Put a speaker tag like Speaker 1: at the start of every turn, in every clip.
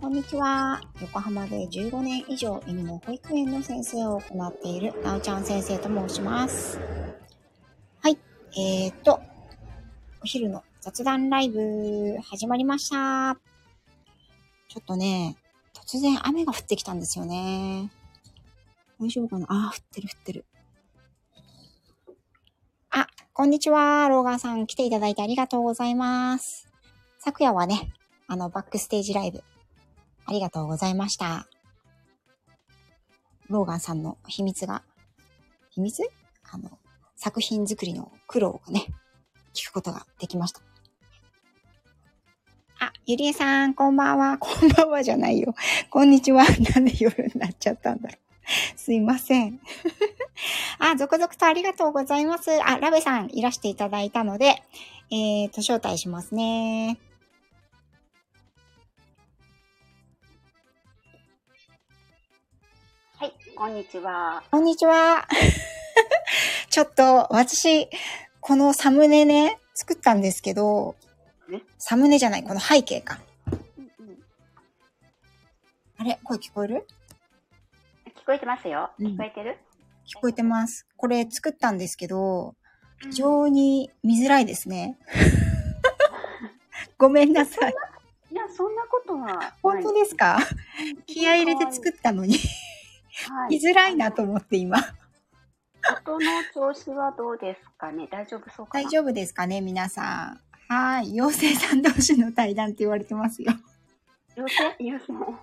Speaker 1: こんにちは。横浜で15年以上犬の保育園の先生を行っているなおちゃん先生と申します。はい。えー、っと、お昼の雑談ライブ始まりました。ちょっとね、突然雨が降ってきたんですよね。大丈夫かなあー、降ってる降ってる。あ、こんにちは。ローガンさん来ていただいてありがとうございます。昨夜はね、あの、バックステージライブ、ありがとうございました。ローガンさんの秘密が、秘密あの、作品作りの苦労がね、聞くことができました。あ、ゆりえさん、こんばんは。 こんばんはじゃないよ。こんにちは。 なんで夜になっちゃったんだろう。すいません。 あ、続々とありがとうございます。あ、ラベさんいらしていただいたので、えーと、招待しますね。
Speaker 2: はい、こんにちは。
Speaker 1: こんにちは。 ちょっと、私、このサムネね、作ったんですけど
Speaker 2: え、
Speaker 1: サムネじゃない、この背景か。
Speaker 2: 聞
Speaker 1: あれ声聞こえる
Speaker 2: こえてますよ。
Speaker 1: うん
Speaker 2: 聞こえてる、
Speaker 1: 聞こえてます。これ作ったんですけど、非
Speaker 2: うん
Speaker 1: 常に見づらいです ね。ごめんなさい。
Speaker 2: いや、そんなことはない。
Speaker 1: 本当ですか気合い入れて作ったのに、
Speaker 2: は
Speaker 1: 見づらいなと思って今。
Speaker 2: 音の調子はどうですかね大丈夫そうかな
Speaker 1: 大丈夫ですかね皆さん。はい。妖精さん同士の対談って言われてますよ。
Speaker 2: 夫。妖精妖精。妖精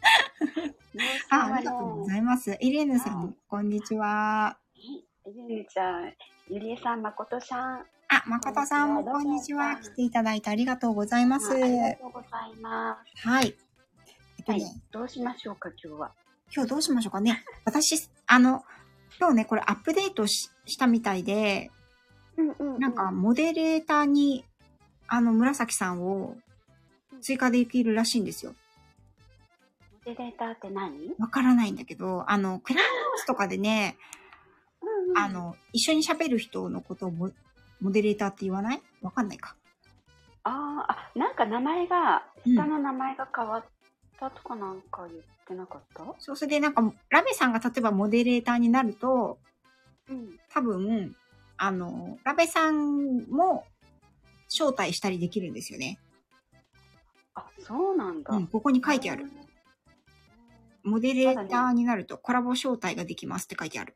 Speaker 1: あ、あ
Speaker 2: は
Speaker 1: り
Speaker 2: ね
Speaker 1: がとうございます。イレーヌさ
Speaker 2: はい
Speaker 1: ん、こんにちは。
Speaker 2: ゆりちゃん、ゆりえさん、まことちゃん。
Speaker 1: あ、誠さんもこんにちは。
Speaker 2: どうぞ
Speaker 1: 来ていただいてありがとうございます。
Speaker 2: ああり
Speaker 1: は
Speaker 2: がとうございます。
Speaker 1: い。えっと
Speaker 2: はい
Speaker 1: ね、、
Speaker 2: どうしましょうか、今日は。
Speaker 1: 今日どうしましょうかね。私、あの、今日ね、これアップデートししたみたいで、
Speaker 2: うんう
Speaker 1: なんか、モデレーターに、あの、紫さんを追加できるらしいんですよ。
Speaker 2: モデレーターって何、うん
Speaker 1: わからないんだけど、あの、クラブハウスとかでね、
Speaker 2: うん
Speaker 1: あ、の、一緒に喋る人のことをモモデレーターって言わないわかんないか。
Speaker 2: あーあ、なんか名前が、
Speaker 1: うん
Speaker 2: 下の名前が変わったとかなんか言ってなかった、
Speaker 1: そう、それでなんか、ラベさんが例えばモデレーターになると、
Speaker 2: うん。
Speaker 1: 多分、あの、ラベさんも招待したりできるんですよね。
Speaker 2: あ、そうなんだ。
Speaker 1: うん、ここに書いてある。。モデレーターになるとコラボ招待ができますって書いてある。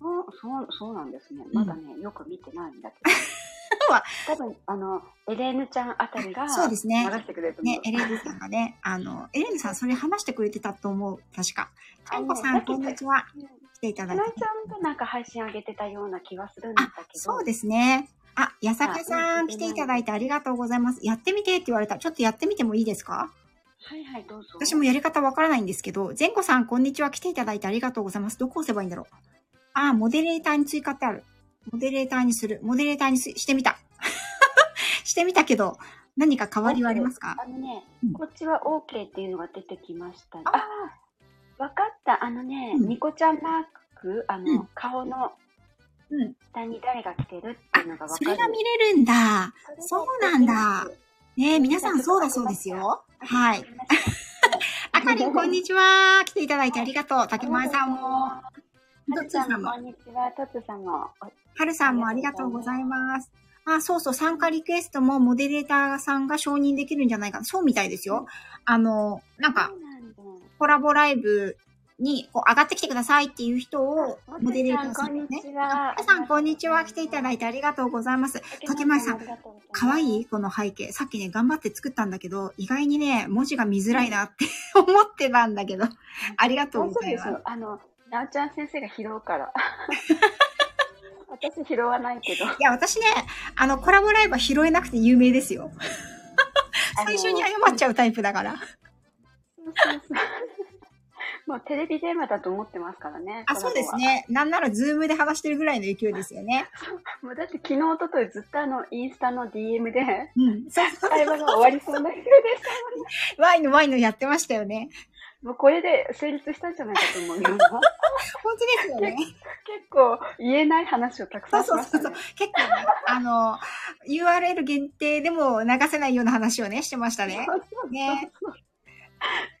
Speaker 2: そう、そう、そうなんですね。まだね、よく見てないんだけ
Speaker 1: うわ
Speaker 2: ど。多分、あの、エレーヌちゃんあたりが、
Speaker 1: そうです
Speaker 2: 流
Speaker 1: ね。
Speaker 2: してくれると思う。
Speaker 1: ね、エレーヌさんがね、あの、エレーヌさんそれ話してくれてたと思う。確か。かんこさ
Speaker 2: あの
Speaker 1: ん、こんにちは。
Speaker 2: うん
Speaker 1: 来ていた
Speaker 2: か
Speaker 1: だ
Speaker 2: ないえ
Speaker 1: て
Speaker 2: ち。ゃんがなんか配信上げてたような気がするんだ
Speaker 1: あ
Speaker 2: けど。、
Speaker 1: そうですね。あ、やさかさ
Speaker 2: あうん
Speaker 1: ん、来ていただいてありがとうございます。やってみてって言われた。ちょっとやってみてもいいですか
Speaker 2: はいはい、どうぞ。
Speaker 1: 私もやり方わからないんですけど、善子さん、こんにちは。来ていただいてありがとうございます。どこ押せばいいんだろう。あー、モデレーターに追加ってある。モデレーターにする。モデレーターにすしてみた。 してみたけど、何か変わりはありますか
Speaker 2: あのね、
Speaker 1: うん
Speaker 2: こっちは OK っていうのが出てきました、ね。
Speaker 1: あー
Speaker 2: あ、わかった。あのね、
Speaker 1: うん
Speaker 2: ニコちゃんマーク、あの、
Speaker 1: うん
Speaker 2: 顔の
Speaker 1: うん。
Speaker 2: 下に誰が来てるって
Speaker 1: あ
Speaker 2: いうのが、わか
Speaker 1: そ
Speaker 2: る。
Speaker 1: れが見れるんだ。そうなんだねえ皆さんそうだそうですよ。はい。あかりん、こんにちは。来ていただいてありがとう。竹前さんも、
Speaker 2: は
Speaker 1: どっ
Speaker 2: る
Speaker 1: ち
Speaker 2: ちゃん
Speaker 1: さん
Speaker 2: も
Speaker 1: も
Speaker 2: こ、んにちは。とつさんも。
Speaker 1: はるさんもありがとうございます。あ、そうそう、参加リクエストもモデレーターさんが承認できるんじゃないかな。そうみたいですよ。あの、なんか
Speaker 2: そ、うなんだ
Speaker 1: コラボライブにこう上がってきてくださいっていう人をモデレーターさんでね
Speaker 2: こんにち。は
Speaker 1: あ皆さん、こんにちは。来ていただいてありがとうございます。竹前さん
Speaker 2: ありがとうござます
Speaker 1: かわいいこの背景。さっきね、頑張って作ったんだけど、意外にね、文字が見づらいなって 思ってたんだけど、ありがとう
Speaker 2: 大丈
Speaker 1: ご
Speaker 2: 夫
Speaker 1: ざい
Speaker 2: で
Speaker 1: ます
Speaker 2: よ。あの、なおちゃん先生が拾 うから。私拾わないけど。
Speaker 1: いや、私ね、あの、コラボライブは拾えなくて有名ですよ。最初に謝っちゃうタイプだから。
Speaker 2: そうそうそう。もうテレビ電話だと思ってますからね。
Speaker 1: あ、そうですね。なんならズームで話してるぐらいの勢いですよね。
Speaker 2: この子は。もうだって昨日、おとといずっとあの、インスタの DM で、
Speaker 1: うん。そうそう
Speaker 2: 会話が終わりそうな勢いでした。
Speaker 1: ワイのワイのやってましたよね。
Speaker 2: もうこれで成立したんじゃないかと 思うよ。
Speaker 1: 本当ですよね。
Speaker 2: 結構言えない話をたくさんしましたね。
Speaker 1: そう結構ね、あの、URL 限定でも流せないような話をね、してましたね。
Speaker 2: そうそうそう
Speaker 1: ね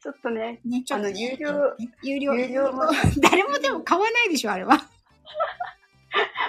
Speaker 2: ちょっとね、
Speaker 1: ね、ちょっと
Speaker 2: あの有料
Speaker 1: ね有料、
Speaker 2: 有料の
Speaker 1: 誰もでも買わないでしょ、あれは。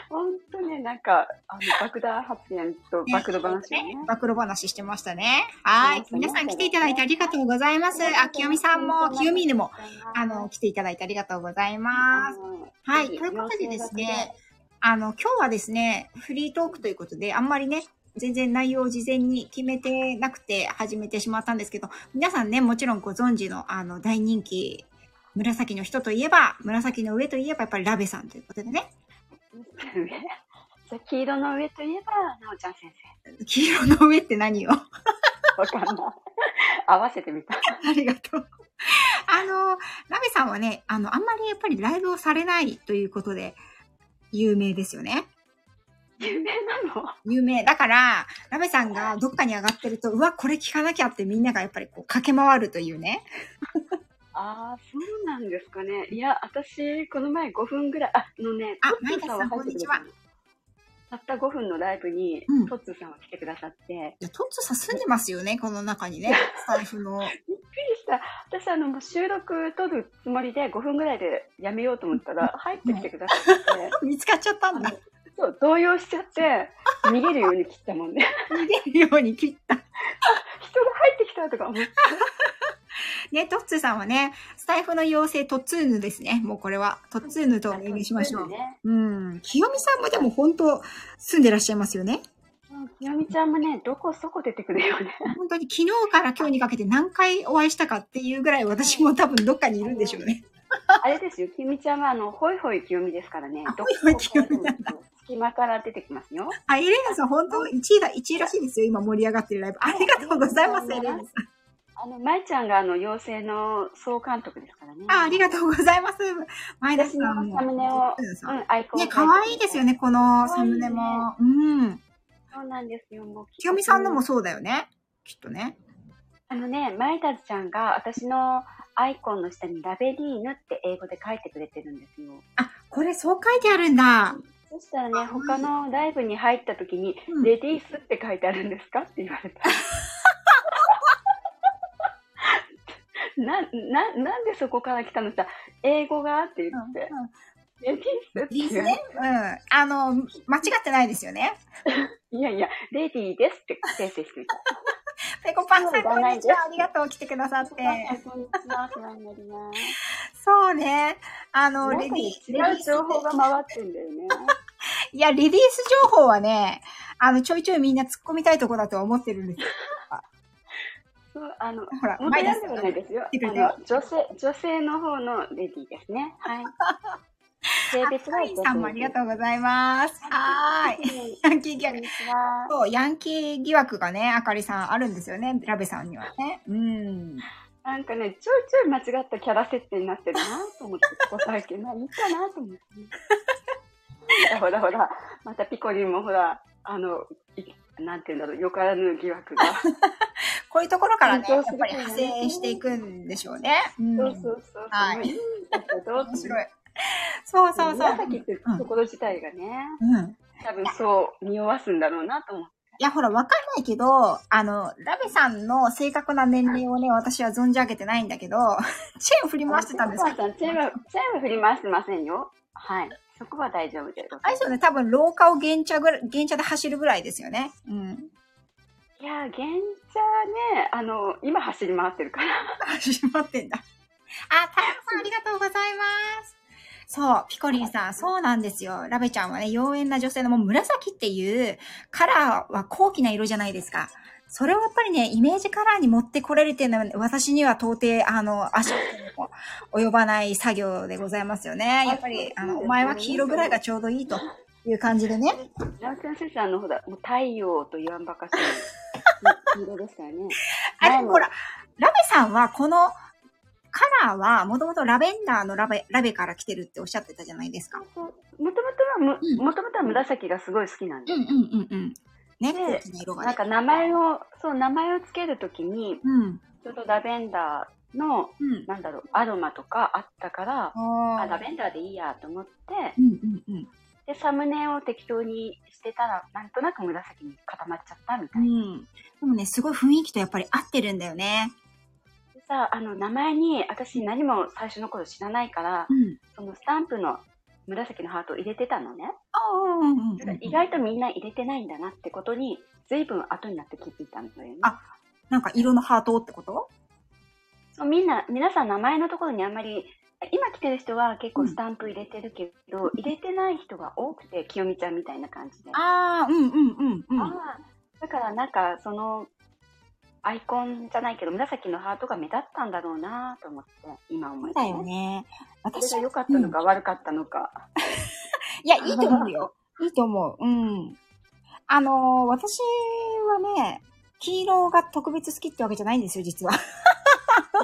Speaker 2: ほんとね、なんか、あの、爆弾発言と 暴露話をね。
Speaker 1: 暴露話してましたね。はい。皆さん来ていただいてありがとうございます。あ、きよみさんも、きよみにも、あの、、来ていただいてありがとうございます。はい。ということでですね、あの、今日はですね、フリートークということで、あんまりね、全然内容を事前に決めてなくて始めてしまったんですけど、皆さんね、もちろんご存知の、あの、大人気、紫の人といえば、紫の上といえば、やっぱりラベさんということでね、
Speaker 2: 上 じゃあ黄色の上といえば、なおちゃん先
Speaker 1: 黄色の上って何よ
Speaker 2: 生。わかんない。 合わせてみた。
Speaker 1: ありがとう。あの、ラベさんはね、あの、あんまりやっぱりライブをされないということで、有名ですよね。
Speaker 2: 有名なの
Speaker 1: 有名。だから、ラベさんがどっかに上がってると、うわ、これ聞かなきゃってみんながやっぱりこう駆け回るというね。
Speaker 2: ああ、そうなんですかね。いや、私、この前5分ぐらい、あのね、
Speaker 1: あ
Speaker 2: トッツーは入ってくれた
Speaker 1: マ
Speaker 2: のたった5分のライブに、
Speaker 1: うん
Speaker 2: トッツーさんは来てくださって、
Speaker 1: いや、トッツーさん住んでますよね、この中にね。スタイフの。
Speaker 2: びっくりした。私、あの、もう収録撮るつもりで5分ぐらいでやめようと思ったら、入ってきてくださって、
Speaker 1: 見つかっちゃったんだ。
Speaker 2: そう、動揺しちゃって、逃げるように切ったもんね。
Speaker 1: 逃げるように切った。
Speaker 2: 人が入ってきたとか思って。
Speaker 1: ね、トッツーさんはね、スタイフの妖精トッツーヌですね。もうこれは、トッツーヌとお呼びしましょう。
Speaker 2: ね。
Speaker 1: うん。清美さんもでも本当、住んでらっしゃいますよね。
Speaker 2: きよみちゃんもね、どこそこ出てくるよね。
Speaker 1: 本当に昨日から今日にかけて何回お会いしたかっていうぐらい私も多分どっかにいるんでしょうね。
Speaker 2: あれですよ、きよみちゃんは、あの、ホイホイきよみですからね
Speaker 1: あ。
Speaker 2: ど
Speaker 1: ホイ
Speaker 2: こ
Speaker 1: ホイきよみなんだ
Speaker 2: 隙間から出てきますよ。
Speaker 1: あ、エレナさん、本当、1位が、1位らしいですよ。今盛り上がってるライブ。ありがとうございます、エレナさん。
Speaker 2: あの、まいちゃんがあの、妖精の総監督ですからね。
Speaker 1: あ、ありがとうございます。前田さ
Speaker 2: 私の
Speaker 1: んも。
Speaker 2: サムネを、う
Speaker 1: うん
Speaker 2: ん、アイコン。
Speaker 1: ね、可愛いですよ
Speaker 2: ね。
Speaker 1: ね、このサムネも。うん。
Speaker 2: そうなんですよ、もう。
Speaker 1: 清美さんのもそうだよね。きっとね。
Speaker 2: あのね、まいたちゃんが私のアイコンの下にラベリーヌって英語で書いてくれてるんですよ。
Speaker 1: あ、これそう書いてあるんだ。
Speaker 2: そしたらね、他のライブに入った時に、
Speaker 1: うん
Speaker 2: レディースって書いてあるんですかって言われた。 な、な、なんでそこから来たのさ、英語がって言って、レディースって
Speaker 1: いいです
Speaker 2: 言われ
Speaker 1: ね。うん。あの、間違ってないですよね。
Speaker 2: たいやいや、レディーですって訂正してみた。
Speaker 1: ペコパンさん、
Speaker 2: そう
Speaker 1: こ
Speaker 2: じゃ
Speaker 1: ん
Speaker 2: ない
Speaker 1: に
Speaker 2: で
Speaker 1: ち
Speaker 2: す
Speaker 1: は。ありがとう、来てくださっ
Speaker 2: こん
Speaker 1: て。
Speaker 2: にちは、世話になります。
Speaker 1: そうね。あの、
Speaker 2: 中
Speaker 1: レディ
Speaker 2: に
Speaker 1: ー、
Speaker 2: 違う情報が回ってんだよね。
Speaker 1: いや、レディース情報はね、あの、ちょいちょいみんな突っ込みたいとこだとは思ってるんですよ。
Speaker 2: そう、あの、
Speaker 1: ほら、
Speaker 2: も
Speaker 1: 前
Speaker 2: てな
Speaker 1: 田さん
Speaker 2: んではないですよ。
Speaker 1: 来てくれ
Speaker 2: あ
Speaker 1: たよ
Speaker 2: の、女性、女性の方のレディーですね。 はい。性別は
Speaker 1: カインさんもありがと
Speaker 2: う。
Speaker 1: うございます。はーい。
Speaker 2: い。
Speaker 1: ヤンキー疑
Speaker 2: こん
Speaker 1: 惑。
Speaker 2: にちは。
Speaker 1: そう、ヤンキー疑惑がね、あかりさんあるんですよね。ラベさんにはね。うん。
Speaker 2: なんかね、ちょいちょい間違ったキャラ設定になってるなと思って、ここ最近、まあいいかなと思って。 ほらほら、またピコリンもほら、あの、いなんて言うんだろう、よからぬ疑惑が。
Speaker 1: こういうところからね、や
Speaker 2: 緊
Speaker 1: っ
Speaker 2: 張する
Speaker 1: ぱり派生していくんでしょうね。 うん。
Speaker 2: そ
Speaker 1: 面
Speaker 2: うそうそう。
Speaker 1: はい
Speaker 2: もういいんだけど、
Speaker 1: 白い。そうそうそう。
Speaker 2: 紫ってところ自体がね、
Speaker 1: うん。
Speaker 2: 多分そう、匂わすんだろうなと思って。
Speaker 1: いや、ほら、わかんないけど、あの、ラベさんの正確な年齢をね、私は存じ上げてないんだけど、チェーン振り回してたんです
Speaker 2: お
Speaker 1: け
Speaker 2: 母さん、チェーンは、チェーンは振り回してませんよ。はい。そこは大丈夫です。
Speaker 1: あれですよね、多分廊下を原茶ぐらい、原茶で走るぐらいですよね。うん。
Speaker 2: いやー、現茶ね、あの、今走り回ってるから。
Speaker 1: 始まってんだ。あ、タカさんありがとうございます。そう、ピコリンさん、そうなんですよ。ラベちゃんはね、妖艶な女性のもう紫っていうカラーは高貴な色じゃないですか。それをやっぱりね、イメージカラーに持ってこれるっていうのは、私には到底、あの、足も及ばない作業でございますよね。やっぱり、あの、お前は黄色ぐらいがちょうどいいという感じでね。
Speaker 2: ラウちゃん先生、あの、ほら、もう太陽と言わんばかし の黄色ですからね。
Speaker 1: あれ、
Speaker 2: 前も
Speaker 1: ほら、ラベさんはこのカラーはもともとラベンダーのラベ、ラベから来てるっておっしゃってたじゃないですか。
Speaker 2: もともとはむ、
Speaker 1: うん
Speaker 2: もともとは紫がすごい好きなん
Speaker 1: う
Speaker 2: で
Speaker 1: んう
Speaker 2: す。
Speaker 1: んうんうん。ね、大
Speaker 2: ね
Speaker 1: きな色が
Speaker 2: なん
Speaker 1: ね。
Speaker 2: か名前を、そう、名前をつけるときに、
Speaker 1: うん。うん。
Speaker 2: ちょうどラベンダーの、なんだろう、アロマとかあったから、あ、ラ
Speaker 1: ああ。
Speaker 2: ベンダーでいいやと思って
Speaker 1: う、んうんうん。
Speaker 2: で、サムネを適当にしてたら、なんとなく紫に固まっちゃったみた
Speaker 1: う
Speaker 2: いな。
Speaker 1: ん。でもね、すごい雰囲気とやっぱり合ってるんだよね。
Speaker 2: さ、あの、名前に、私何も最初の頃知らないから、
Speaker 1: うん。
Speaker 2: そのスタンプの紫のハートを入れてたのね。
Speaker 1: ああ、うんうんうん。
Speaker 2: 意外とみんな入れてないんだなってことに、随分後になって気づいたんだよね。
Speaker 1: あなんか色のハートってこと
Speaker 2: そうみんな、皆さん名前のところにあんまり、今来てる人は結構スタンプ入れてるけど、入れてない人が多くて、清美ちゃんみたいな感じで。
Speaker 1: ああ、うんうんうんうん。あ
Speaker 2: あーだからなんか、その、アイコンじゃないけど、紫のハートが目立ったんだろうなと思って、今思
Speaker 1: そ
Speaker 2: いうて、
Speaker 1: だよね。
Speaker 2: そ
Speaker 1: 私
Speaker 2: れが良かったのか悪かったのか。
Speaker 1: いや、いいと思うよ。いいと思う。うん。あのー私はね、黄色が特別好きってわけじゃないんですよ、実は。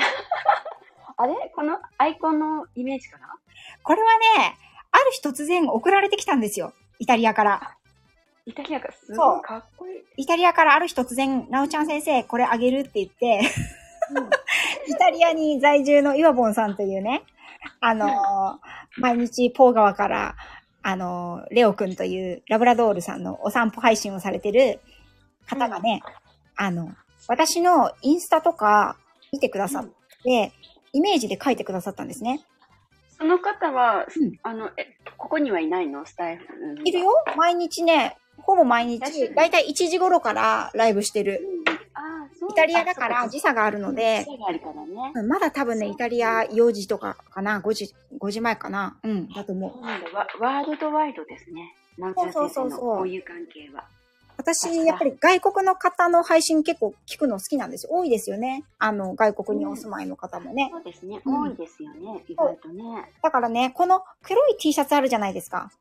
Speaker 2: あれこのアイコンのイメージかな
Speaker 1: これはね、ある日突然送られてきたんですよ。イタリアから。
Speaker 2: イタリアがす
Speaker 1: そ
Speaker 2: ご
Speaker 1: う
Speaker 2: いかっこいい。
Speaker 1: イタリアからある日突然、なおちゃん先生、これあげるって言って、
Speaker 2: うん
Speaker 1: イタリアに在住の岩本さんというね、あのー毎日ポー川から、あのーレオくんというラブラドールさんのお散歩配信をされてる方がね、あの、私のインスタとか見てくださって、イメージで書いてくださったんですね。
Speaker 2: その方は、
Speaker 1: うん
Speaker 2: あの、え、ここにはいないのスタイフ。
Speaker 1: いるよ毎日ね、ほぼ毎日、だいたい1時頃からライブしてる。
Speaker 2: うんあーそう
Speaker 1: イタリアだか
Speaker 2: あ
Speaker 1: ら
Speaker 2: そう
Speaker 1: 時差があるので
Speaker 2: 時、差があるからね。
Speaker 1: うんまだ多分ね、イタリア4時とかかな、5時、5時前かな、うん、だと思う
Speaker 2: そ。うなんだわワールドワイドですね。なんちゃん
Speaker 1: そう
Speaker 2: 先
Speaker 1: そ
Speaker 2: 生
Speaker 1: うそう
Speaker 2: の
Speaker 1: そう
Speaker 2: こういう関係は。
Speaker 1: 私、やっぱり外国の方の配信結構聞くの好きなんですよ。多いですよね。あの、外国にお住まいの方もね。
Speaker 2: そうですね。
Speaker 1: うん
Speaker 2: 多いですよね。意外とね。
Speaker 1: だからね、この黒い T シャツあるじゃないですか。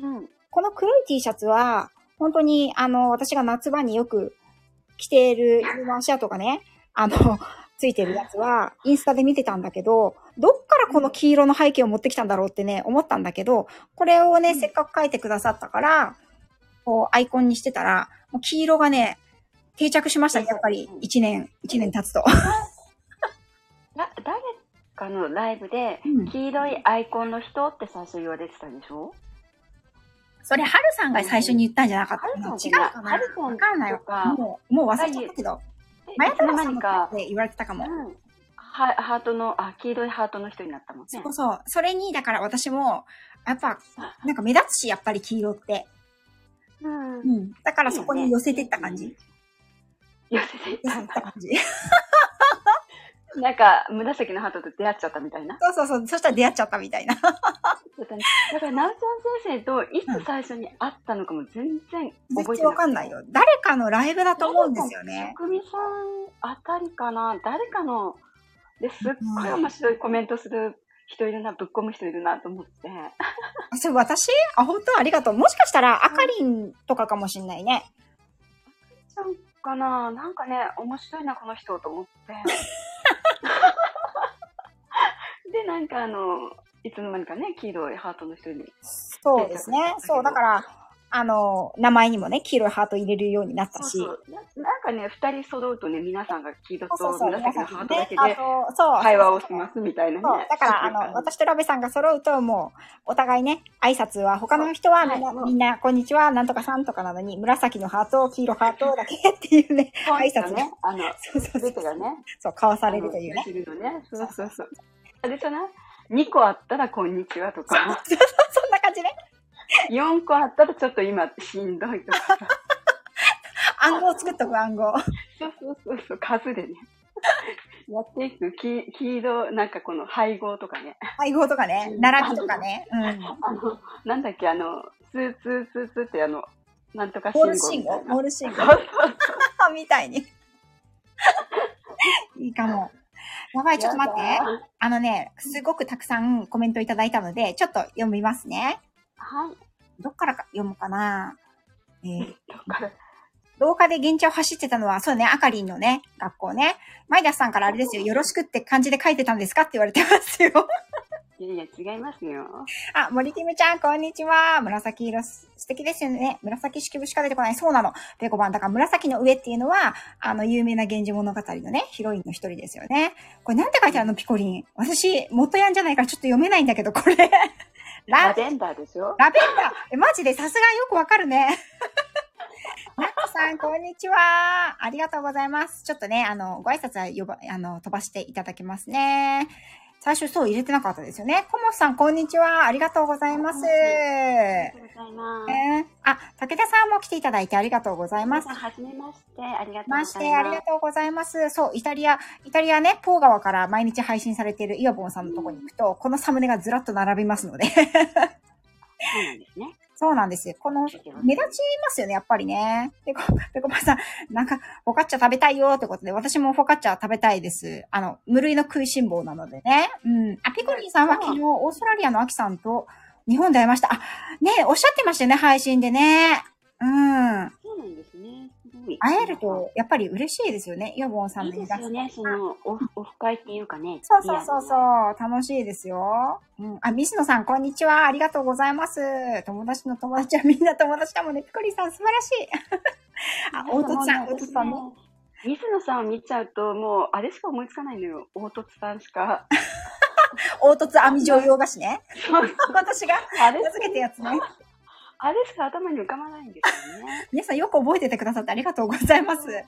Speaker 2: うん。
Speaker 1: この黒い T シャツは、本当に、あの、私が夏場によく着ているユーマンシャとかね、あの、ついてるやつは、インスタで見てたんだけど、どっからこの黄色の背景を持ってきたんだろうってね、思ったんだけど、これをね、せっかく書いてくださったから、こう、アイコンにしてたら、もう黄色がね、定着しましたね、やっぱり。一年、一年経つと。
Speaker 2: だ誰かのライブで
Speaker 1: うん、
Speaker 2: 黄色いアイコンの人って最初言われてたでしょ
Speaker 1: それ、はるさんが最初に言ったんじゃなかったかな
Speaker 2: はるさ
Speaker 1: 違
Speaker 2: ん
Speaker 1: う
Speaker 2: かな
Speaker 1: かな
Speaker 2: はるさん
Speaker 1: わかんないわ
Speaker 2: とか
Speaker 1: もう、もう忘れちゃったけど、
Speaker 2: えい
Speaker 1: まや
Speaker 2: つ
Speaker 1: た
Speaker 2: の
Speaker 1: ろ
Speaker 2: 間
Speaker 1: さん
Speaker 2: に
Speaker 1: の
Speaker 2: か
Speaker 1: っ、て言われてたかも。
Speaker 2: うんはハートの、あ、黄色いハートの人になったもんね。
Speaker 1: そうそう。それに、だから私も、やっぱ、なんか目立つし、やっぱり黄色って。
Speaker 2: うん
Speaker 1: う。ん。だからそこに寄せてった感じ。
Speaker 2: 寄せていっ
Speaker 1: 寄せてった
Speaker 2: た。
Speaker 1: 感じ。
Speaker 2: なんか、紫のハートと出会っちゃったみたいな。
Speaker 1: そうそうそう。そしたら出会っちゃったみたい な。
Speaker 2: だから、なおちゃん先生といつ最初に会ったのかも全然覚
Speaker 1: 全
Speaker 2: えて
Speaker 1: 然わかんないよ。誰かのライブだと思うんですよ
Speaker 2: ない。
Speaker 1: ね。
Speaker 2: 職人さんあたりかな誰かの、ですっごい面白いコメントする人いるな、ぶっ込む人いるなと思って。
Speaker 1: あそれ私あ、本当ありがとう。もしかしたら、あかりんとかかもしんないね。
Speaker 2: ちゃんかななんかね、面白いな、この人と思って。で、なんかあの、いつの間にかね、黄色いハートの人に。
Speaker 1: そうですね。そう、だから、あの、名前にもね、黄色いハート入れるようになった
Speaker 2: そう
Speaker 1: し。
Speaker 2: そうななんかね、二人揃うとね、皆さんが黄色
Speaker 1: そう
Speaker 2: と
Speaker 1: そうそう。皆
Speaker 2: 紫
Speaker 1: さ
Speaker 2: の
Speaker 1: んも
Speaker 2: ハートだ
Speaker 1: ね
Speaker 2: け、
Speaker 1: あ
Speaker 2: で
Speaker 1: と、そう。
Speaker 2: 会話をしますみたいなね。
Speaker 1: そう、だから、あの、私とラベさんが揃うと、もう、お互いね、挨拶は、他の人はみんな、
Speaker 2: はいもう
Speaker 1: みんな、こんにちは、なんとかさんとかなのに、紫のハート、黄色ハートだけっていうね、
Speaker 2: 挨
Speaker 1: 挨拶
Speaker 2: 拶
Speaker 1: ね
Speaker 2: ね、あの、
Speaker 1: そうそう
Speaker 2: す
Speaker 1: そ
Speaker 2: べ
Speaker 1: う
Speaker 2: て、がね、
Speaker 1: そう、交わさ
Speaker 2: あ
Speaker 1: れ
Speaker 2: の
Speaker 1: るというね。
Speaker 2: するのね。そうそうそう。あれじゃない ?2 個あったらこんにちはとか、
Speaker 1: そんな感じね。
Speaker 2: 4個あったらちょっと今しんどいとか。
Speaker 1: 暗号作っとく暗号。
Speaker 2: そうそうそうそう、数でね。やっていく、き黄色、なんかこの配合とかね。
Speaker 1: 配合とかね、並びとかね。うん。
Speaker 2: あの、なんだっけ、あの、スーツーツーツーってあの、なんと か
Speaker 1: モール信
Speaker 2: 信号みた
Speaker 1: 号
Speaker 2: いな。
Speaker 1: モール信号 みたいに。 いいかも。やばい、ちょっと待って
Speaker 2: や。だ
Speaker 1: あのね、すごくたくさんコメントいただいたので、ちょっと読みますね。
Speaker 2: はい。
Speaker 1: どっからか読むかな。えー
Speaker 2: だから、
Speaker 1: 廊下で現地を走ってたのは、そうね、あかりんのね、学校ね。マイダスさんからあれですよ、よろしくって漢字で書いてたんですかって言われてますよ。
Speaker 2: いやいや、違いますよ。
Speaker 1: あ、森キムちゃん、こんにちは。紫色す、素敵ですよね。紫式部しか出てこない。そうなの。ペコバンだから紫の上っていうのは、あの、有名な源氏物語のね、ヒロインの一人ですよね。これなんて書いてあるの、ピコリン。私、元ヤンじゃないからちょっと読めないんだけど、これ。
Speaker 2: ラ
Speaker 1: ラ、
Speaker 2: ベンダーでしょ
Speaker 1: ラベンダー。え、マジでさすがよくわかるね。ラックさん、ん、こんにちは。ありがとうございます。ちょっとね、あの、ご挨拶は呼ば、あの、飛ばしていただきますね。最初、そう入れてなかったですよね。コモフさん、こんにちは。ありがとうございます。え
Speaker 2: ありがとうございます。
Speaker 1: ーあ、武田さんも来ていただいてありがとうござい
Speaker 2: 皆
Speaker 1: ます
Speaker 2: さん、。はじめまして。ありがとうござい
Speaker 1: ま
Speaker 2: ま
Speaker 1: し
Speaker 2: す。
Speaker 1: て、ありがとうございます。そう、イタリア、イタリアね、ポー川から毎日配信されているイオボンさんのとこに行くと、このサムネがずらっと並びますので。
Speaker 2: そうなんですね。
Speaker 1: そうなんですよ。この、目立ちますよね、やっぱりね。ペコ、ペコパさん、なんか、フォカッチャ食べたいよってことで、私もフォカッチャ食べたいです。あの、無類の食いしん坊なのでね。うん。あ、ピコリンさんは昨日、オーストラリアのアキさんと日本で会いました。あ、ねおっしゃってましたよね、配信でね。うん。
Speaker 2: そうなんですね。すごい。
Speaker 1: 会えると、やっぱり嬉しいですよね、イオボンさん
Speaker 2: いい
Speaker 1: の
Speaker 2: で
Speaker 1: イ
Speaker 2: す
Speaker 1: ラスト
Speaker 2: よね。その、オフ、オフ会っていうかね。
Speaker 1: そうそうそう
Speaker 2: う。
Speaker 1: そう、楽しいですよ。うん。あ、水野さん、こんにちは。ありがとうございます。友達の友達はみんな友達だもんね。ピコリさん、素晴らしい。あ、大
Speaker 2: と
Speaker 1: とさん、大とさんね。。
Speaker 2: 水野さんを見ちゃうと、もう、あれしか思いつかないのよ。凹凸さん しか。
Speaker 1: 大とつ網状用菓子ね。
Speaker 2: そうそう
Speaker 1: 私が
Speaker 2: あれ
Speaker 1: 名付けたやつね。
Speaker 2: あれしか頭に浮かばないんですよね。
Speaker 1: 皆さんよく覚えててくださってありがとうございます。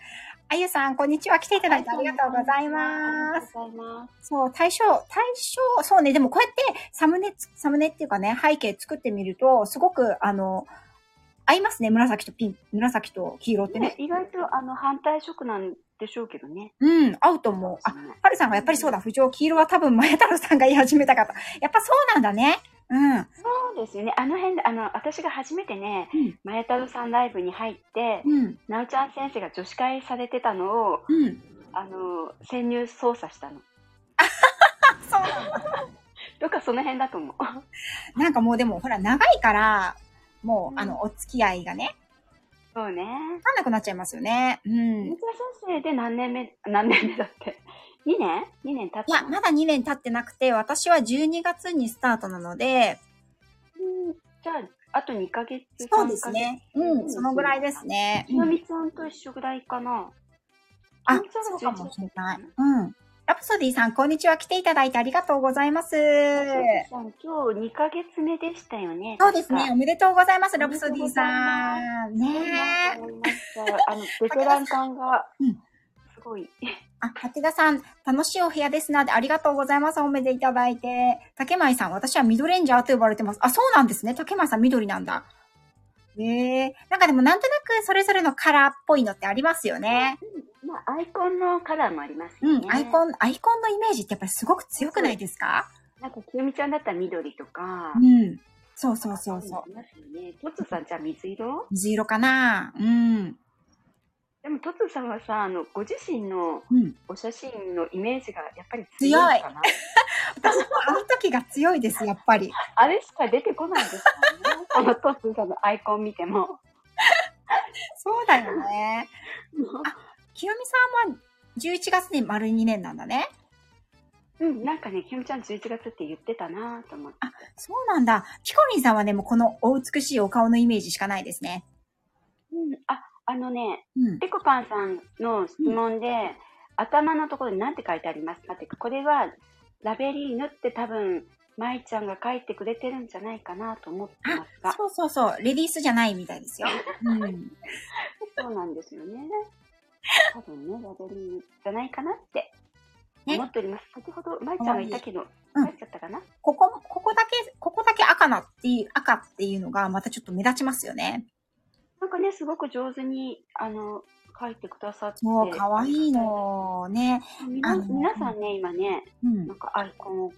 Speaker 1: あゆさん、こんにち は。来ていただいてありがとうございます。
Speaker 2: ありがとうございます。
Speaker 1: そう、対象、対象、そうね、でもこうやってサムネつ、サムネっていうかね、背景作ってみると、すごく、あの、合いますね、紫とピン、紫と黄色って
Speaker 2: ね
Speaker 1: ね。
Speaker 2: 意外と、あの、反対色なんでしょうけどね。
Speaker 1: うん、合うと思う。あ、はるさんがやっぱりそうだ、不条、黄色は多分、前太郎さんが言い始めたかった。やっぱそうなんだね。うん。
Speaker 2: そうですよね。あの辺で、あの、私が初めてね、
Speaker 1: うん
Speaker 2: 前太郎さんライブに入って、
Speaker 1: うん、
Speaker 2: なおちゃん先生が女子会されてたのを、
Speaker 1: うん。
Speaker 2: あの、潜入捜査したの。
Speaker 1: そうなんだ。
Speaker 2: とか、その辺だと思う。
Speaker 1: なんかもうでも、ほら、長いから、も
Speaker 2: うん
Speaker 1: う、あの、お付き合いがね、
Speaker 2: そうね。
Speaker 1: わかんなくなっちゃいますよね。うん
Speaker 2: 三。田先生で何年目、何年目だって。2年 ?2 年経っ
Speaker 1: いや、
Speaker 2: た
Speaker 1: まだ2年経ってなくて、私は12月にスタートなので、
Speaker 2: うんじゃあ、あと2ヶ月、
Speaker 1: そうですね。
Speaker 2: うん
Speaker 1: うん、そのぐらいですね。
Speaker 2: ひのみさんと一緒ぐらいかな。
Speaker 1: あ
Speaker 2: ひのみ、
Speaker 1: そうか
Speaker 2: さんが11
Speaker 1: もしれない。うん。ラプソディさん、こんにちは。来ていただいてありがとうございます。
Speaker 2: 月さん今日2ヶ月目でしたよね。
Speaker 1: そうですね。
Speaker 2: 確
Speaker 1: お
Speaker 2: か。
Speaker 1: めでとうございます、ラプソディさん。
Speaker 2: そう
Speaker 1: ね
Speaker 2: なんだと思いましたあの、ベテラン感が
Speaker 1: うん、
Speaker 2: すごい。
Speaker 1: あ、武田さん、楽しいお部屋ですなで、ありがとうございます。おめでいただいて。竹舞さん、私はミドレンジャーと呼ばれてます。あ、そうなんですね。竹舞さん、緑なんだ。ええなんかでも、なんとなく、それぞれのカラーっぽいのってありますよね。
Speaker 2: うんまあ、アイコンのカラーもありますよ
Speaker 1: う
Speaker 2: ね。
Speaker 1: ん、アイコン、アイコンのイメージってやっぱりすごく強くないですか
Speaker 2: なんか、ひよみちゃんだったら緑とか
Speaker 1: う。ん。そうそうそうそう
Speaker 2: あ。りますよね。トツさんじゃあ水色
Speaker 1: 水色かなうん。
Speaker 2: でもトツさんはさ、あの、ご自身の
Speaker 1: うん。
Speaker 2: お写真のイメージがやっぱり強いかな。
Speaker 1: 私もあの時が強いです、やっぱり。
Speaker 2: あれしか出てこないです よね。このトツさんのアイコン見ても。
Speaker 1: そうだよね。清美さんは11月に丸2年なんだね。
Speaker 2: うん、なんかね、ひよみちゃん11月って言ってたなと思って。
Speaker 1: そうなんだ。ピコリンさんはね、もうこのお美しいお顔のイメージしかないですね。
Speaker 2: うん、あ、あのね、
Speaker 1: うん。
Speaker 2: ペコパンさんの質問で、頭のところに何て書いてありますかって、これはラベリーヌって多分、舞ちゃんが書いてくれてるんじゃないかなと思ってます
Speaker 1: あ
Speaker 2: が、、
Speaker 1: そうそうそう。レディースじゃないみたいですよ。うん。
Speaker 2: そうなんですよ ね。多分ね、ラベリーヌじゃないかなって
Speaker 1: ね
Speaker 2: 思っております。先ほど舞ちゃんがいたけど、
Speaker 1: うん
Speaker 2: 帰っちゃったかな、
Speaker 1: ここ、ここだけ、ここだけ赤なっていう、赤っていうのがまたちょっと目立ちますよね。
Speaker 2: なんかね、すごく上手に、あの、書いてくださって。
Speaker 1: そう、かわいいの。ね。
Speaker 2: 皆
Speaker 1: あの
Speaker 2: 皆さんね、今ね、
Speaker 1: うん
Speaker 2: な。んかアイコンを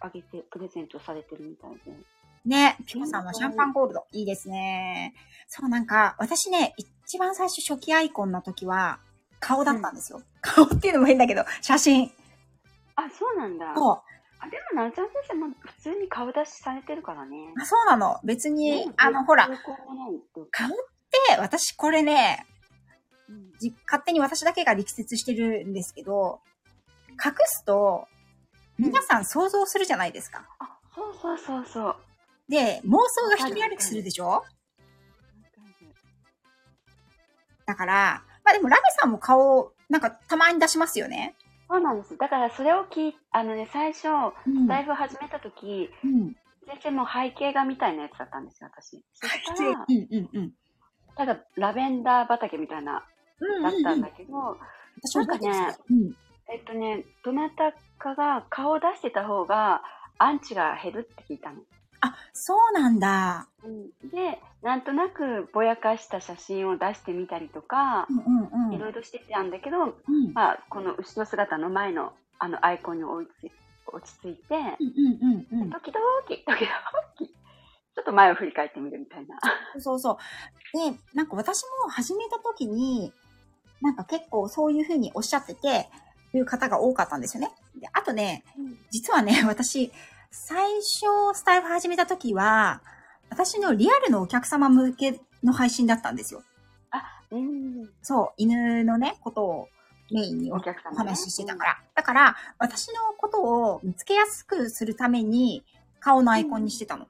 Speaker 2: あげて、プレゼントされてるみたいで。
Speaker 1: ね、ピコさんはシャンパンゴールド。いいですね。そう、なんか、私ね、一番最初初期アイコンの時は、顔だったんですよ。顔っていうのも変だけど、写真。
Speaker 2: あ、そうなんだ。
Speaker 1: そ
Speaker 2: あ、でも、なおちゃん先生も普通に顔出しされてるからね
Speaker 1: う。。あそうなの。別に、
Speaker 2: ね
Speaker 1: あの、ほら、
Speaker 2: 抵抗もないっていうか
Speaker 1: 顔って、私これね、
Speaker 2: うん
Speaker 1: じ勝手に私だけが力説してるんですけど、隠すと、皆さん想像するじゃないですか。
Speaker 2: あ、そうそうそうそう。
Speaker 1: で、妄想が一人歩きするでしょだから、まあでもラメさんも顔、なんかたまに出しますよね。
Speaker 2: そうなんです。だから、それを聞い、あのね、最初、
Speaker 1: うん
Speaker 2: ライブ始めた時、
Speaker 1: うん。
Speaker 2: 先生も背景画みたいなやつだったんですよ、私。そしたら
Speaker 1: うんうんうん。
Speaker 2: なんかラベンダー畑みたいな、
Speaker 1: うん
Speaker 2: だったんだ
Speaker 1: け
Speaker 2: けど、
Speaker 1: ど、私も覚えてます
Speaker 2: なんかえっとね、どなたかが顔を出してた方が、アンチが減るって聞いたの。
Speaker 1: あ、そうなんだ。
Speaker 2: うんで、なんとなくぼやかした写真を出してみたりとか
Speaker 1: う、んうんうん。
Speaker 2: いろいろしてたんだけど、
Speaker 1: うん
Speaker 2: まあ、この後ろ姿の前のあのアイコンに追いつい落ち着いて、
Speaker 1: うんうんうんうん。
Speaker 2: 時々、時々、ちょっと前を振り返ってみるみたいな。
Speaker 1: そうそう。で、なんか私も始めた時に、なんか結構そういうふうにおっしゃってて、いう方が多かったんですよね。で、あとね、実はね、 私、最初スタイフ始めた時は、私のリアルのお客様向けの配信だったんですよ。
Speaker 2: うん、
Speaker 1: そう、犬のね、ことをメインにお
Speaker 2: お客
Speaker 1: お
Speaker 2: 様、ね。
Speaker 1: 話ししてたから。だから、私のことを見つけやすくするために、顔のアイコンにしてたの。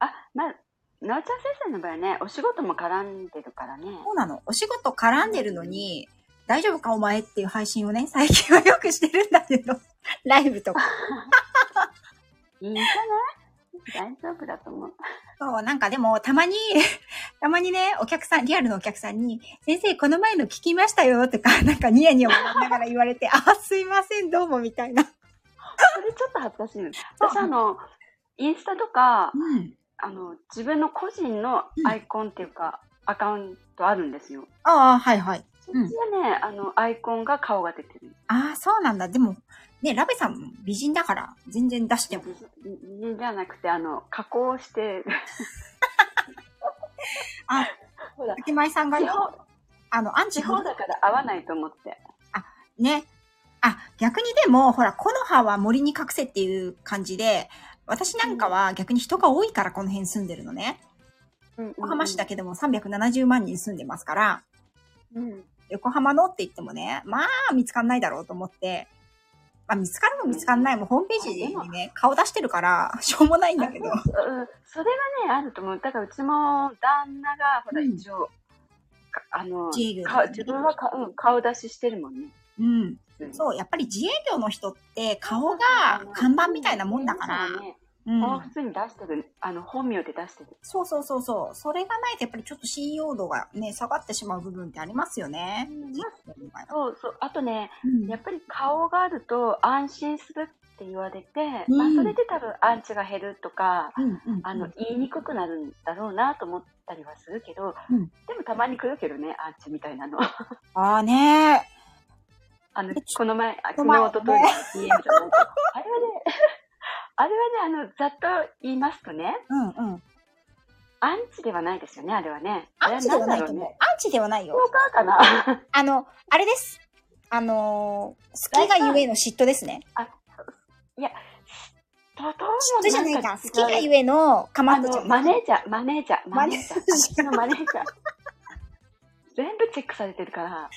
Speaker 2: あ、まあ、なおちゃん先生の場合ね、お仕事も絡んでるからね。
Speaker 1: そうなの。お仕事絡んでるのに、大丈夫かお前っていう配信をね、最近はよくしてるんだけど、 ライブとか。
Speaker 2: いいんじゃない大丈夫だと思う。
Speaker 1: そう、なんかでも、たまに、 たまにね、お客さん、リアルのお客さんに、先生、この前の聞きましたよとか、 なんかニヤニヤ笑いながら言われて、 あ、すいません、どうも、みたいな。
Speaker 2: それちょっと恥ずかしいの。
Speaker 1: そう
Speaker 2: 私あの、インスタとか、
Speaker 1: うん。
Speaker 2: あの、自分の個人のアイコンっていうか、アカウントあるんですよ。
Speaker 1: ああ、はいはい。
Speaker 2: そっちはね、あの、アイコンが顔が出てる。
Speaker 1: ああ、そうなんだ。でも、ね、ラベさん美人だから、全然出しても。
Speaker 2: じじゃなくて、あの、加工して、
Speaker 1: あ、
Speaker 2: ほら、
Speaker 1: 竹前さんが
Speaker 2: 地
Speaker 1: ね、
Speaker 2: 方、
Speaker 1: あの、アンチ
Speaker 2: 地
Speaker 1: ほ
Speaker 2: 方だから合わないと思って。
Speaker 1: ね。あ、逆にでも、ほら、木の葉は森に隠せっていう感じで、私なんかは逆に人が多いからこの辺住んでるのね。横浜市だ
Speaker 2: け。
Speaker 1: けでも370万人住んでますから、
Speaker 2: うん。
Speaker 1: 横浜のって言ってもね、まあ見つかんないだろうと思って、まあ見つかるも見つかんないもホームページにね、顔出してるから、しょうもないんだけど。
Speaker 2: あそううんそれはね、あると思う。だからうちも旦那が、ほら、
Speaker 1: うん
Speaker 2: 一応、かあの、
Speaker 1: 自営業
Speaker 2: か自分はか、うん、顔出ししてるもんね。
Speaker 1: うん。
Speaker 2: う。
Speaker 1: そう、やっぱり自営業の人って顔が看板みたいなもんだから。
Speaker 2: そうね
Speaker 1: う
Speaker 2: 顔
Speaker 1: ん
Speaker 2: 普。通に出してる、あの、本名で出してる。
Speaker 1: そうそうそうそう。それがないとやっぱりちょっと信用度がね、下がってしまう部分ってありますよね。
Speaker 2: うん
Speaker 1: う
Speaker 2: そうそう。あとね、
Speaker 1: ん
Speaker 2: やっぱり顔があると安心するって言われて、
Speaker 1: うん
Speaker 2: まあ、それで多分アンチが減るとか、
Speaker 1: うんうん
Speaker 2: あの、言いにくくなるんだろうなと思ったりはするけど、
Speaker 1: うん
Speaker 2: でもたまに来るけどね、アンチみた いなの。
Speaker 1: ああね
Speaker 2: あの、この前、あ
Speaker 1: この
Speaker 2: 昨
Speaker 1: 前ね
Speaker 2: 日、おとといの DM じゃないけどあれはね、 あれはね、あの、ざっと言いますとね、
Speaker 1: うんうん。
Speaker 2: アンチではないですよね、あれはね。
Speaker 1: アンチではないと
Speaker 2: あれん
Speaker 1: 思
Speaker 2: だろう
Speaker 1: う。ア
Speaker 2: ね
Speaker 1: ン。チではない
Speaker 2: スト
Speaker 1: よ。
Speaker 2: ーカーかな
Speaker 1: あの、あれです。あのー好きがゆえの嫉妬ですね。
Speaker 2: とと
Speaker 1: 嫉妬じゃないか。好きが
Speaker 2: う。
Speaker 1: ゆえのかま
Speaker 2: あ
Speaker 1: どちゃ
Speaker 2: の、
Speaker 1: ん。
Speaker 2: マネージャー、マネージャー、マネージ
Speaker 1: マネー
Speaker 2: ャー。アン
Speaker 1: ジ
Speaker 2: チのマネージャー。全部チェックされてるから、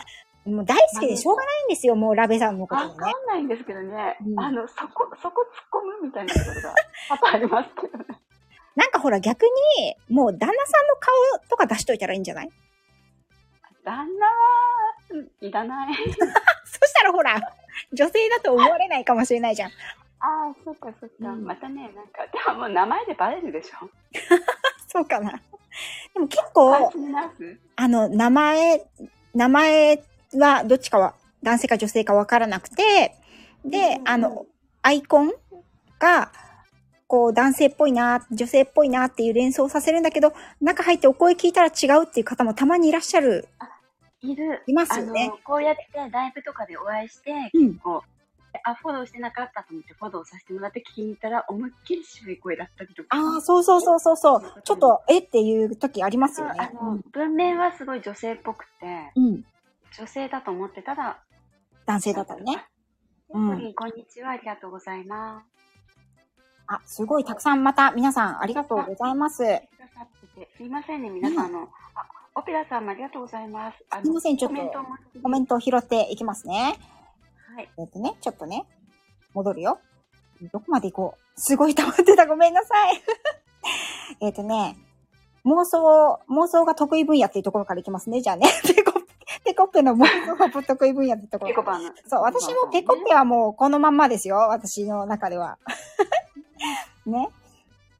Speaker 1: もう大好きでしょうがないんですよ、もうラベさんのこと
Speaker 2: わ
Speaker 1: も
Speaker 2: か
Speaker 1: ね。
Speaker 2: んないんですけどね、
Speaker 1: うん
Speaker 2: あの、そこ、そこ突っ込むみたい なことが多々ありますけどね。
Speaker 1: なんかほら逆に、もう旦那さんの顔とか出しといたらいいんじゃない
Speaker 2: 旦那は、うんいらない。
Speaker 1: そしたらほら、女性だと思われないかもしれないじゃん。
Speaker 2: ああ、そっかそっか、
Speaker 1: うん
Speaker 2: またね、なんか、でももう名前でバレるでしょ。
Speaker 1: そうかな。でも結
Speaker 2: あ
Speaker 1: 構、
Speaker 2: 気になる
Speaker 1: あの、名前、名前はどっちかは男性か女性かわからなくて、で
Speaker 2: う、ん
Speaker 1: あの、アイコンが、こう男性っぽいな、女性っぽいなっていう連想をさせるんだけど、中入ってお声聞いたら違うっていう方もたまにいらっしゃる。
Speaker 2: いる。
Speaker 1: いますよね
Speaker 2: あの。こうやってライブとかでお会いして、
Speaker 1: うん。
Speaker 2: あ、フォローしてなかったと思ってフォローさせてもらって聞きに行ったら、思いっきり渋い声だったりとか。
Speaker 1: ああ、そうそうそうそうそう。ちょっと、えっていう時あります
Speaker 2: そう
Speaker 1: よ
Speaker 2: あ
Speaker 1: ね。う
Speaker 2: の
Speaker 1: ん、
Speaker 2: 文面はすごい女性っぽくて、
Speaker 1: うん。
Speaker 2: 女性だと思ってたら、
Speaker 1: 男性だったらね。うん
Speaker 2: 本人こんにちは、ありがとうございます。
Speaker 1: あ、すごいたくさんまた皆さんありがとうございます。
Speaker 2: 来てくださっててすいませんね、皆さん、あの、あ、オペラさんもありがとうございます。あの
Speaker 1: すいませんちょっと
Speaker 2: コメントも
Speaker 1: コメントを拾っていきますね。
Speaker 2: はい。
Speaker 1: えっとね、ちょっとね、戻るよ。どこまで行こう。すごい溜まってた。ごめんなさい。 えっとね、妄想、妄想が得意分野っていうところから行きますね。じゃあね。 ペコ、ペコッペの妄想が得意分野ってとこ
Speaker 2: ペコ
Speaker 1: ろ。
Speaker 2: パンの。
Speaker 1: そう、私もペ コッペはもうこのまんまですよ。私の中では。ね。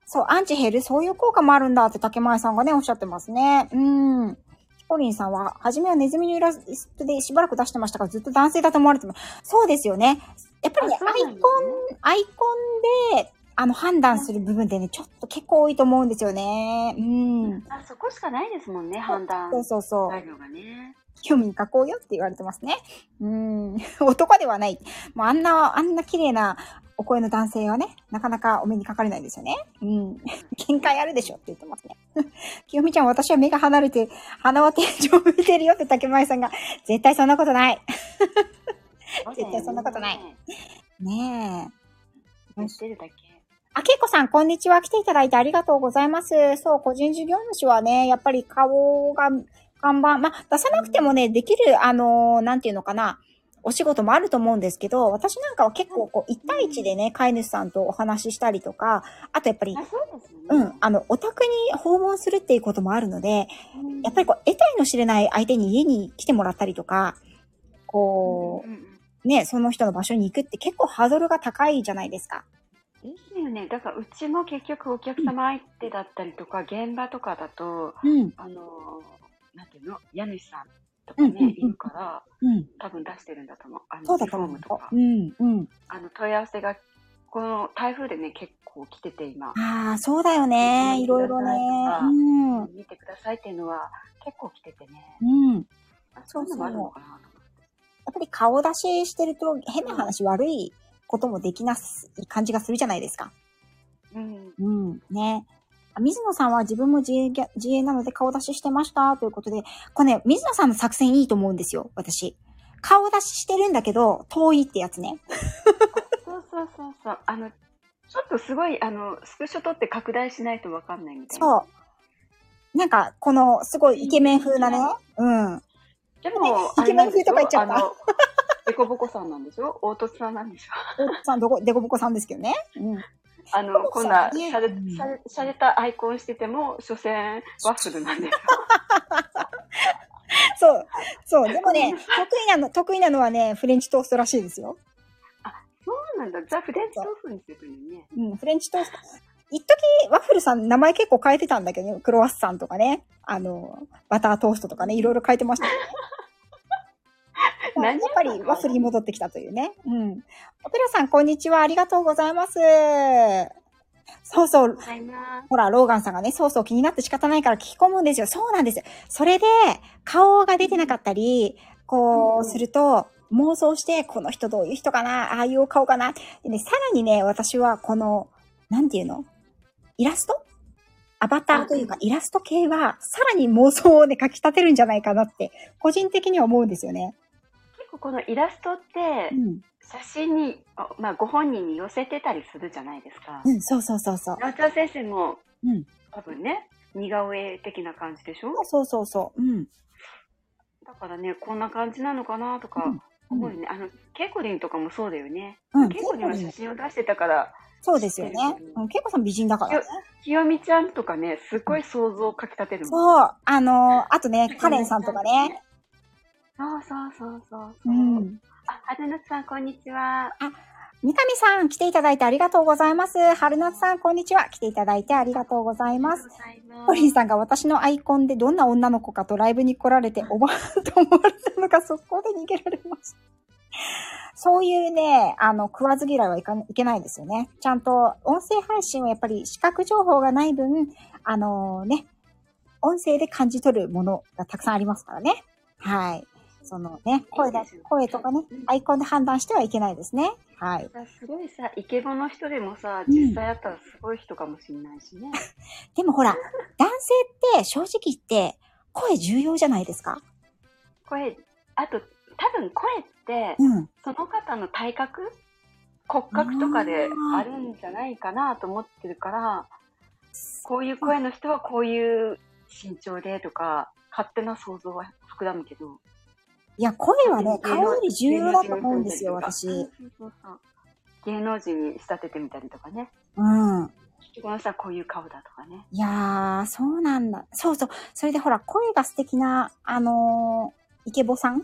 Speaker 1: そう、アンチ減る、そういう効果もあるんだって竹前さんがね、おっしゃってますね。うん。ヒコリンさんは、初めはネズミのイラストでしばらく出してましたが、ずっと男性だと思われてます。そうですよね。やっぱりね、
Speaker 2: あそう
Speaker 1: ア
Speaker 2: な
Speaker 1: イ
Speaker 2: んですね
Speaker 1: コン、アイコンで、あの、判断する部分でね、ちょっと結構多いと思うんですよね。うん。
Speaker 2: あ、そこしかないですもんね、判断
Speaker 1: そうそうそう。
Speaker 2: 材料がね。
Speaker 1: 興味に書こうよって言われてますね。うーん。 男ではない。もうあんな、あんな綺麗なお声の男性はね、なかなかお目にかかれないですよね。うん。 限界あるでしょって言ってますね。 きよみちゃん、私は目が離れて、鼻は天井を見てるよって竹前さんが、絶対そんなことない。絶対そんなことないねえ。
Speaker 2: 言ってるだけ。
Speaker 1: あけいこさん、こんにちは。来ていただいてありがとうございます。そう、個人事業主はね、やっぱり顔が、看板、まあ、出さなくてもね、できる、あのーなんていうのかな、お仕事もあると思うんですけど、私なんかは結構、こう、1対1でね、飼い主さんとお話ししたりとか、あとやっぱり
Speaker 2: あ、、そうですよね。
Speaker 1: うん、あの、お宅に訪問するっていうこともあるので、
Speaker 2: うん
Speaker 1: やっぱりこう、得体の知れない相手に家に来てもらったりとか、こ
Speaker 2: うんうんうん
Speaker 1: う、ね、その人の場所に行くって結構ハードルが高いじゃないですか。
Speaker 2: ですよね。だからうちも結局お客様相手だったりとか、現場とかだと、
Speaker 1: うん、
Speaker 2: あのー、なんていうの家主さんとか
Speaker 1: うんうんうん
Speaker 2: ね、いるから、
Speaker 1: うん。
Speaker 2: 多分出してるんだと思う。あ
Speaker 1: そ
Speaker 2: の、
Speaker 1: うだ
Speaker 2: リ
Speaker 1: と
Speaker 2: フォー
Speaker 1: 思
Speaker 2: ム
Speaker 1: う
Speaker 2: とか。。
Speaker 1: うん、うん。
Speaker 2: あの、問い合わせが、この台風でね、結構来てて今。
Speaker 1: ああ、そうだよね。い
Speaker 2: 見て
Speaker 1: ろ
Speaker 2: く
Speaker 1: い
Speaker 2: だ
Speaker 1: ろね
Speaker 2: さいとか。
Speaker 1: うん。う
Speaker 2: 見てくださいっていうのは結構来ててね。
Speaker 1: ん。やっ
Speaker 2: あそういうのもあるのかなと思って。
Speaker 1: ぱり顔出ししてると変な話悪いこともできなす感じがするじゃないですか。
Speaker 2: うん。
Speaker 1: うん。ね。あ水野さんは自分も自営業自営なので顔出ししてましたということで、これね、水野さんの作戦いいと思うんですよ、私。顔出ししてるんだけど、遠いってやつね。
Speaker 2: そうそうそうそう。あの、ちょっとすごい、あの、スクショ撮って拡大しないとわかんないみたいな。
Speaker 1: そう。なんか、この、すごいイケメン風なね。うん。
Speaker 2: で
Speaker 1: ね
Speaker 2: も、
Speaker 1: イケメン風とか言っちゃった
Speaker 2: あの。デコボコさんなんでしょ凹凸さんなんでしょ
Speaker 1: おっさん、どこ、でこぼこさんですけどね。うん。
Speaker 2: あの、
Speaker 1: 凸
Speaker 2: こん
Speaker 1: さ
Speaker 2: な、
Speaker 1: んね
Speaker 2: しゃれ、
Speaker 1: うん
Speaker 2: しゃれ、しゃれたアイコンしてても、所詮、ワッフルな んですよ。
Speaker 1: そう、そう。でもね、得意なの、得意なのはね、フレンチトーストらしいですよ。
Speaker 2: そうなんだ。ザ・フレンチ豆腐にするといいね。。
Speaker 1: うん、フレンチトースト。一時ワッフルさん名前結構変えてたんだけどね、クロワッサンとかね、あの、バタートーストとかね、いろいろ変えてましたよねまあやっ
Speaker 2: 何
Speaker 1: ぱりワッフルに戻ってきたというね。うん。オペラさん、こんにちは。ありがとうございます。そうそう。
Speaker 2: はいな
Speaker 1: ほら、ローガンさんがね、そうそう気になって仕方ないから聞き込むんですよ。そうなんですよ。それで、顔が出てなかったり、こ
Speaker 2: う
Speaker 1: う、
Speaker 2: ん
Speaker 1: すると、妄想して、この人どういう人かな、ああいうお顔かな。でね、さらにね、私はこの、なんていうのイラストアバターというか、イラスト系は、さらに妄想をね、書き立てるんじゃないかなって、個人的には思うんですよね。
Speaker 2: 結構このイラストって
Speaker 1: う、ん。
Speaker 2: 写真に、あまあ、ご本人に寄せてたりするじゃないですか
Speaker 1: う。ん、そうそうそうそう。
Speaker 2: ラウター先生も、
Speaker 1: うん
Speaker 2: 多分ね、似顔絵的な感じでしょ
Speaker 1: そうそうそう。うん。
Speaker 2: だからね、こんな感じなのかなとか
Speaker 1: うん
Speaker 2: 思うよね。あの、ケイコリンとかもそうだよね。
Speaker 1: うん、
Speaker 2: ケイ
Speaker 1: 結
Speaker 2: コリン
Speaker 1: 構
Speaker 2: は
Speaker 1: ね
Speaker 2: 写真を出してたから、
Speaker 1: そうですよね。うん、結構さん美人だからね。
Speaker 2: 清美ちゃんとかね、すっごい想像をかき立てるもん。
Speaker 1: そう、あの、あとね、カレンさんとかね。。
Speaker 2: そうそうそうそうそうう。
Speaker 1: ん。
Speaker 2: あ、はるなつさん、こんにちは。
Speaker 1: 三上さん、来ていただいてありがとうございます。春夏さん、こんにちは。来ていただいてありがとうございます。
Speaker 2: ありがとうご
Speaker 1: ポ
Speaker 2: ざ
Speaker 1: リ
Speaker 2: い
Speaker 1: ン
Speaker 2: ます。
Speaker 1: さんが私のアイコンでどんな女の子かとライブに来られておばあと思われたのか速攻で逃げられました。そういうね、あの、食わず嫌いはいかないけないですよね。ちゃんと音声配信はやっぱり視覚情報がない分、あのね、音声で感じ取るものがたくさんありますからね。はい。そのね、声だ、声とかね、アイコンで判断してはいけないですね。はい。
Speaker 2: さすごいさ、イケボの人でもさ、
Speaker 1: うん
Speaker 2: 実際あったらすごい人かもしれないしね。
Speaker 1: でもほら、男性って正直言って声重要じゃないですか。
Speaker 2: 声、あと、多分声って、
Speaker 1: うん。
Speaker 2: その方の体格骨格とかであるんじゃないかなと思ってるから、こういう声の人はこういう身長でとか、勝手な想像は膨らむけど。
Speaker 1: いや、声はね、
Speaker 2: 芸能
Speaker 1: 顔より重要だと思うんですよ、
Speaker 2: 芸能
Speaker 1: 私。
Speaker 2: 人に
Speaker 1: う
Speaker 2: 組んだりとかそうそうそう芸能人に仕立ててみたりとかね。
Speaker 1: ん。
Speaker 2: この人はこういう顔だとかね。
Speaker 1: いやー、そうなんだ。そうそう。それでほら、声が素敵な、あのーイケボさんっ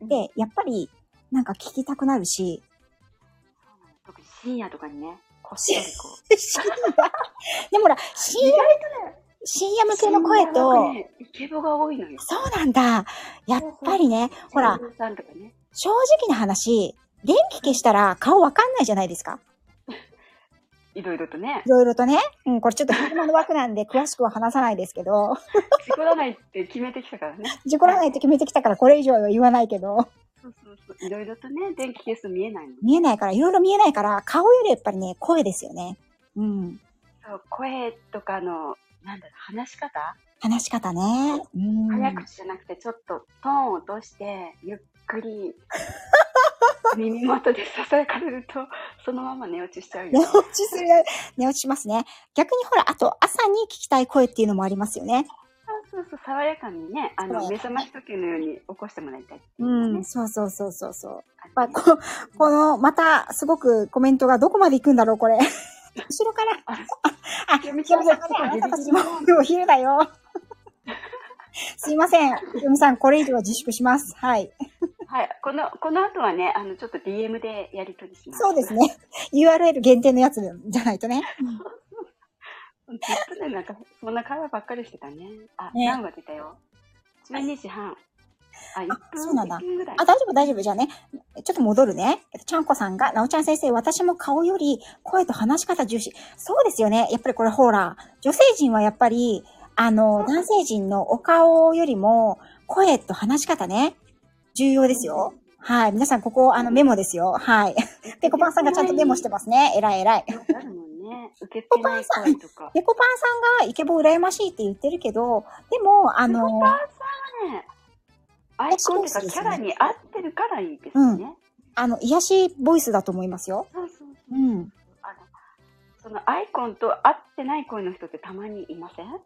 Speaker 2: うん
Speaker 1: て、やっぱり、なんか聞きたくなるし、
Speaker 2: 特に深夜とかにね。こっそりこう。
Speaker 1: でもほら、
Speaker 2: 意
Speaker 1: CM
Speaker 2: 外とね、
Speaker 1: CM 系の声と、
Speaker 2: ね、イケボが多いのよ。
Speaker 1: そうなんだ。やっぱりね、ほら、
Speaker 2: 声優さんとかね。
Speaker 1: 正直な話、電気消したら顔わかんないじゃないですか。
Speaker 2: いろいろとね
Speaker 1: い、ろいろとね。うん、これちょっと車の枠なんで詳しくは話さないですけど、
Speaker 2: 事故らないって決めてきたからね。
Speaker 1: 事故らないと決めてきたからこれ以上は言わないけど、
Speaker 2: そうそうそう。いろいろとね、電気消す見えないの。
Speaker 1: 見えないから、いろいろ見えないから、顔よりやっぱりね、声ですよね。うん。
Speaker 2: そう、声とかの、なんだろう、話し方、
Speaker 1: 話し方ね。うん。
Speaker 2: 早口じゃなくて、ちょっとトーンを落として、ゆっくり、耳元で支えかれると、そのまま寝落ちしちゃう
Speaker 1: 寝
Speaker 2: よ。
Speaker 1: 落ちする、寝落ちしますね。逆にほら、あと朝に聞きたい声っていうのもありますよね。
Speaker 2: そうそうそう、爽やかにね、あ
Speaker 1: 爽や
Speaker 2: の、
Speaker 1: かに
Speaker 2: 目覚まし時計のように起こしてもらいたいっていう
Speaker 1: う
Speaker 2: のね
Speaker 1: ん、。そうそうそうそうそう。ま
Speaker 2: あ
Speaker 1: あ、
Speaker 2: るね
Speaker 1: ここの、また、すごくコメントがどこまで行くんだろう、これ。後ろから、あ、
Speaker 2: ひよみ
Speaker 1: ひ
Speaker 2: ち
Speaker 1: よ
Speaker 2: ゃ
Speaker 1: み
Speaker 2: ん
Speaker 1: さ
Speaker 2: が
Speaker 1: ん、
Speaker 2: 来
Speaker 1: あ
Speaker 2: たら
Speaker 1: な
Speaker 2: ギ
Speaker 1: た
Speaker 2: リ
Speaker 1: た
Speaker 2: ギ
Speaker 1: ち
Speaker 2: リ
Speaker 1: もお昼だよ。 すいません。ひよみさん、これ以上は自粛します。はい。
Speaker 2: はい、この、この後はね、あの、ちょっと DM でやり取りします。
Speaker 1: そうです。ね。URL 限定のやつじゃないとね。
Speaker 2: ずっとね、なんか、そんな会話ばっかりしてたね。あ、
Speaker 1: ね
Speaker 2: 何が出たよ。12時半。あ、1分、
Speaker 1: そうなんだ
Speaker 2: 1分ぐらい。
Speaker 1: あ、大丈夫、大丈夫。じゃあね、ちょっと戻るね。えっとちゃんこさんが、なおちゃん先生、私も顔より声と話し方重視。そうですよね。やっぱりこれほら、女性陣はやっぱり、あの、男性陣のお顔よりも、声と話し方ね、重要ですよ。はい。皆さん、ここ、あの、メモですよ。はい。ペコパンさんがちゃんとメモしてますね。偉い偉い。
Speaker 2: よくあるもんね。受け付けない声とか。
Speaker 1: ペコパンさんがイケボ羨ましいって言ってるけど、でも、あの、
Speaker 2: ね、アイコンっていう
Speaker 1: そ
Speaker 2: か、
Speaker 1: うで
Speaker 2: キ
Speaker 1: すね
Speaker 2: ャラに合ってるからいいですよね。
Speaker 1: あの、癒しボイスだと思いますよ。
Speaker 2: そうそうそうう。
Speaker 1: ん。
Speaker 2: あの、そのアイコンと合ってない声の人ってたまにいません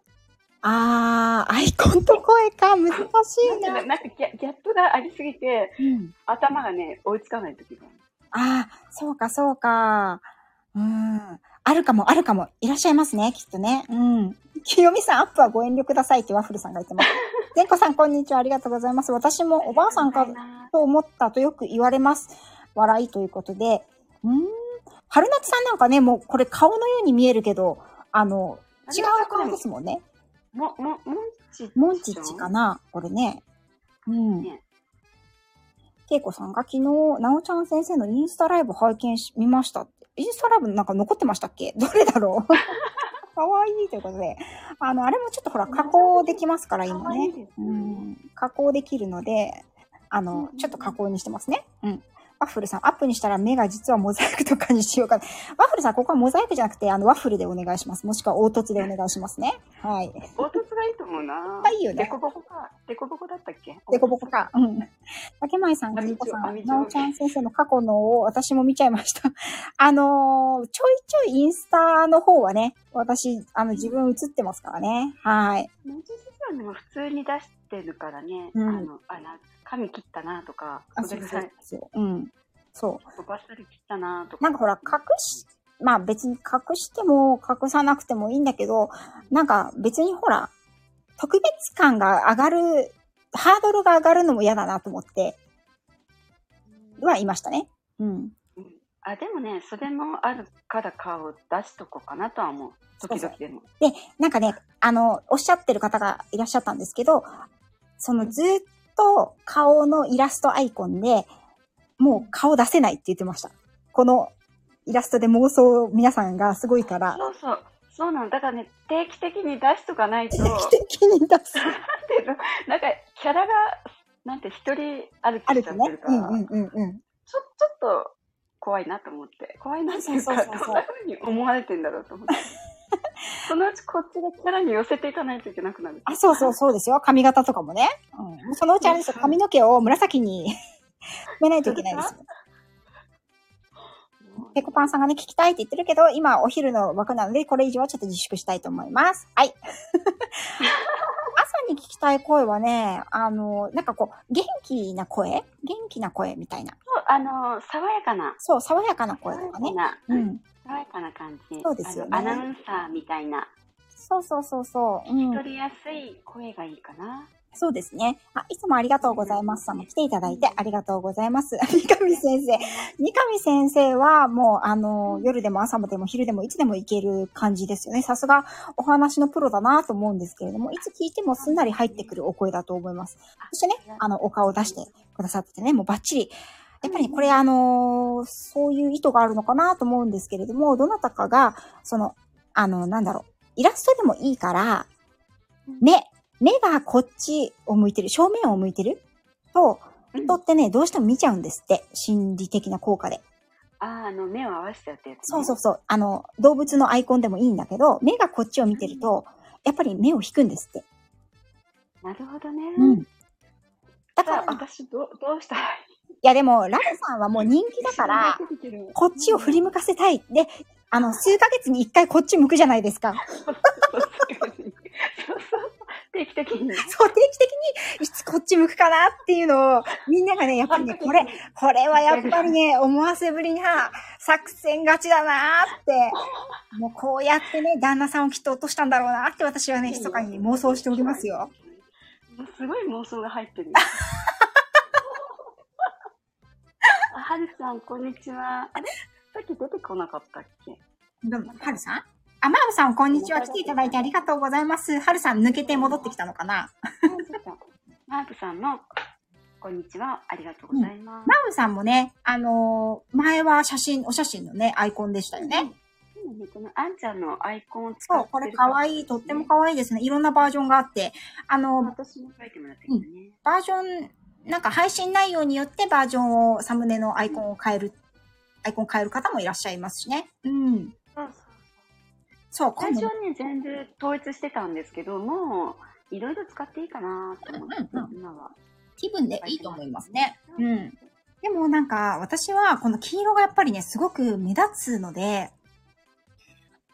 Speaker 1: あー、アイコンと声か、難しい
Speaker 2: なん
Speaker 1: な
Speaker 2: か。なんかギャギャップがありすぎて、
Speaker 1: うん、
Speaker 2: 頭がね、追いつかない時がある。
Speaker 1: あー、そうか、そうか。うん。あるかも、あるかも。いらっしゃいますね、きっとね。うん。清美さん、アップはご遠慮くださいってワッフルさんが言ってます。善子さん、こんにちは。ありがとうございます。私もおばあさんかと思ったとよく言われます。笑いということで。うーん。春夏さんなんかね、もうこれ顔のように見えるけど、あの、違う顔ですもんね。
Speaker 2: も、も、もんち、
Speaker 1: モンチッチかなこれね。うん
Speaker 2: ね。
Speaker 1: けいこさんが昨日、なおちゃん先生のインスタライブ拝見し、見ましたって。インスタライブなんか残ってましたっけ どれだろうかわいいということで。あの、あれもちょっとほら、加工できますから、
Speaker 2: か
Speaker 1: 今
Speaker 2: わいい
Speaker 1: ね。
Speaker 2: ですね。
Speaker 1: うん。加工できるので、あ
Speaker 2: うん
Speaker 1: の
Speaker 2: う、ん
Speaker 1: ちょっと加工にしてますね。うん。ワッフルさん、アップにしたら目が実はモザイクとかにしようかな。ワッフルさん、ここはモザイクじゃなくて、あの、ワッフルでお願いします。もしくは凹凸でお願いしますね。はい。
Speaker 2: 凹凸がいいと思うな。
Speaker 1: いいよね
Speaker 2: デコボコか。デコボコだったっけ
Speaker 1: でこぼこ。か。うん。竹前さん、
Speaker 2: あ
Speaker 1: か
Speaker 2: みち
Speaker 1: ず
Speaker 2: ょ
Speaker 1: こさ
Speaker 2: あみ
Speaker 1: ん、
Speaker 2: ちょ
Speaker 1: なおちゃん先生の過去のを私も見ちゃいました。 あのーちょいちょいインスタの方はね、私、あの、自分映ってますからね。はい。
Speaker 2: モンチ先生はでも普通に出してるからね。
Speaker 1: うん
Speaker 2: あの、あな、髪切ったなとか、
Speaker 1: あ、
Speaker 2: 腕
Speaker 1: そう
Speaker 2: ぐ
Speaker 1: そ
Speaker 2: ら
Speaker 1: う
Speaker 2: い
Speaker 1: そう。うん。そう。
Speaker 2: ばっさり切ったなとか。
Speaker 1: なんかほら、隠し、まあ別に隠しても隠さなくてもいいんだけど、なんか別にほら、特別感が上がる、ハードルが上がるのも嫌だなと思って、はいましたね。うん。
Speaker 2: うんあ、でもね、それもあるから顔を出しとこうかなとは思う。
Speaker 1: そう
Speaker 2: 時
Speaker 1: そう
Speaker 2: 々でも。
Speaker 1: なんかね、あの、おっしゃってる方がいらっしゃったんですけど、そのずっと顔のイラストアイコンで、もう顔出せないって言ってました。このイラストで妄想皆さんがすごい から、
Speaker 2: そうそう。そうなの。だからね、定期的に出しとかないと、
Speaker 1: 定
Speaker 2: なんて
Speaker 1: 期的に出す。
Speaker 2: いうの、なんかキャラが、なんて一人歩
Speaker 1: あ
Speaker 2: き
Speaker 1: る
Speaker 2: しちゃ
Speaker 1: と
Speaker 2: っ
Speaker 1: ね
Speaker 2: てる。か
Speaker 1: う
Speaker 2: ら。
Speaker 1: んうんうんうん。
Speaker 2: ちょちょっと怖いなと思って怖いなっていうか
Speaker 1: そうそうそうそう
Speaker 2: どんな風に思われてんだろうと思って そのうちこっちがキャラに寄せていかないといけなくなる
Speaker 1: あ、そうそうそうですよ。髪型とかもね。うん。そのうちあれですよ。髪の毛を紫に 染めないといけないですよ。ペコパンさんがね、聞きたいって言ってるけど、今お昼の枠なので、これ以上はちょっと自粛したいと思います。はい。 朝に聞きたい声はね、あの、なんかこう、元気な声元気な声みたいな。
Speaker 2: そうあの爽やかな
Speaker 1: そう、爽やかな声
Speaker 2: 爽
Speaker 1: と
Speaker 2: や
Speaker 1: か
Speaker 2: か
Speaker 1: ね。
Speaker 2: な、
Speaker 1: うん。
Speaker 2: 爽やかな感じ
Speaker 1: そうですよね
Speaker 2: あのアナウンサーみたいな
Speaker 1: そうそうそうそう。う
Speaker 2: 聞き
Speaker 1: ん。
Speaker 2: 取りやすい声がいいかな、
Speaker 1: そうですね。あ、いつもありがとうございますさんも来ていただいてありがとうございます。 三上先生。三上先生はもう、あの、夜でも朝もでも昼でもいつでも行ける感じですよね。さすがお話のプロだなと思うんですけれども、いつ聞いてもすんなり入ってくるお声だと思います。そしてね、あの、お顔出してくださっててね、もうバッチリ。やっぱりこれあのそういう意図があるのかなと思うんですけれども、どなたかが、その、あの、なんだろう、イラストでもいいから、目、目がこっちを向いてる、正面を向いてると、
Speaker 2: うん
Speaker 1: 人ってね、どうしても見ちゃうんですって、心理的な効果で。
Speaker 2: あーあの目を合わせちゃってやつね、
Speaker 1: そうそうそう、あの、動物のアイコンでもいいんだけど、目がこっちを見てると、やっぱり目を引くんですって。
Speaker 2: なるほどね、
Speaker 1: うん。だ
Speaker 2: じ
Speaker 1: か
Speaker 2: ゃあ
Speaker 1: ら、い
Speaker 2: 私どうどうしたらい
Speaker 1: やでも、ラムさんはもう人気
Speaker 2: い
Speaker 1: だ から、
Speaker 2: 一緒に出てくる
Speaker 1: こっちを振り向かせたい。で、あの、数ヶ月に一回こっち向くじゃない ですか。
Speaker 2: そうそうそう定期的に ね
Speaker 1: そう、定期的に、いつこっち向くかなっていうのを、みんながね、やっぱり ね、これ、これはやっぱりね、思わせぶりな作戦勝ちだなーって、もうこうやってね、旦那さんをきっと落としたんだろうなって私はね、密かに妄想しておりますよ。
Speaker 2: もうすごい妄想が入って るあはるさんこんにちはあれさっき出てこなかったっ け
Speaker 1: どうも、はるさんあ、まるさん、こんにちは。来ていただいてありがとうございます。はるさん、抜けて戻ってきたのかな
Speaker 2: マークさんのこんにちはありがとうございます、
Speaker 1: まるさんもね、あのー前は写真、お写真のね、アイコンでしたよね。
Speaker 2: 今ね、このあんちゃんのアイコンを使
Speaker 1: そ
Speaker 2: っ
Speaker 1: う、こ
Speaker 2: て
Speaker 1: れ
Speaker 2: る
Speaker 1: 可愛い、とっても可愛いですね。いろんなバージョンがあって、あの、
Speaker 2: 私も書いてもらったけどね、
Speaker 1: バージョン、なんか配信内容によってバージョンを、サムネのアイコンを変える、アイコン変える方もいらっしゃいますしね。うん。
Speaker 2: そうそう
Speaker 1: そう、
Speaker 2: 最
Speaker 1: 今
Speaker 2: 初
Speaker 1: 度
Speaker 2: は。ね全部統一してたんですけどもういろいろ使っていいかなと思って、
Speaker 1: うんうん
Speaker 2: 今は
Speaker 1: 気分でいいと思いますね。うん。でもなんか、私はこの黄色がやっぱりね、すごく目立つので、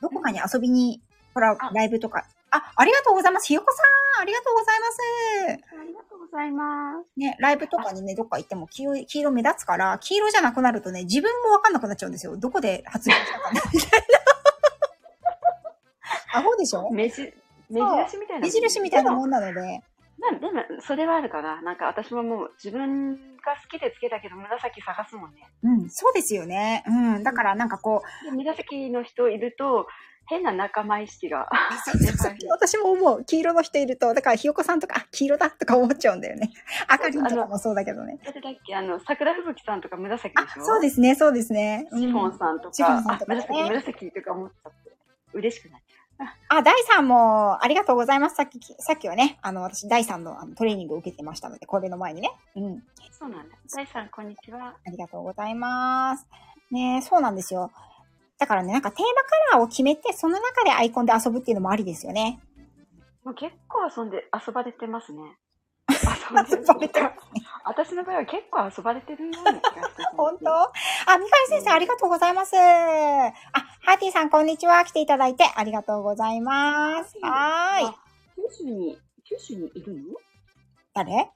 Speaker 1: どこかに遊びに、ほら
Speaker 2: あ、
Speaker 1: ライブとか。あ、ありがとうございます。ひよこさん、ありがとうございます。
Speaker 2: ありがとうございます
Speaker 1: ね、ライブとかにね、どっか行っても黄色い黄色目立つから、黄色じゃなくなるとね、自分もわかんなくなっちゃうんですよ。どこで発言したかな、みたい な。アホでしょ
Speaker 2: 目じ目印みたいな
Speaker 1: 目印みたいな
Speaker 2: もん
Speaker 1: もんなので。
Speaker 2: まあでもそれはあるかななんか私ももう自分が好きでつけたけど紫探すもんね
Speaker 1: うん、そうですよね。うん、だからなんかこう、
Speaker 2: で紫の人いると変な仲間意識が
Speaker 1: 私も思う、黄色の人いると、だからひよこさんとか、あ、黄色だとか思っちゃうんだよね。赤りんとかもそうだけどね。
Speaker 2: 誰だっけ あの桜吹雪さんとか紫でし
Speaker 1: あ、
Speaker 2: ょ
Speaker 1: そうですね、そうですね。うん
Speaker 2: シフォンさんと
Speaker 1: シフォ
Speaker 2: か
Speaker 1: ンさんとかね
Speaker 2: あ紫紫とか思っちゃって嬉しくなっちゃ
Speaker 1: あ、第3も、ありがとうございます。さっき、さっきはね、あの、私、第3のあのトレーニングを受けてましたので、これの前にね。うん。
Speaker 2: うそうなんだ大さんこんにちは
Speaker 1: ありがとうございます。ねえそうなんですよ。だからね、なんかテーマカラーを決めて、その中でアイコンで遊ぶっていうのもありですよね。
Speaker 2: もう結構遊んで遊ばれてま すね
Speaker 1: 遊ばれてま
Speaker 2: 私の場合は結構遊ばれてるような気がしてきます
Speaker 1: 本当あ、三上先生、ありがとうございます。あ、ハーティさん、こんにちは。来ていただいてありがとうございます。はーい。
Speaker 2: あ九州に九州にいるの
Speaker 1: 誰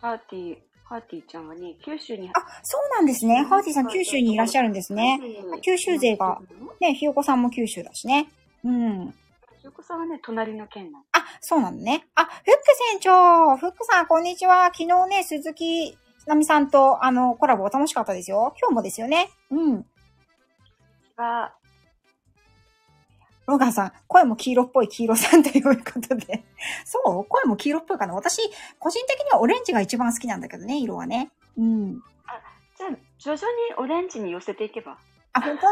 Speaker 2: ハーティーハーティーちゃんはね九州に
Speaker 1: あ、そうなんですね。ハーティさん、九州にいらっしゃるんですね。九州勢がね、ひよこさんも九州だしね。うん。
Speaker 2: ひよこさんはね隣の県なの
Speaker 1: あ、そうなのね。あ、フック船長フックさん、こんにちは。昨日ね、鈴木つなみさんと、あの、コラボ楽しかったですよ。今日もですよね。うん。
Speaker 2: が
Speaker 1: ローガンさん、声も黄色っぽい黄色さんということで。 そう声も黄色っぽいかな。私、個人的にはオレンジが一番好きなんだけどね、色はね。うん。
Speaker 2: じゃあ徐々にオレンジに寄せていけば
Speaker 1: あ、本当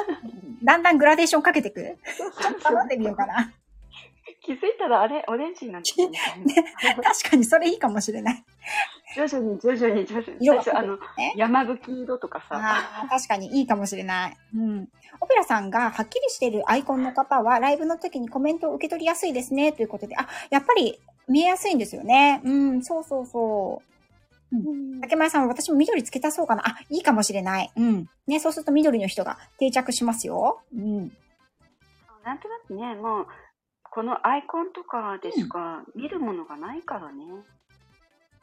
Speaker 1: だんだんグラデーションかけてくちょっと 頼んでみようかな。
Speaker 2: 気づいたらあれオレンジになっちゃったみたいな
Speaker 1: 確かにそれいいかもしれない。
Speaker 2: 徐々に徐々に徐々に
Speaker 1: 色
Speaker 2: 最
Speaker 1: が
Speaker 2: 初あの
Speaker 1: ね
Speaker 2: 山吹色とかさ
Speaker 1: ああ、確かにいいかもしれない。うん。オペラさんがはっきりしているアイコンの方は、ライブの時にコメントを受け取りやすいですね、ということで。あ、やっぱり見えやすいんですよね。うん、そうそうそう。竹前さんは私も緑つけたそうかな。あ、いいかもしれない。うん。ね、そうすると緑の人が定着しますよ。うん。
Speaker 2: なんとなくねもうこのアイコンとかでしか見るものがないからね、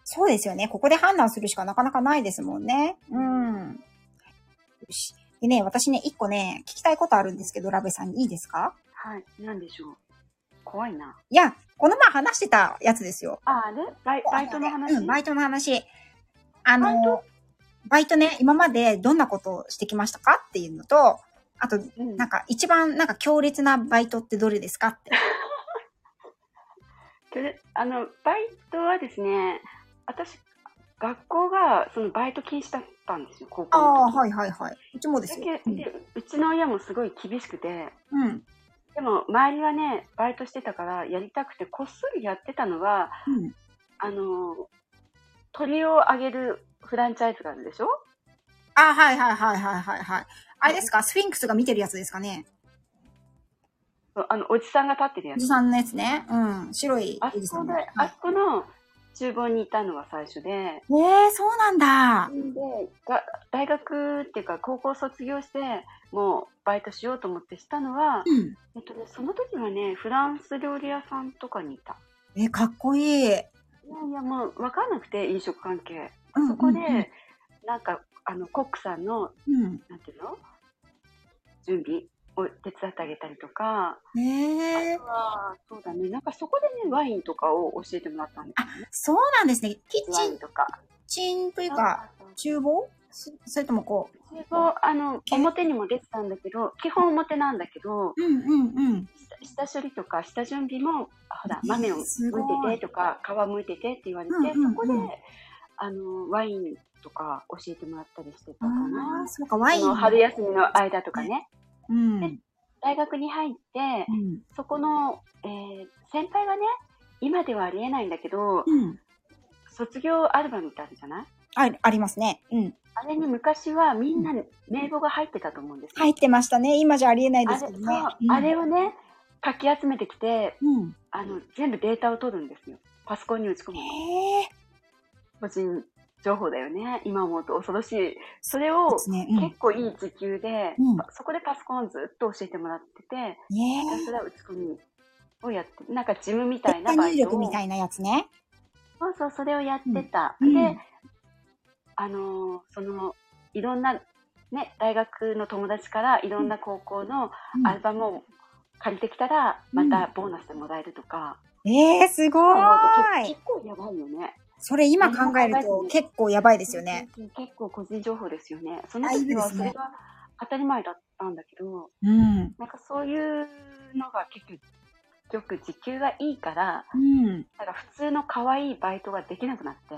Speaker 1: そうですよね。ここで判断するしかなかなかないですもんね。うん。よし。でね、私ね、一個ね、聞きたいことあるんですけど、ラベさんにいいですか
Speaker 2: はいなんでしょう怖いな。
Speaker 1: いや、この前話してたやつですよ。
Speaker 2: ああね、バイバイトの話。
Speaker 1: うん、バイトの話。あ
Speaker 2: バイ
Speaker 1: の、バイトね、今までどんなことをしてきましたかっていうのと、あと、
Speaker 2: うん
Speaker 1: なんか一番なんか強烈なバイトってどれですかって。
Speaker 2: それあのバイトはですね私学校がそのバイト禁止だったんですよ高校
Speaker 1: ああ、
Speaker 2: の時
Speaker 1: はいはいはい。うちもです
Speaker 2: だ
Speaker 1: よ。う
Speaker 2: け
Speaker 1: ん
Speaker 2: でうちの親もすごい厳しくて
Speaker 1: うん。
Speaker 2: でも周りはねバイトしてたからやりたくてこっそりやってたのは
Speaker 1: うん。
Speaker 2: あの鳥をあげるフランチャイズがあるでしょ
Speaker 1: ああ、はいはいはいはいはいはい。あれですかスフィンクスが見てるやつですかね
Speaker 2: そうあのおじさんが立ってるや
Speaker 1: お
Speaker 2: つ
Speaker 1: じさんのやつね。うん。白い
Speaker 2: あ
Speaker 1: おじ
Speaker 2: そ
Speaker 1: さ
Speaker 2: こ
Speaker 1: ん
Speaker 2: で
Speaker 1: の。ね
Speaker 2: あそこの厨房にいたのは最初で
Speaker 1: えー、そうなんだ。
Speaker 2: でが大学っていうか高校卒業してもうバイトしようと思ってしたのは、
Speaker 1: うん。
Speaker 2: えっとね、その時はねフランス料理屋さんとかにいた
Speaker 1: えー、かっこいい。
Speaker 2: いやいやもう分かんなくて飲食関係
Speaker 1: うん
Speaker 2: そこで、
Speaker 1: うんうん
Speaker 2: なんかあのコックさんの
Speaker 1: うん。
Speaker 2: なんていうの準備を手伝ってあげたりとか、
Speaker 1: え
Speaker 2: あ
Speaker 1: ー
Speaker 2: と。はそうだねなんかそこでねワインとかを教えてもらったんですよね
Speaker 1: そうなんですね。キッ
Speaker 2: ワ
Speaker 1: チ
Speaker 2: イ
Speaker 1: ン
Speaker 2: ン、とか
Speaker 1: チンというか、厨房そそれともこ
Speaker 2: それをあの表にも出てたんだけど基本表なんだけど
Speaker 1: う。うんうんうん。
Speaker 2: 下下処理とか下準備もあほら豆を剥
Speaker 1: すご
Speaker 2: い
Speaker 1: い
Speaker 2: ててとか皮剥いててって言われて、
Speaker 1: うんうんうん
Speaker 2: そこであのワインとか教えてもらったりしてた
Speaker 1: あ
Speaker 2: か
Speaker 1: あ
Speaker 2: な
Speaker 1: ー、。そうか、ワ
Speaker 2: あ
Speaker 1: イン。
Speaker 2: の春休みの間とかね
Speaker 1: うん。うん。
Speaker 2: 大学に入ってそこの、えー先輩がね今ではありえないんだけど
Speaker 1: うん。
Speaker 2: 卒業アルバムってあるじゃない
Speaker 1: あありますね。うん。
Speaker 2: あれに昔はみんな名簿が入ってたと思うんですよ。
Speaker 1: 入ってましたね。今じゃありえない
Speaker 2: あ
Speaker 1: で
Speaker 2: れ
Speaker 1: すけどね
Speaker 2: そう。
Speaker 1: うん
Speaker 2: あれをね、かき集めてきて、
Speaker 1: うん。
Speaker 2: あの、全部データを取るんですよ。パソコンに打ち込むの。
Speaker 1: ええ。
Speaker 2: 個人情報だよね。今思うと恐ろしい。それを
Speaker 1: で、すね。
Speaker 2: 結構いい時給で、
Speaker 1: うん
Speaker 2: そこでパソコンをずっと教えてもらってて、
Speaker 1: うん。
Speaker 2: ひ
Speaker 1: え
Speaker 2: た
Speaker 1: え。
Speaker 2: すら打ち込みをやって、なんか事務みたい
Speaker 1: デー
Speaker 2: な
Speaker 1: タ
Speaker 2: バ
Speaker 1: 入
Speaker 2: イト
Speaker 1: 力
Speaker 2: を
Speaker 1: み。たいなやつね。
Speaker 2: そうそう、それをやってた。
Speaker 1: うんう
Speaker 2: で
Speaker 1: ん、
Speaker 2: あのーその、いろんな、ね、大学の友達からいろんな高校の
Speaker 1: うん
Speaker 2: アルバムを借りてきたら、またボーナスでもらえるとか、
Speaker 1: ええ、すご
Speaker 2: 思うと
Speaker 1: い
Speaker 2: 結。構やばいよね。
Speaker 1: それ今考えると結構やばいですよね。。
Speaker 2: 結構個人情報ですよね。その
Speaker 1: だいぶ
Speaker 2: 時
Speaker 1: で
Speaker 2: は
Speaker 1: す
Speaker 2: それ
Speaker 1: ね
Speaker 2: が当たり前だったんだけど、
Speaker 1: うん。
Speaker 2: なんかそういうのが結局、よく時給がいいから、
Speaker 1: うん。
Speaker 2: なんか普通の可愛いバイトができなくなって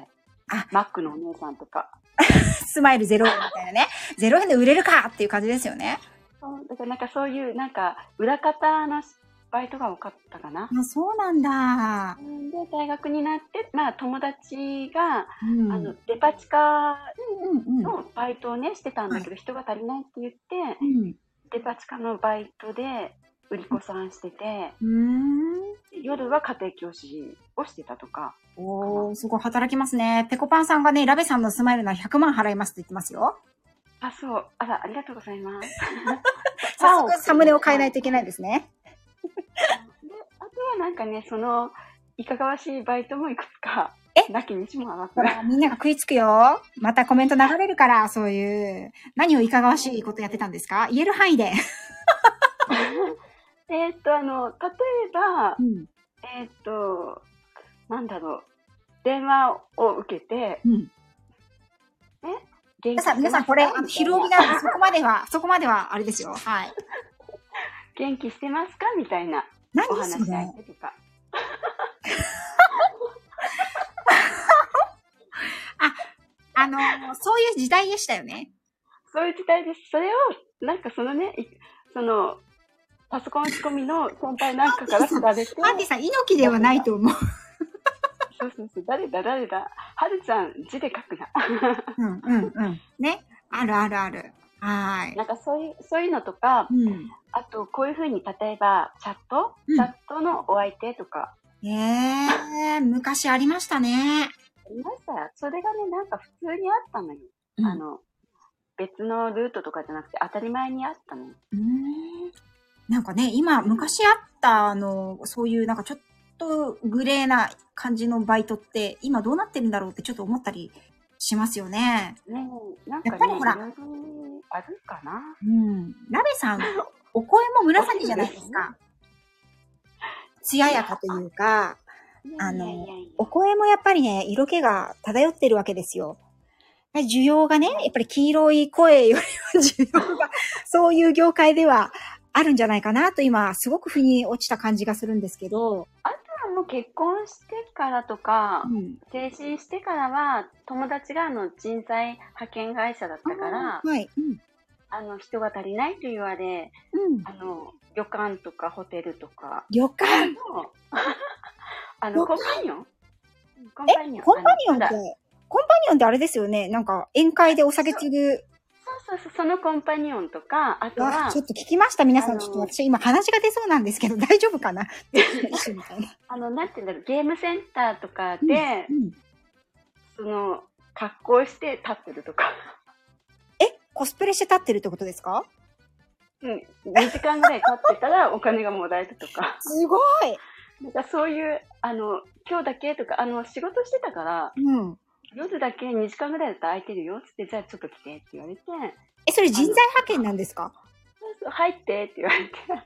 Speaker 1: あ、
Speaker 2: マックのお姉さんとか。
Speaker 1: スマイル0円みたいなね。0円で 売れるかっていう感じですよね。
Speaker 2: そうだからなんかそういう、なんか裏方のバイトが多かったかな。
Speaker 1: あ、そうなんだ。
Speaker 2: で、大学になって、まあ友達が、
Speaker 1: うん。
Speaker 2: あの、デパ地下
Speaker 1: うんうん
Speaker 2: のバイトをね、してたんだけど、人が足りないって言って、
Speaker 1: うん。
Speaker 2: デパ地下のバイトで売り子さんしてて、
Speaker 1: うん。
Speaker 2: 夜は家庭教師をしてたとか。
Speaker 1: おー、すごい働きますね。ペコパンさんがね、ラベさんのスマイルなら100万払いますって言ってますよ。
Speaker 2: あ、そう。あら、ありがとうございます。
Speaker 1: 早速サムネを変えない
Speaker 2: と。
Speaker 1: といけないですね。
Speaker 2: であとはなんかね、その、いかがわしいバイトもいくつか、
Speaker 1: え
Speaker 2: なきにしもあ ら
Speaker 1: ほ
Speaker 2: ず。
Speaker 1: ら、みんなが食いつくよ。またコメント流れるから、そういう。何をいかがわしいことやってたんですか言える範囲で。
Speaker 2: でえっと、あの、例えば
Speaker 1: う、ん。
Speaker 2: えっと、なんだろう。電話を受けて、
Speaker 1: うん。
Speaker 2: 元
Speaker 1: 皆さん、皆さん、これ、あの、昼帯
Speaker 2: な。
Speaker 1: なんで、そこまでは、 そこまでは、あれですよ。はい。
Speaker 2: 元気してますかみたいな
Speaker 1: 何
Speaker 2: お
Speaker 1: そ
Speaker 2: 話し相
Speaker 1: れ
Speaker 2: 手とか。
Speaker 1: あの、そういう時代でしたよね。
Speaker 2: そういう時代です。それを、なんかそのね、いその、パソコン仕込みの先輩なんかから知られて、
Speaker 1: パンディさん、猪木ではないと思う。
Speaker 2: そうそうそう、誰だ誰だ、はるちゃん字で書 くな。
Speaker 1: うん、うん、うん。 ね。あるあるある。はーい。
Speaker 2: なんかそういう、そういうのとか、
Speaker 1: うん。
Speaker 2: あとこういうふうに例えばチャット、
Speaker 1: うん
Speaker 2: チャットのお相手とか、
Speaker 1: ええ昔ありましたね。
Speaker 2: ありましたよそれがね、なんか普通にあったのよ。
Speaker 1: うん
Speaker 2: あの、別のルートとかじゃなくて当たり前にあったのよ。
Speaker 1: うーんなんかね、今、昔あった、あの、そういうなんかちょっとグレーな感じのバイトって、今どうなってるんだろうってちょっと思ったりしますよね。
Speaker 2: ねえなんかね、
Speaker 1: やっぱりほら
Speaker 2: いろいろあるかな。
Speaker 1: うん。ラベさん、お声も紫じゃないですか。艶やかというか、あの
Speaker 2: いやいやいや
Speaker 1: お声もやっぱりね、色気が漂ってるわけですよ。需要がね、やっぱり黄色い声よりは需要が、 そういう業界ではあるんじゃないかなと今、すごく腑に落ちた感じがするんですけど、
Speaker 2: もう結婚してからとか
Speaker 1: う、ん。
Speaker 2: 成人してからは、友達があの人材派遣会社だったから、
Speaker 1: はい。うん。
Speaker 2: あの人が足りないと言われ、
Speaker 1: うん。
Speaker 2: あの旅館とかホテルと か
Speaker 1: 旅館
Speaker 2: の、あの、コンパニオンコンパニオ
Speaker 1: え、
Speaker 2: ン。
Speaker 1: コンパニオンっ
Speaker 2: あの
Speaker 1: て、コンパニオンってあれですよね。なんか、宴会でお酒継ぐ。
Speaker 2: そうそうそう、そのコンパニオンとか、あと
Speaker 1: わ
Speaker 2: は
Speaker 1: ちょ、っと聞きました。皆さ
Speaker 2: あ
Speaker 1: ん、
Speaker 2: の
Speaker 1: ちょっと私今話が出そうなんですけど、大丈夫 かな一緒みたいな。
Speaker 2: あの、なんて言うんだろう、ゲームセンターとかで
Speaker 1: う、ん。
Speaker 2: その、格好して立ってるとか、
Speaker 1: え、コスプレして立ってるってことですか
Speaker 2: うん、2時間ぐらい立ってたらお金がもらえるとか、
Speaker 1: すごい
Speaker 2: なんかそういう、あの、今日だけとか、あの、仕事してたから、
Speaker 1: うん。
Speaker 2: 夜だけ2時間ぐらいだったら空いてるよっつって、じゃあちょっと来てって言われて、
Speaker 1: え、それ人材派遣なんですか
Speaker 2: そうそう入ってって言われて、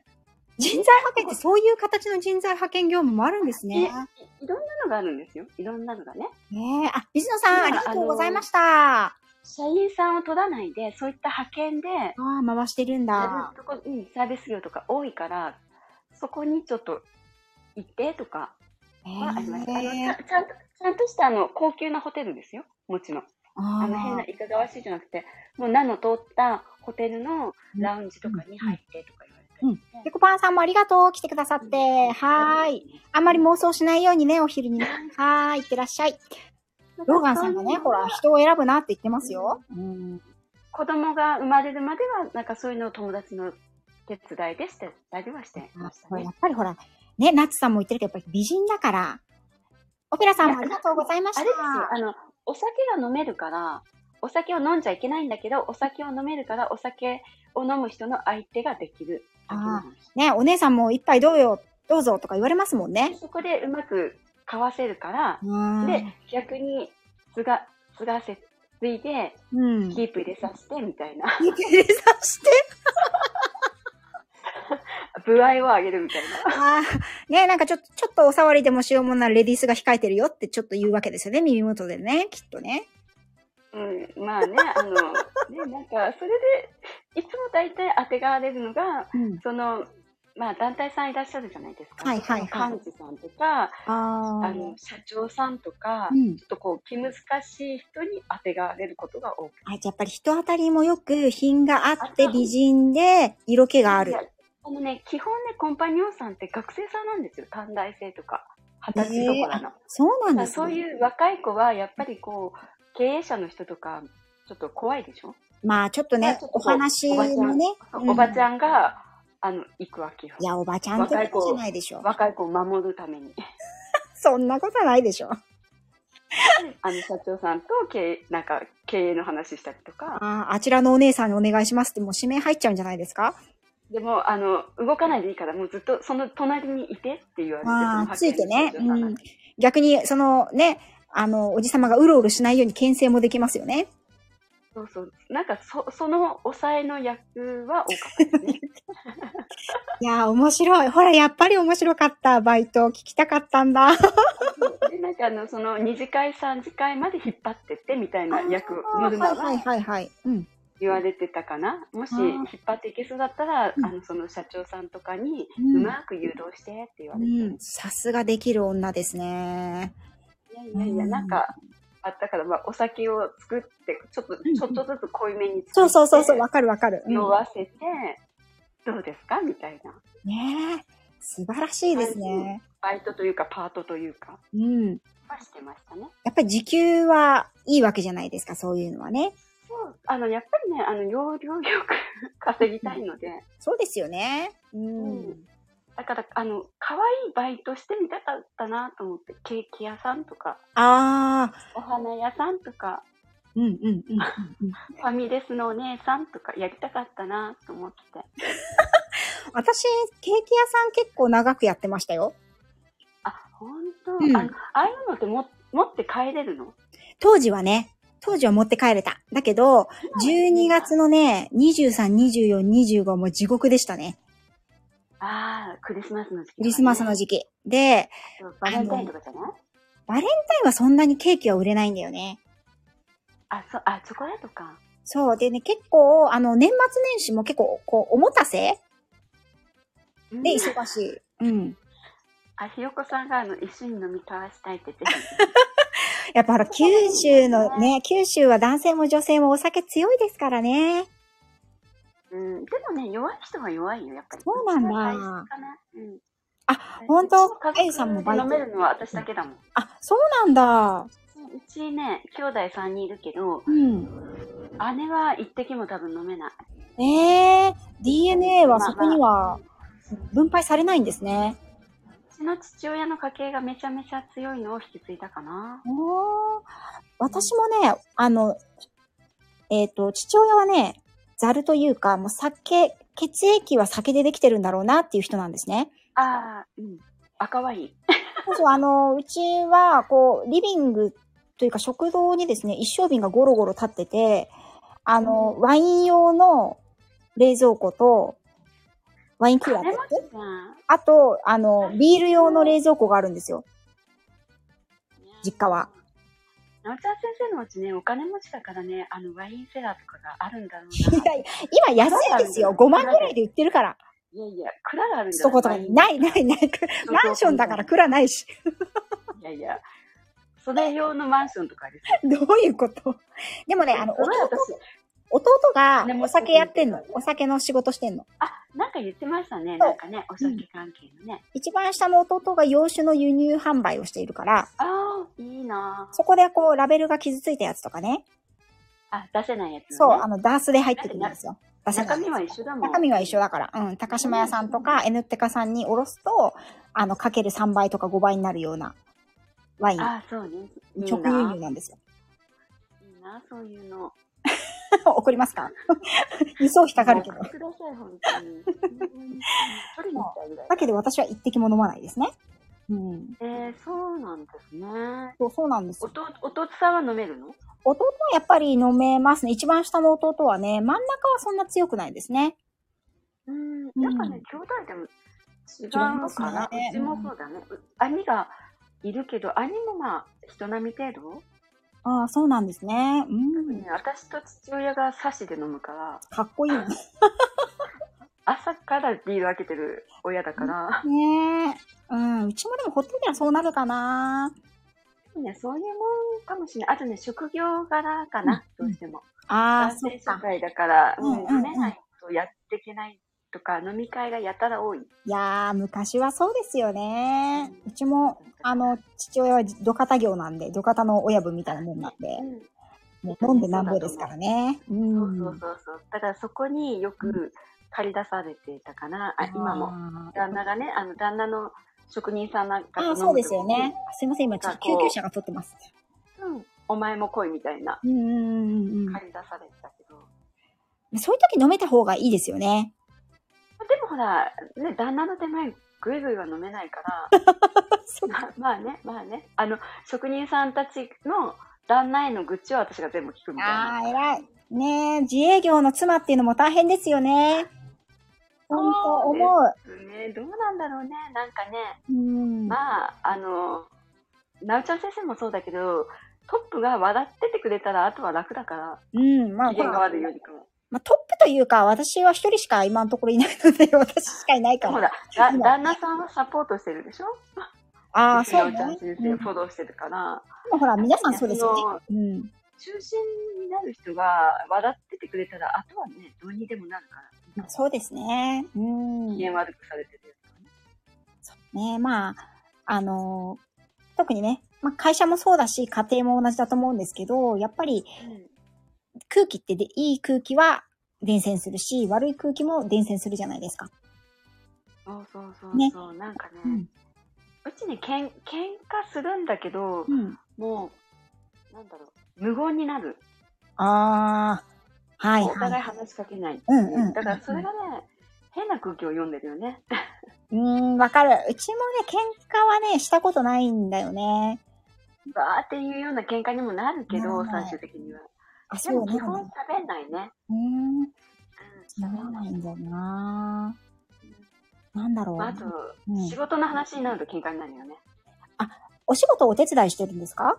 Speaker 1: 人材派遣ってそういう形の人材派遣業務もあるんですね。
Speaker 2: いいろんなのがあるんですよ。いろんなのがね。
Speaker 1: ねえ。あ、水野さん、あ
Speaker 2: い
Speaker 1: り
Speaker 2: や
Speaker 1: がとうございました。あ
Speaker 2: 社員さんを取らないで、そういった派遣で、
Speaker 1: あー、回してるん
Speaker 2: やる
Speaker 1: だ。
Speaker 2: とこうんサービス業とか多いから、そこにちょっと行ってとか
Speaker 1: え
Speaker 2: はあります。あのちゃ
Speaker 1: え。
Speaker 2: んちゃんと、ちゃんとしたあの高級なホテルですよ。もちろん。
Speaker 1: あ
Speaker 2: あの変ないかがわしいじゃなくて、もう名の通ったホテルのラウンジとかに入ってとか言われて。
Speaker 1: うんぺこぱんさんもありがとう。来てくださって。はーい。。あんまり妄想しないようにね、お昼にね。はーい、いってらっしゃい。ローガンさんがね、ほら、人を選ぶなって言ってますよ。うん。
Speaker 2: 子供が生まれるまでは、なんかそういうのを友達の手伝いでしてたりはしてました
Speaker 1: や
Speaker 2: ね。
Speaker 1: っぱりほら、ね、ナッツさんも言ってるけど、やっぱり美人だから。オペラさんもありがとうございまし
Speaker 2: あ
Speaker 1: た。
Speaker 2: れですよ、あの、お酒が飲めるから、お酒を飲んじゃいけないんだけど、お酒を飲めるから、お酒を飲む人の相手ができるだけの話。
Speaker 1: ね、お姉さんも一杯どうよ、どうぞとか言われますもんね。
Speaker 2: そこでうまく交わせるから、
Speaker 1: うん。
Speaker 2: で、逆に、つが、つがせ、ついで、
Speaker 1: うん。
Speaker 2: キープ入れさせて、みたいな。
Speaker 1: 指さして。
Speaker 2: 部合を上げるみたいな。
Speaker 1: あーね、なんかちょっと、ちょっとお触りでもしようもないレディースが控えてるよってちょっと言うわけですよね、耳元でね、きっとね。
Speaker 2: うん、まあね、あの、ね、なんか、それで、いつも大体当てがわれるのが、
Speaker 1: うん。
Speaker 2: その、まあ、団体さんいらっしゃるじゃないですか。
Speaker 1: はいはいはい
Speaker 2: 幹事さんとか、
Speaker 1: あ
Speaker 2: あの、社長さんとか、
Speaker 1: うん
Speaker 2: ちょ。っとこう気難しい人に当てがわれることが多く
Speaker 1: あ、じゃあやっぱり人当たりもよく、品があって
Speaker 2: あ
Speaker 1: 美人で、色気
Speaker 2: て
Speaker 1: がある。
Speaker 2: あのね基本ねコンパニオンさんって学生さんなんですよ短大生とか二十歳とかの、
Speaker 1: そうなん
Speaker 2: だか
Speaker 1: で
Speaker 2: ら
Speaker 1: す
Speaker 2: そう
Speaker 1: ね
Speaker 2: いう若い子はやっぱりこう経営者の人とかちょっと怖いでしょ、
Speaker 1: まあ、ちょっと
Speaker 2: まあ
Speaker 1: ね
Speaker 2: ちょっ、と
Speaker 1: お話もね。
Speaker 2: おばち
Speaker 1: ん。
Speaker 2: ゃんがあの行くわけよ
Speaker 1: いや、おばちゃんって
Speaker 2: 若い
Speaker 1: こ
Speaker 2: 子
Speaker 1: とじゃないでしょ。
Speaker 2: 若い子を守る ために
Speaker 1: そんなことはないでしょ。
Speaker 2: あの社長さんと経営なんか経営の話したりとか
Speaker 1: あーあちらのお姉さんにお願いしますって、もう指名入っちゃうんじゃないですか
Speaker 2: でもあの動かないでいいからもうずっとその隣にいてって言われてその
Speaker 1: ああ、
Speaker 2: 派
Speaker 1: つい
Speaker 2: 遣
Speaker 1: てね。
Speaker 2: の社長さん
Speaker 1: う
Speaker 2: が
Speaker 1: ん。逆に、そのね、あの、おじさまがうろうろしないように牽制もできますよね。
Speaker 2: そうそう。なんか、そ、その抑えの役は多かったで すね。
Speaker 1: いやー、面白い。ほら、やっぱり面白かった。バイト、聞きたかったんだ。
Speaker 2: で、なんかあの、その二次会、三次会まで引っ張ってってみたいな役、ノル
Speaker 1: は
Speaker 2: マ
Speaker 1: いはい
Speaker 2: は
Speaker 1: はいはい。うん。
Speaker 2: 言われてたかな。もし
Speaker 1: あー
Speaker 2: 引っ張っていけそうだったら、
Speaker 1: うん
Speaker 2: あの、その社長さんとかに、
Speaker 1: う
Speaker 2: うんまく誘導してって言わ
Speaker 1: う
Speaker 2: れて。い
Speaker 1: ん。さすができる女ですね。
Speaker 2: やいやいや、なんか、あったから、まあ、お酒を作って、ちょっと、
Speaker 1: ん
Speaker 2: ちょっとずつ濃いめに作って。
Speaker 1: そうそうそうそう、わかるわかる。うん
Speaker 2: 酔わせて、どうですかみたいな。
Speaker 1: ねえ。素晴らしいですね。
Speaker 2: バイトというか、パートというか、
Speaker 1: うん。
Speaker 2: はしてましたね。
Speaker 1: やっぱり時給はいいわけじゃないですか、そういうのはね。
Speaker 2: そう、あの、やっぱりね、あの、要領よく稼ぎたいので、
Speaker 1: そうですよね。うん。
Speaker 2: うんだから、あの、可愛いバイトしてみたかったなと思って、ケーキ屋さんとか、
Speaker 1: ああ、
Speaker 2: お花屋さんとか、
Speaker 1: うんうんうんうんうん。
Speaker 2: ファミレスのお姉さんとかやりたかったなと思って。
Speaker 1: 私、ケーキ屋さん結構長くやってましたよ。
Speaker 2: あ、ほんと、
Speaker 1: うん
Speaker 2: あの、ああいうのっても持って帰れるの
Speaker 1: 当時はね、当時は持って帰れた。だけど、12月のね、23、24、25もう地獄でしたね。
Speaker 2: ああ、クリスマスの時期、
Speaker 1: クリスマスの時期。で、
Speaker 2: そうバレンタインとかじゃない
Speaker 1: バレンタインはそんなにケーキは売れないんだよね。
Speaker 2: あ、そう、あ、チョコレートか。
Speaker 1: そう。でね、結構、あの、年末年始も結構、こう、おもたせ
Speaker 2: うん
Speaker 1: で忙しい。うん。
Speaker 2: あ、ひよこさんがあの一緒に飲み交わしたいっ て言って
Speaker 1: やっぱほら、九州のね、九州は男性も女性もお酒強いですからね。
Speaker 2: る。うん、でもね、弱い人は弱いよ、やっぱり。
Speaker 1: そうなんだ
Speaker 2: 大事かなうん、
Speaker 1: あ、本当
Speaker 2: 家族
Speaker 1: A さんもバイト
Speaker 2: 飲めるのは私だけだもん。
Speaker 1: あ、そうなんだ。
Speaker 2: うちね、兄弟3人いるけど、
Speaker 1: うん。
Speaker 2: 姉は一滴も多分飲めない。
Speaker 1: ええ DNA はそこには分配されないんですね。
Speaker 2: うちの父親の家系がめちゃめちゃ強いのを引き継いだかな。
Speaker 1: おー私もね、あの、えっ、と、父親はね、ざるというか、もう酒、血液は酒でできてるんだろうなっていう人なんですね。
Speaker 2: ああ、うん。赤ワイン。
Speaker 1: そうそう、あの、うちは、こう、リビングというか食堂にですね、一升瓶がゴロゴロ立ってて、あの、ワイン用の冷蔵庫と、ワインクーラー
Speaker 2: 金
Speaker 1: だ
Speaker 2: 持
Speaker 1: っ
Speaker 2: ち
Speaker 1: け
Speaker 2: じゃん。
Speaker 1: あと、あの、ビール用の冷蔵庫があるんですよ。実家は。
Speaker 2: なおちゃん先生のうちね、お金持ちだからね、あの、ワインセラーとかがあるんだろうな。
Speaker 1: 今安いですよ。5万ぐらいで売ってるから。
Speaker 2: いやいや、蔵があるんだ
Speaker 1: そことか
Speaker 2: ワイ
Speaker 1: に。
Speaker 2: ン
Speaker 1: ないないない。マンションだから蔵ないし。
Speaker 2: いやいや、それ用のマンションとかですよ。
Speaker 1: どういうことでもね、あの、
Speaker 2: そ
Speaker 1: 弟
Speaker 2: れ私、
Speaker 1: 弟がお酒やってんの。お酒の仕事してんの。
Speaker 2: あ、なんか言ってましたね。
Speaker 1: そう
Speaker 2: なんかね、お酒関係のね。
Speaker 1: 一番下の弟が洋酒の輸入販売をしているから、
Speaker 2: ああ、いいな
Speaker 1: そこでこう、ラベルが傷ついたやつとかね。
Speaker 2: あ。あ、出せないやつ、ね。
Speaker 1: そう、あの、ダースで入ってくるんですよ。出せな
Speaker 2: 中
Speaker 1: い
Speaker 2: 身は一緒だもん。
Speaker 1: 中身は一緒だから。うん。高島屋さんとか、N テカさんにおろすと、あの、かける3倍とか5倍になるようなワイン、
Speaker 2: ああ、そうね。いい
Speaker 1: 直輸
Speaker 2: な
Speaker 1: 入。なんですよ。
Speaker 2: いいな、そういうの。
Speaker 1: 怒りますか輸送費かかるけど
Speaker 2: もう。送ってください、本当に。うん取りに行ったいぐらい。
Speaker 1: だけど私は一滴も飲まないですね。うん。
Speaker 2: えー、そうなんですね。
Speaker 1: そうそうなんですよ。
Speaker 2: 弟、弟さんは飲めるの
Speaker 1: 弟はやっぱり飲めますね。一番下の弟はね、真ん中はそんな強くないですね。
Speaker 2: うん、なんかね、兄弟でも違うのかな。
Speaker 1: 違いますね
Speaker 2: うちもそうだね。う兄がいるけど、兄もまあ、人並み程度、
Speaker 1: ああ、そうなんですね。うん
Speaker 2: ね。私と父親がサシで飲むから、
Speaker 1: かっこいいね。
Speaker 2: 朝からビール開けてる親だから、
Speaker 1: ねえ。うん。うちもでもほっといたらそうなるかな。
Speaker 2: ね、そういうもんかもしれない。あとね、職業柄かな、
Speaker 1: うん
Speaker 2: どうしても。
Speaker 1: ああ、
Speaker 2: 男
Speaker 1: そ
Speaker 2: 性
Speaker 1: っ
Speaker 2: 社
Speaker 1: か。
Speaker 2: 会だから、
Speaker 1: うん
Speaker 2: う
Speaker 1: うん
Speaker 2: ん
Speaker 1: うん
Speaker 2: 飲めないとやっていけないとか、飲み会がやたら多い。
Speaker 1: いやー、昔はそうですよね。
Speaker 2: う
Speaker 1: う
Speaker 2: ん
Speaker 1: ちも、あの、父親は土方業なんで、土方の親分みたいなもんなんで
Speaker 2: う、ん
Speaker 1: もう飲んでなんぼですからね。う
Speaker 2: そうそ
Speaker 1: ん
Speaker 2: う。そうそう。だからそこによく借り出されてたかな、あ今も。
Speaker 1: も
Speaker 2: 旦那がね、あの、旦那の職人さんなんかと
Speaker 1: あ
Speaker 2: 飲
Speaker 1: あ、
Speaker 2: む時に
Speaker 1: そうですよね。。すいません、今ちょっと救急車が撮ってます。
Speaker 2: うん。お前も来いみたいな、
Speaker 1: うんうんうんうん。
Speaker 2: 借り出されてたけど。
Speaker 1: そういう時飲めた方がいいですよね。
Speaker 2: でもほら、ね、旦那の手前、ぐいぐいは飲めないから、 まあまあね、まあね。あの、職人さんたちの旦那への愚痴は私が全部聞くみたいな。
Speaker 1: ああ、偉い。ねえ、自営業の妻っていうのも大変ですよね。本当
Speaker 2: そう
Speaker 1: 思
Speaker 2: ね
Speaker 1: う。
Speaker 2: ね、どうなんだろうね。なんかね、
Speaker 1: うん。
Speaker 2: まあ、あの、なおちゃん先生もそうだけど、トップが笑っててくれたら、あとは楽だから、
Speaker 1: うん、まあ、
Speaker 2: 機嫌が
Speaker 1: まあ
Speaker 2: 悪いよりかも。
Speaker 1: まあ、トップというか、私は一人しか今のところいないので、 私しかいないか
Speaker 2: ほ
Speaker 1: ら。
Speaker 2: ら、だ
Speaker 1: 今
Speaker 2: 旦那さんはサポートしてるでしょ
Speaker 1: ああ、
Speaker 2: ちの
Speaker 1: そう
Speaker 2: ちゃん
Speaker 1: ね。
Speaker 2: 先
Speaker 1: う
Speaker 2: 生
Speaker 1: ん、で
Speaker 2: フォローしてるから、
Speaker 1: もほら、皆さんそうですよね。
Speaker 2: その
Speaker 1: うん。
Speaker 2: 中心になる人が笑っててくれたら、あとはね、どうにでもなるから、
Speaker 1: そうですね。うん。
Speaker 2: 機
Speaker 1: ね
Speaker 2: 嫌悪くされてるよりかはね。
Speaker 1: まあ、あのー特にね、まあ、会社もそうだし、家庭も同じだと思うんですけど、やっぱり空気ってで、いい空気は伝染するし、悪い空気も伝染するじゃないですか。
Speaker 2: そうそうそう
Speaker 1: ね
Speaker 2: そう、なんかね、
Speaker 1: う
Speaker 2: うんちね、けん喧嘩するんだけど、
Speaker 1: うん。
Speaker 2: もう、なんだろう、無言になる。
Speaker 1: ああ、はい
Speaker 2: お互
Speaker 1: はい
Speaker 2: 話しかけない。
Speaker 1: うんうんうん
Speaker 2: だからそれがね、変な空気を読んでるよね。
Speaker 1: い。うーん、わかる。うちもね、喧嘩はね、したことないんだよね。
Speaker 2: バーっていうような喧嘩にもなるけど、
Speaker 1: ならない
Speaker 2: 最終的には。
Speaker 1: あ、そ
Speaker 2: で
Speaker 1: う
Speaker 2: も
Speaker 1: ね。
Speaker 2: 基本喋んないね。
Speaker 1: うーん、
Speaker 2: うん
Speaker 1: ならないんだよな。なんだろう。
Speaker 2: まああと、
Speaker 1: うん
Speaker 2: 仕事の話になると喧嘩になるよね。
Speaker 1: お仕事をお手伝いしてるんですか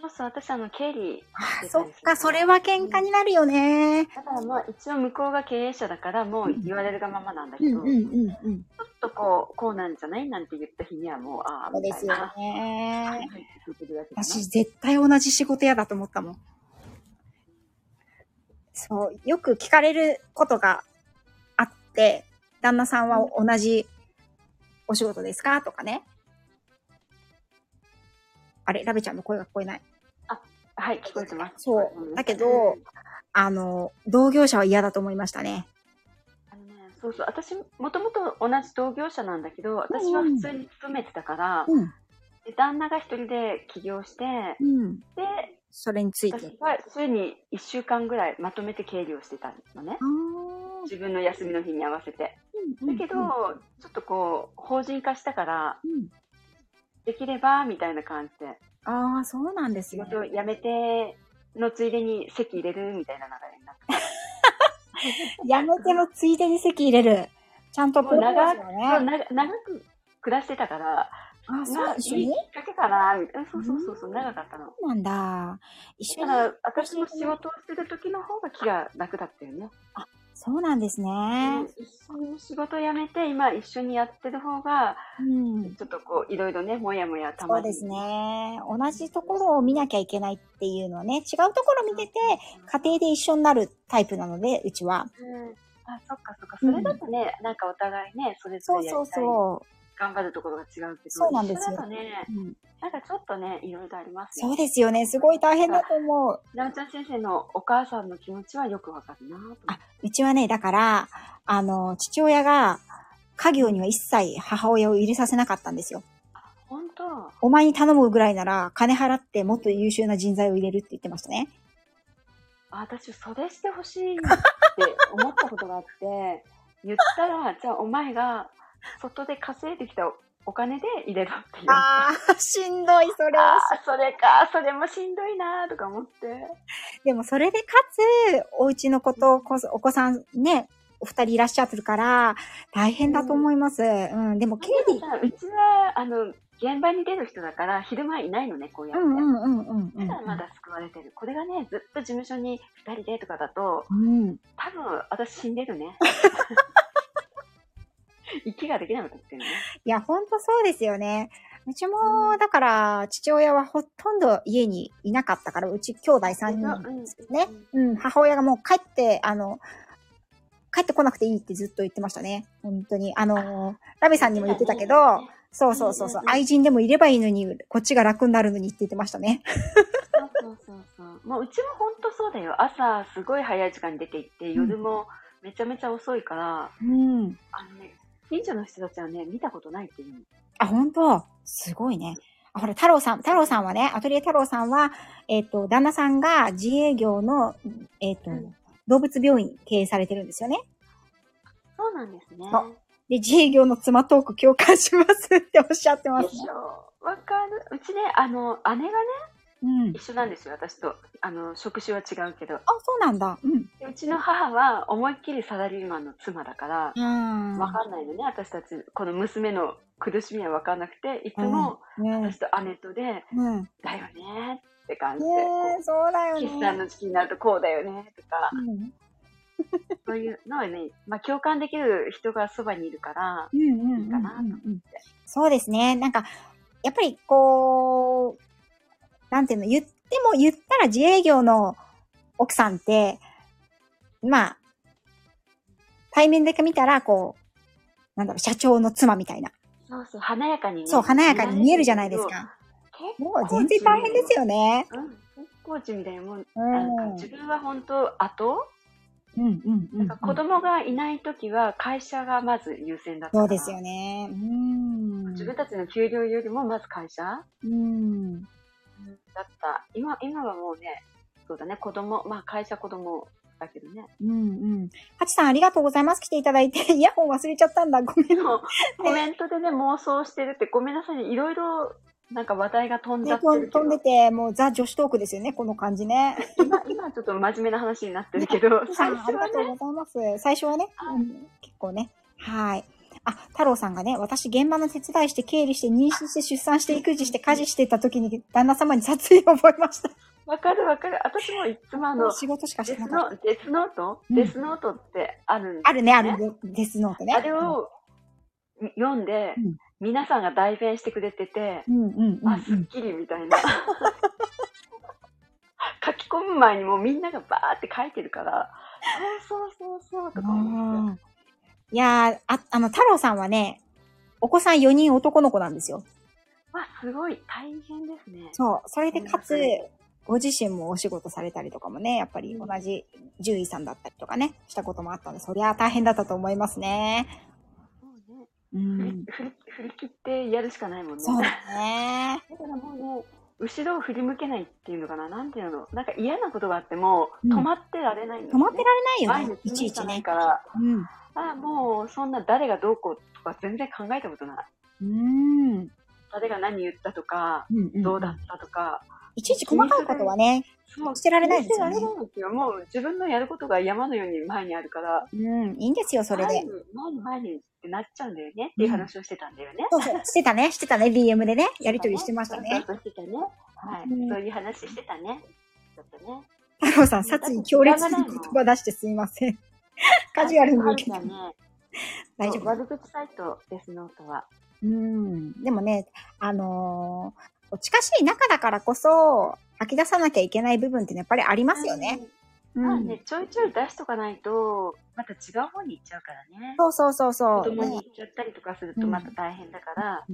Speaker 2: そうそう、私、あの、経理してた
Speaker 1: そ
Speaker 2: ん
Speaker 1: っ
Speaker 2: ですよ
Speaker 1: か、それは喧嘩になるよね。
Speaker 2: だからもう一応向こうが経営者だからもう言われるがままなんだ
Speaker 1: う
Speaker 2: け
Speaker 1: ん
Speaker 2: ど、
Speaker 1: うんうんうん。
Speaker 2: ちょっとこう、こうなんじゃないなんて言った日にはもう、ああ、
Speaker 1: そうですよ
Speaker 2: あ
Speaker 1: ね。私、
Speaker 2: 私、
Speaker 1: 絶対同じ仕事嫌だと思ったもん。そう、よく聞かれることがあって、旦那さんは同じお仕事ですかとかね。あれ、ラベちゃんの声が聞こえない。
Speaker 2: はい、聞こえてます。
Speaker 1: そう
Speaker 2: うん
Speaker 1: だけど、あの、同業者は嫌だと思いましたね。
Speaker 2: あのね、そうそう、私、もともと同じ同業者なんだけど、私は普通に勤めてたから、
Speaker 1: うん。
Speaker 2: で旦那が一人で起業して、
Speaker 1: うん。
Speaker 2: で、
Speaker 1: それについて。
Speaker 2: 私は週に1週間ぐらいまとめて経理をしてたのね
Speaker 1: あ。ー
Speaker 2: 自分の休みの日に合わせて。だけど、
Speaker 1: うん
Speaker 2: ちょっとこう、法人化したから、
Speaker 1: うん
Speaker 2: できれば、みたいな感じで、
Speaker 1: ああ、そうなんです
Speaker 2: 仕
Speaker 1: よ、
Speaker 2: 事を辞めて、のついでに席入れるみたいな流れになって。
Speaker 1: やめてもついでに席入れる。ちゃんとプロポーズを
Speaker 2: そう
Speaker 1: ね。
Speaker 2: な長く暮らしてたから、
Speaker 1: あ、そ
Speaker 2: ま
Speaker 1: う
Speaker 2: あ、いい
Speaker 1: 一緒
Speaker 2: き
Speaker 1: に
Speaker 2: っかけかな、みたいな。そうそうそうそう、長かったの。
Speaker 1: そうなんだ。一緒
Speaker 2: だ
Speaker 1: に
Speaker 2: か。ら、私も仕事をしてる時の方が気が楽だったよね。
Speaker 1: そうなんですね。
Speaker 2: 一緒に仕事を辞めて、今一緒にやってる方が、
Speaker 1: うん。
Speaker 2: ちょっとこう、いろいろね、もやもやた
Speaker 1: そ
Speaker 2: ま
Speaker 1: う
Speaker 2: に。
Speaker 1: ですね。同じところを見なきゃいけないっていうのはね、違うところ見てて、家庭で一緒になるタイプなので、うちは。
Speaker 2: うんあ、そっかそっか。それだとね、なんかお互いね、それぞ
Speaker 1: そう
Speaker 2: れやり
Speaker 1: そ
Speaker 2: た
Speaker 1: う
Speaker 2: い
Speaker 1: そ
Speaker 2: 頑張るところが違うけど、
Speaker 1: そうなんですよ
Speaker 2: 一緒だとね
Speaker 1: う、。うん
Speaker 2: なんかちょっとね、いろいろあります
Speaker 1: そう
Speaker 2: ね。
Speaker 1: ですよね。すごい大変だと思う。
Speaker 2: なおちゃん先生のお母さんの気持ちはよくわかるなぁと思って
Speaker 1: あうちはね、だから、あの、父親が家業には一切母親を入れさせなかったんですよ。
Speaker 2: 本当
Speaker 1: お前に頼むぐらいなら金払ってもっと優秀な人材を入れるって言ってましたね。
Speaker 2: あ私、それしてほしいって思ったことがあって、言ったら、じゃあお前が外で稼いできたお金で入れろっていう。あ
Speaker 1: ああ、しんどい、それ
Speaker 2: あー、それか、それもしんどいなぁとか思って。
Speaker 1: でもそれでかつ、お家のこと、こお子さんね、お二人いらっしゃってるから、大変だと思います。うん、でも経理。
Speaker 2: さうちは、あの、現場に出る人だから、昼間いないのね、こうや
Speaker 1: う
Speaker 2: って。
Speaker 1: んうんうんうんう
Speaker 2: だ
Speaker 1: ん
Speaker 2: からまだ救われてる。これがね、ずっと事務所に2人でとかだと、
Speaker 1: うん。
Speaker 2: 多分私死んで るね。息ができなくなってるね。
Speaker 1: いや、ほんとそうですよね。うちも、だから、父親はほとんど家にいなかったから、うち兄弟3人なんですよね。うん、母親がもう帰って、あの、帰ってこなくていいってずっと言ってましたね。本当に。あの、ラベさんにも言ってたけど、そうそうそうそう、
Speaker 2: うんうんうん
Speaker 1: 愛人でもいればいいのに、こっちが楽になるのにって言ってましたね。
Speaker 2: そうそうそうそう。もううちも本当そうだよ。朝すごい早い時間に出て行って、夜もめちゃめちゃ遅いから、
Speaker 1: うん。
Speaker 2: あのね、近所の人たちはね、見たことないっていうの。
Speaker 1: あ、本当すごいね。あ、ほら、太郎さん、太郎さんはね、アトリエ太郎さんは、えっ、と、旦那さんが自営業の、えっ、と、
Speaker 2: うん
Speaker 1: 動物病院経営されてるんですよね。
Speaker 2: そうなんですね。
Speaker 1: そうで、自営業の妻トーク共感しますっておっしゃってま
Speaker 2: よい
Speaker 1: す、
Speaker 2: し
Speaker 1: ね。
Speaker 2: ょ。わかる。うちね、あの、姉がね、
Speaker 1: うん。
Speaker 2: 一緒なんですよ、私と。あの、職種は違うけど。
Speaker 1: あ、そうなんだ。うん。
Speaker 2: でうちの母は思いっきりサラリーマンの妻だから、
Speaker 1: あ
Speaker 2: わかんないのね、私たち、この娘の苦しみはわかんなくて、いつも
Speaker 1: うん。
Speaker 2: 私と姉とで、
Speaker 1: うん。
Speaker 2: だよねって感じで、
Speaker 1: ねえ、そうだよね。
Speaker 2: 決算の時期になるとこうだよねとか、
Speaker 1: うん
Speaker 2: そういうのはね、まあ共感できる人がそばにいるから、
Speaker 1: うんうんうん
Speaker 2: いいかなと
Speaker 1: うん
Speaker 2: 思
Speaker 1: うんそうですね。なんか、やっぱりこう、なんていうの、言っても言ったら自営業の奥さんって、まあ、対面だけ見たら、こう、なんだろう、社長の妻みたいな。
Speaker 2: そうそう、華やかにね、
Speaker 1: そう、華やかに見えるじゃないですか。
Speaker 2: 見
Speaker 1: も
Speaker 2: られるけ
Speaker 1: う
Speaker 2: ど。
Speaker 1: 全然大変ですよね。
Speaker 2: うん。結構地味だよ。もう、
Speaker 1: う
Speaker 2: なん
Speaker 1: ん。
Speaker 2: か自分は本当後、
Speaker 1: うんうんうんうん。
Speaker 2: なんか子供がいない時は会社がまず優先だったか
Speaker 1: そ
Speaker 2: ら。
Speaker 1: うですよね。うん。
Speaker 2: 自分たちの給料よりもまず会社
Speaker 1: うん。
Speaker 2: だった。今、今はもうね、そうだね、子供、まあ会社子供だけどね。
Speaker 1: うんうん。ハチさんありがとうございます。来ていただいて、 イヤホン忘れちゃったんだ。ごめん。
Speaker 2: でも、コメントでね、妄想してるって、ごめんなさいね、いろいろ、なんか話題が飛んじ
Speaker 1: ね
Speaker 2: ゃって
Speaker 1: 飛
Speaker 2: る
Speaker 1: ん
Speaker 2: けど
Speaker 1: 飛ん、でて、もうザ女子トークですよね、この感じね。
Speaker 2: 今、今ちょっと真面目な話になってるけど、
Speaker 1: ハチさ
Speaker 2: 最
Speaker 1: んあ
Speaker 2: 初
Speaker 1: りが
Speaker 2: はね
Speaker 1: と、うございます。最初はね、
Speaker 2: は
Speaker 1: うん結構ね。はい。あ、太郎さんがね、私現場の手伝いして経理して妊娠して出産して育児して家事してた時に旦那様に殺意を覚えました。
Speaker 2: わかるわかる。私もいつもあの、
Speaker 1: 仕事しかし
Speaker 2: デ
Speaker 1: てな
Speaker 2: ス
Speaker 1: かっ
Speaker 2: ノデスノート、
Speaker 1: うん
Speaker 2: デスノートってあるんです
Speaker 1: た。あるね、あるね。デスノートね。
Speaker 2: あれを読んで、
Speaker 1: うん
Speaker 2: 皆さんが代弁してくれてて
Speaker 1: う、ん、うんうんう
Speaker 2: あ、すっ
Speaker 1: ん。
Speaker 2: きりみ たいな。書き込む前にもうみんながバーって書いてるから、そうそうそうそうとか思って。
Speaker 1: あーいやーあ、あの、太郎さんはね、お子さん4人男の子なんですよ。
Speaker 2: わ、すごい、大変ですね。
Speaker 1: そう。それでかつ
Speaker 2: うん、
Speaker 1: ご自身もお仕事されたりとかもね、やっぱり同じ獣医さんだったりとかね、したこともあったので、そりゃあ大変だったと思いますね。
Speaker 2: そうね
Speaker 1: う
Speaker 2: 振り
Speaker 1: ん。
Speaker 2: 振り振り切ってやるしかないもんね。
Speaker 1: そうだね。
Speaker 2: だからもうね、後ろを振り向けないっていうのかな、なんていうの、なんか嫌なことがあっても、
Speaker 1: うん
Speaker 2: 止まってられないんだ
Speaker 1: 止
Speaker 2: よね
Speaker 1: まってられないよね
Speaker 2: 前、に
Speaker 1: いちいち
Speaker 2: ない
Speaker 1: ね。
Speaker 2: から、
Speaker 1: うん。
Speaker 2: あもうそんな誰がどうこうとか全然考えたことない。
Speaker 1: うん。うん
Speaker 2: 誰が何言ったとか、
Speaker 1: うん
Speaker 2: どうだったとか、
Speaker 1: いちいち細かいことはね、
Speaker 2: もう
Speaker 1: してられないですよね
Speaker 2: 気にしてられないですよもう自分のやることが山のように前にあるから、
Speaker 1: うん、いいんですよ、それ
Speaker 2: 前
Speaker 1: で
Speaker 2: に。前に前にってなっちゃうんだよねっていう話をしてたんだよね。
Speaker 1: そうそう、してたね、してたね、DM でね、やりとりしてましたね。
Speaker 2: そうそうそうしてたね。はい、
Speaker 1: うん
Speaker 2: そういう話してたね。ちょっとね。
Speaker 1: 太郎さん、殺意強烈な言葉出してすみません。カジュアルに受け
Speaker 2: は
Speaker 1: て
Speaker 2: るちゃんね。
Speaker 1: 大丈夫
Speaker 2: 悪口サイトです、ノートは。
Speaker 1: うん。でもね、あのー近しい仲だからこそ、吐き出さなきゃいけない部分ってねやっぱりありますよね。う
Speaker 2: うん。まあ
Speaker 1: ん。
Speaker 2: ね、ちょいちょい出しとかないと、また違う方に行っちゃうからね。
Speaker 1: そうそうそうそ
Speaker 2: 子
Speaker 1: う。
Speaker 2: 供に行っちゃったりとかするとまた大変だから、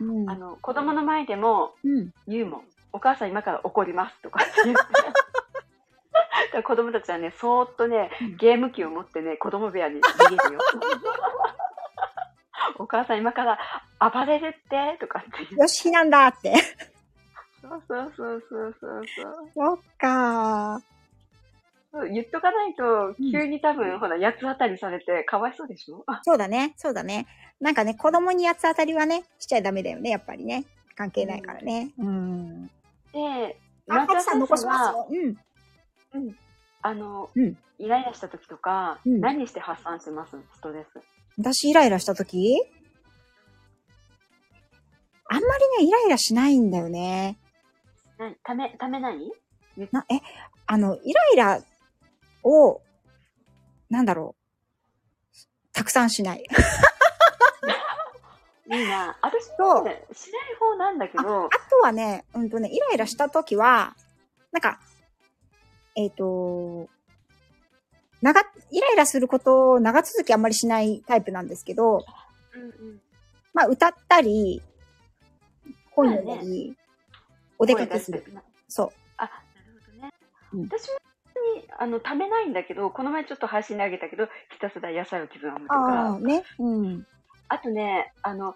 Speaker 1: うん
Speaker 2: あ。の子供の前でも
Speaker 1: うん。
Speaker 2: 言うもん「お母さん今から怒ります」とかって言ってだから子供たちはねそーっとね
Speaker 1: うん
Speaker 2: ゲーム機を持ってね子供部屋に逃げ るよお母さん今から暴れるってとかって言う
Speaker 1: よし、避難だ って。
Speaker 2: そうそうそうそうそうそう
Speaker 1: そっかー。
Speaker 2: そう言っとかないと急に多分、ほら八つ当たりされてかわいそうでしょ
Speaker 1: そうだね、そうだね。なんかね、子供に八つ当たりはね、しちゃダメだよね、やっぱりね。関係ないからね。うん。
Speaker 2: で
Speaker 1: あ、
Speaker 2: 松
Speaker 1: ハ
Speaker 2: 田
Speaker 1: チさん残しますよ。うん。
Speaker 2: あの、
Speaker 1: うん
Speaker 2: イライラした時とか、
Speaker 1: うん
Speaker 2: 何して発散しますストレス。
Speaker 1: 私イライラした時あんまりね、イライラしないんだよね。
Speaker 2: なため、ためない
Speaker 1: な、え、あの、イライラを、なんだろう。たくさんしない。
Speaker 2: いいな。私
Speaker 1: そう
Speaker 2: も、ね、しない方なんだけど、
Speaker 1: あとはね、うんとね、イライラしたときは、なんか、えっ、と、長、イライラすることを長続きあんまりしないタイプなんですけど、
Speaker 2: うんうん
Speaker 1: まあ、歌ったり、本読んだり、お出かけす。
Speaker 2: 声
Speaker 1: る。
Speaker 2: 出して
Speaker 1: そ
Speaker 2: あ、なるほどね。
Speaker 1: うん
Speaker 2: 私も別にあのためないんだけど、この前ちょっと配信であげたけど、ひたすら野菜を刻むと
Speaker 1: う。ああ、
Speaker 2: か、
Speaker 1: ね。うん。
Speaker 2: あとね、あの、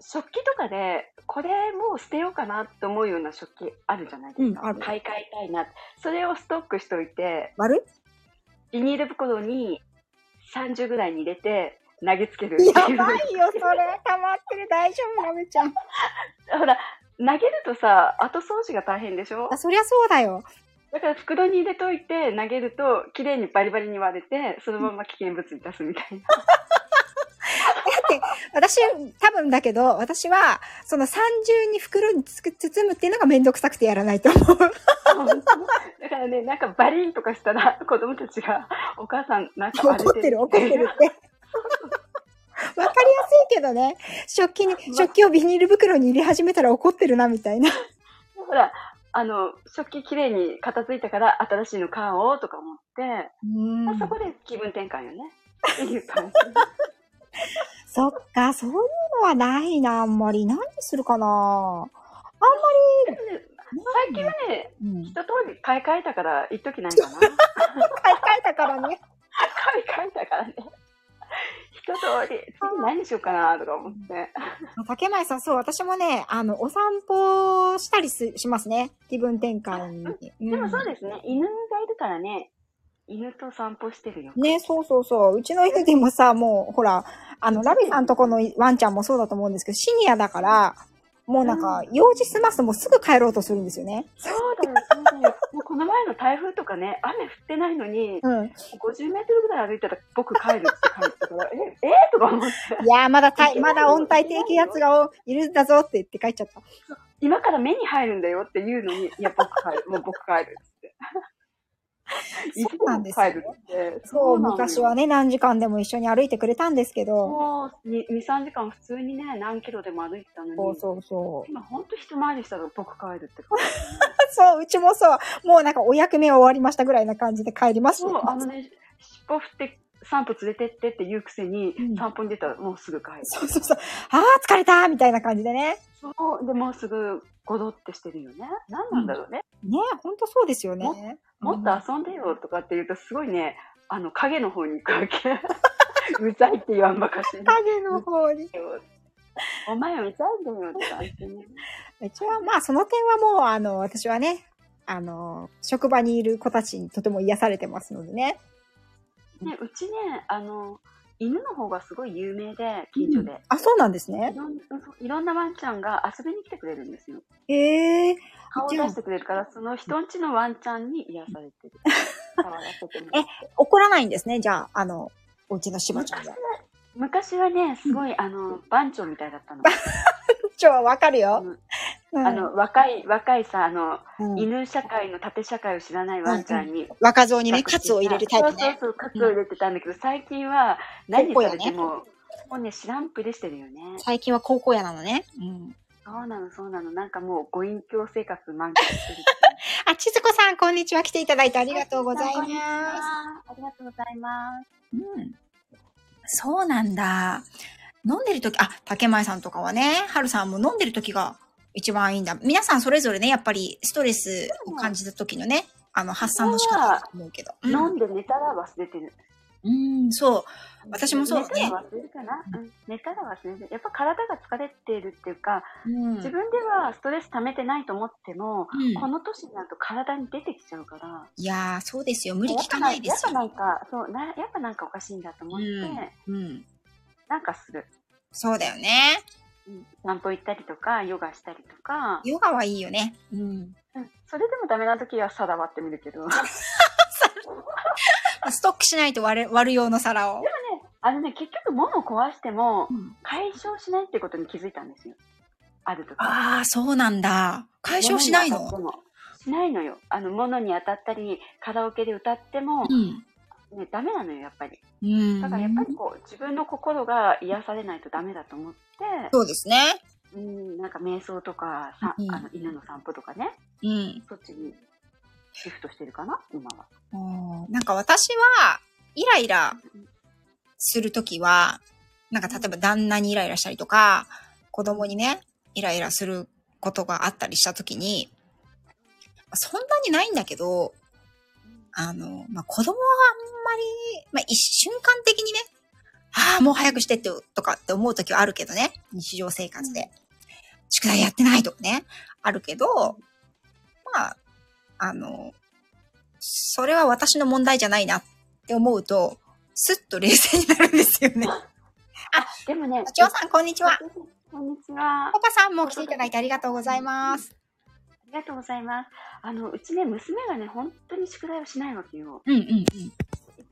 Speaker 2: 食器とかで、これもう捨てようかなと思うような食器あるじゃないですか。
Speaker 1: うんある
Speaker 2: 買い替えたいな。それをストックしといて、
Speaker 1: 悪い
Speaker 2: ビニール袋に30ぐらいに入れて投げつけるってい
Speaker 1: や
Speaker 2: う
Speaker 1: ばいよ、それ。溜まってる。大丈夫、なめちゃん。
Speaker 2: ほら、投げるとさ、後掃除が大変でしょ
Speaker 1: あ、そりゃそうだよ。
Speaker 2: だから袋に入れといて投げると、綺麗にバリバリに割れて、そのまま危険物に出すみたいな。
Speaker 1: 私、多分だけど、私は、その三重に袋につく包むっていうのがめんどくさくてやらないと思う。
Speaker 2: だからね、なんかバリンとかしたら、子供たちが、お母さん、なんか
Speaker 1: 怒ってる、怒ってる って。わかりやすいけどね。食器に、食器をビニール袋に入れ始めたら怒ってるな、みたいな。
Speaker 2: ほら、あの、食器綺麗に片付いたから、新しいの買おうとか思って、
Speaker 1: うん
Speaker 2: まあそこで気分転換 よね。っていう感じ。
Speaker 1: そっか、そういうのはないな、あんまり。何するかな。
Speaker 2: でもね最近はね、
Speaker 1: うん。
Speaker 2: 一通り買い替えたから、一時ない かな。買い替
Speaker 1: 買い替えたからね。
Speaker 2: えたからね。一通り、次何しようかなとか思って。
Speaker 1: 竹前さん、そう、私もね、あの、お散歩したりすしますね。気分転換に。
Speaker 2: でもそう
Speaker 1: す
Speaker 2: ですね、犬がいるからね、犬と散歩してるよ。
Speaker 1: ね、そうそうそう。うちの犬でもさ、もう、ほら、あの、ラビさんとこのワンちゃんもそうだと思うんですけど、シニアだから、もうなんか、用事済ますともうすぐ帰ろうとするんですよね。
Speaker 2: そうだよ、そうだよ。もうこの前の台風とかね、雨降ってないのに、
Speaker 1: うん。い
Speaker 2: 50メートルぐらい歩いたら僕帰るって帰ったから、え、えとか思って、
Speaker 1: やー、まだたい、まだ温帯低気圧がおいるんだぞって言って帰っちゃった。
Speaker 2: 今から目に入るんだよって言うのに、いや、僕帰る、もう僕帰るっつって。いつ
Speaker 1: そうなんですよ
Speaker 2: 帰るって。
Speaker 1: そう、
Speaker 2: なのよ
Speaker 1: 昔はね、何時間でも一緒に歩いてくれたんですけど、
Speaker 2: もう2、3時間普通にね、何キロでも歩いてたのに。
Speaker 1: そうそうそう。
Speaker 2: 今ほんと一回りしたら僕帰るって感じ。
Speaker 1: そう、うちもそう、もうなんかお役目終わりましたぐらいな感じで帰ります。
Speaker 2: そう、あのね、尻尾振って散歩連れてってって言うくせに、
Speaker 1: うん
Speaker 2: 散歩に出たらもうすぐ帰る。
Speaker 1: そうそうそう。ああ、疲れたみたいな感じでね。
Speaker 2: そう、でもうすぐごどってしてるよね。何なんだろうね。
Speaker 1: ねえ、ほんとそうですよね。
Speaker 2: もっと遊んでよとかって言うと、すごいね、あの、影の方に行くわけ。 うざいって言わんばかしに。
Speaker 1: 影の方に。
Speaker 2: お前うざいんだよって感じでね。
Speaker 1: 一応まあ、その点はもう、あの、私はね、あの、職場にいる子たちにとても癒されてますのでね。
Speaker 2: ね、うちね、あの、犬の方がすごい有名で、近所で。
Speaker 1: あ、そうなんです
Speaker 2: い
Speaker 1: ね。
Speaker 2: ろんそういろんなワンちゃんが遊びに来てくれるんですよ。
Speaker 1: へえ。
Speaker 2: 顔を出してくれるから、その人んちのワンちゃんに癒されてる。触らせてもらう
Speaker 1: 怒らないんですね、じゃあ、あの、お家のしばちゃん
Speaker 2: 昔
Speaker 1: が
Speaker 2: は。昔はね、すごい、あの、番長みたいだったの。
Speaker 1: ちょ、わかるよ。うん
Speaker 2: あの、若い、若いさ、あの、
Speaker 1: うん
Speaker 2: 犬社会の縦社会を知らないワンちゃんに。
Speaker 1: 若造にね、カツを入れるタイプね。
Speaker 2: そうそうそう、カツを入れてたんだけど、最近は何されても、もうね、知らんぷりしてるよね。
Speaker 1: 最近は高校やなのね。うん。
Speaker 2: そうなの、そうなの。なんかもう、ご隠居生活満喫してる。
Speaker 1: あ、千鶴子さん、こんにちは。来ていただいて ありがとうござい
Speaker 2: こんにちは
Speaker 1: ます。
Speaker 2: ありがとうございます。
Speaker 1: うん。そうなんだ。飲んでる時、あ、竹前さんとかはね、春さんも飲んでる時が一番いいんだ。皆さんそれぞれね、やっぱりストレスを感じた時のね、あの、発散の仕方だと思うけど。
Speaker 2: 飲んで寝たら忘れてる。
Speaker 1: うん、うん、そう。私もそうだね
Speaker 2: 寝たら忘れるかな、うん、寝たら忘れる。やっぱ体が疲れてるっていうか、
Speaker 1: うん。
Speaker 2: 自分ではストレス溜めてないと思っても、
Speaker 1: うん
Speaker 2: この年になると体に出てきちゃうから、
Speaker 1: いやー、そうですよ。無理聞かないで
Speaker 2: やっ
Speaker 1: す
Speaker 2: ぱ
Speaker 1: よ。
Speaker 2: なんか、そうな、やっぱなんかおかしいんだと思って、
Speaker 1: うんうん。
Speaker 2: なんかする。
Speaker 1: そうだよね。
Speaker 2: うん散歩行ったりとか、ヨガしたりとか、
Speaker 1: ヨガはいいよね。うん。
Speaker 2: うんそれでもダメな時はさらわってみるけど、
Speaker 1: ストックしないと割れ割る用の皿を。
Speaker 2: あのね、結局物を壊しても
Speaker 1: うん
Speaker 2: 解消しないってことに気づいたんですよ。ある時。
Speaker 1: ああ、そうなんだ。解消しない
Speaker 2: 物に当たっ
Speaker 1: の
Speaker 2: てもしないのよ。あの、物に当たったり、カラオケで歌っても、
Speaker 1: うん。
Speaker 2: ね、ダメなのよ、やっぱり。
Speaker 1: うん。
Speaker 2: だからやっぱりこう、自分の心が癒されないとダメだと思って、
Speaker 1: そうですね。
Speaker 2: うん、なんか瞑想とかさ、
Speaker 1: うん
Speaker 2: あの犬の散歩とかね、
Speaker 1: うん。
Speaker 2: そっちにシフトしてるかな、今は。
Speaker 1: もうなんか私は、イライラするときは、なんか例えば旦那にイライラしたりとか、子供にね、イライラすることがあったりしたときに、そんなにないんだけど、あの、まあ、子供はあんまり、まあ、一瞬間的にね、ああ、もう早くしてって、とかって思うときはあるけどね、日常生活で。宿題やってないとかね、あるけど、まあ、あの、それは私の問題じゃないなって思うと、すっと冷静になるんですよね。
Speaker 2: でもね、
Speaker 1: 社長さん、こんにちは。
Speaker 2: こんにちは。あ
Speaker 1: パパさんも来ていただいてありがとうございます。
Speaker 2: りがとうございます。あの、うちね、娘がね、本当に宿題をしないわけよ。
Speaker 1: うんうん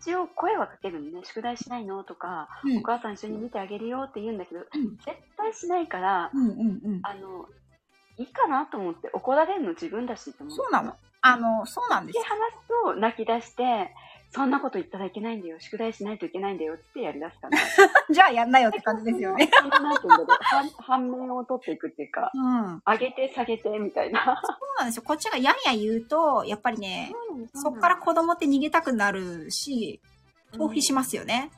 Speaker 2: 一応声はかけるのね、宿題しないのとか、
Speaker 1: うん
Speaker 2: お母さん一緒に見てあげるよって言うんだけど、
Speaker 1: ん
Speaker 2: 絶対しないから、
Speaker 1: うん。うんうんうん。
Speaker 2: あの、いいかなと思って、怒られるの自分だしって思って。
Speaker 1: そうなの。あの、そうなんで。
Speaker 2: です話すと泣き出して、そんなこと言ったらいけないんだよ、宿題しないといけないんだよってやりだす から。
Speaker 1: じゃあやんなよって感じですよね。
Speaker 2: そのなんて言うんだろう反反面を取っていくっていうか、
Speaker 1: うん。
Speaker 2: 上げて下げてみたいな。
Speaker 1: そうなんですよ。こっちがやんや言うと、やっぱりね、 そっから子供って逃げたくなるし、逃避しますよね。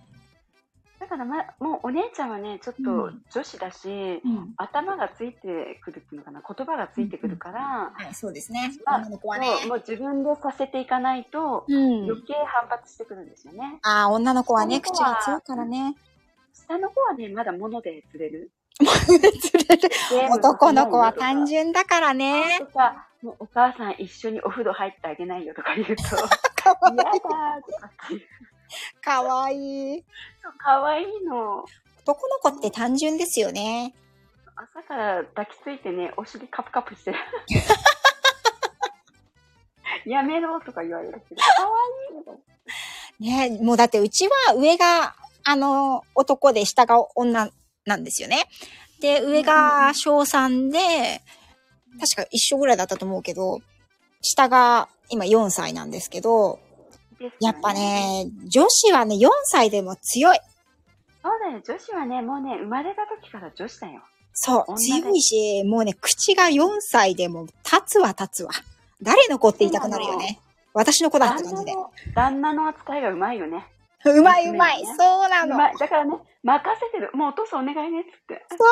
Speaker 2: だから、ま、もうお姉ちゃんはね、ちょっと
Speaker 1: うん
Speaker 2: 女子だし、
Speaker 1: うん。
Speaker 2: 頭がついてくるっていうのかな、言葉がついてくるから、
Speaker 1: はい、そうですね。
Speaker 2: まあ
Speaker 1: 女の子はね。
Speaker 2: そうもう自分でさせていかないと、
Speaker 1: うん
Speaker 2: 余。計反発してくるんですよね。
Speaker 1: ああ、女の子はね、
Speaker 2: 女の
Speaker 1: 口
Speaker 2: 子は
Speaker 1: が強いから ね。
Speaker 2: 下の子はね、まだ物で釣れる。ゲームとか
Speaker 1: 男の子は単純だからね。
Speaker 2: とか、もうお母さん一緒にお風呂入ってあげないよと か言うと、嫌だ
Speaker 1: か
Speaker 2: ーとかっていう。
Speaker 1: かわいい。
Speaker 2: かわいいの。
Speaker 1: 男の子って単純ですよね。
Speaker 2: 朝から抱きついてね、お尻カプカプ してる。やめろとか言われるけど、かわいいよ
Speaker 1: ねもうだってうちは上が、あの、男で下が女なんですよね。で、上が小3で、確か一緒ぐらいだったと思うけど、下が今4歳なんですけど、
Speaker 2: ですよ
Speaker 1: やっぱ。ね、女子はね、4歳でも強い。
Speaker 2: そうだよ、女子はね、もうね、生まれた時から女子だよ。
Speaker 1: そう、
Speaker 2: 女で
Speaker 1: 強いし、もうね、口が4歳でも立つわ立つわ。誰の子って言いたくなるよね。私の子だって感
Speaker 2: 旦
Speaker 1: じ
Speaker 2: 那
Speaker 1: で。
Speaker 2: の、旦那の扱いがうまいよね。
Speaker 1: うまいうまい、
Speaker 2: 娘ね
Speaker 1: そうな
Speaker 2: う
Speaker 1: の。
Speaker 2: まい。だからね、任せてる。もうお父さんお願いねっつって。
Speaker 1: そ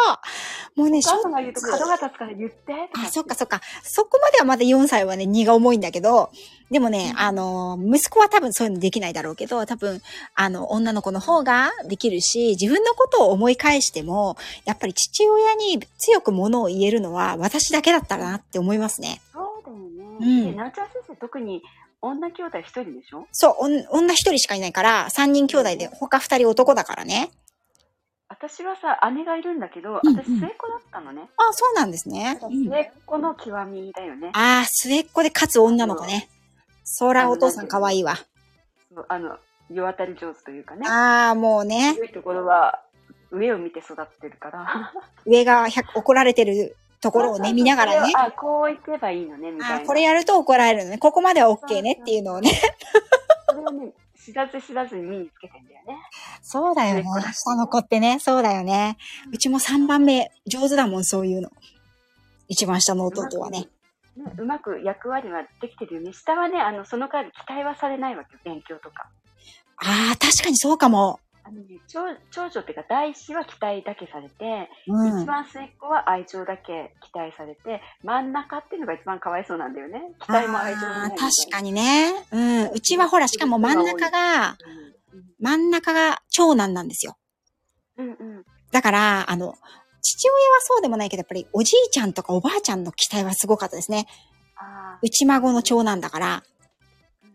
Speaker 1: う。もうね、
Speaker 2: お母さんが言うと
Speaker 1: 正直
Speaker 2: 角が立つから言ってとかって。
Speaker 1: あ、そっかそっか。そこまではまだ4歳はね、荷が重いんだけど、でもね、
Speaker 2: うん
Speaker 1: あの、息子は多分そういうのできないだろうけど、多分、あの、女の子の方ができるし、自分のことを思い返しても、やっぱり父親に強く物を言えるのは私だけだったらなって思いますね。
Speaker 2: そうだよね。
Speaker 1: うん
Speaker 2: で、なおちゃん先生、特に女兄弟一人でしょ
Speaker 1: そう、おん女一人しかいないから、3人兄弟で他2人男だからね。
Speaker 2: 私はさ、姉がいるんだけど、
Speaker 1: うんうん
Speaker 2: 私末っ子だったのね。
Speaker 1: あ、そうなんですね。うん
Speaker 2: 末っ子の極みだよね。
Speaker 1: ああ、末っ子で勝つ女の子ね。そらお父さん可愛いわ。
Speaker 2: そうあの、世当たり上手というかね。
Speaker 1: ああ、もうね。
Speaker 2: 強いところは、上を見て育ってるから。
Speaker 1: 上が100怒られてるところをね、見ながらね。
Speaker 2: あ、こういけばいいのね、みたい
Speaker 1: あ
Speaker 2: な。
Speaker 1: これやると怒られるのね。ここまでは OK ねっていうのをね。
Speaker 2: それをね、知らず知らずに身につけてんだよね。
Speaker 1: そうだよね。下の子ってね。そうだよね。うちも3番目、上手だもん、そういうの。一番下の弟はね。
Speaker 2: ねうまく役割はできてるよね。下はね、あの、その代わり期待はされないわけよ、勉強とか。
Speaker 1: ああ、確かにそうかも。
Speaker 2: あのね、長長女っていうか、第一子は期待だけされて、
Speaker 1: うん
Speaker 2: 一。番末っ子は愛情だけ期待されて、真ん中っていうのが一番かわいそうなんだよね。期待も愛情も
Speaker 1: あ
Speaker 2: な
Speaker 1: あ
Speaker 2: い
Speaker 1: ー、
Speaker 2: みたいな。
Speaker 1: 確かにね。うん。うちはほら、しかも真ん中が、真ん中が長男なんですよ。
Speaker 2: うんうんうん。
Speaker 1: だから、あの、父親はそうでもないけど、やっぱりおじいちゃんとかおばあちゃんの期待はすごかったですね。
Speaker 2: ああ。
Speaker 1: 内孫の長男だから、
Speaker 2: うんう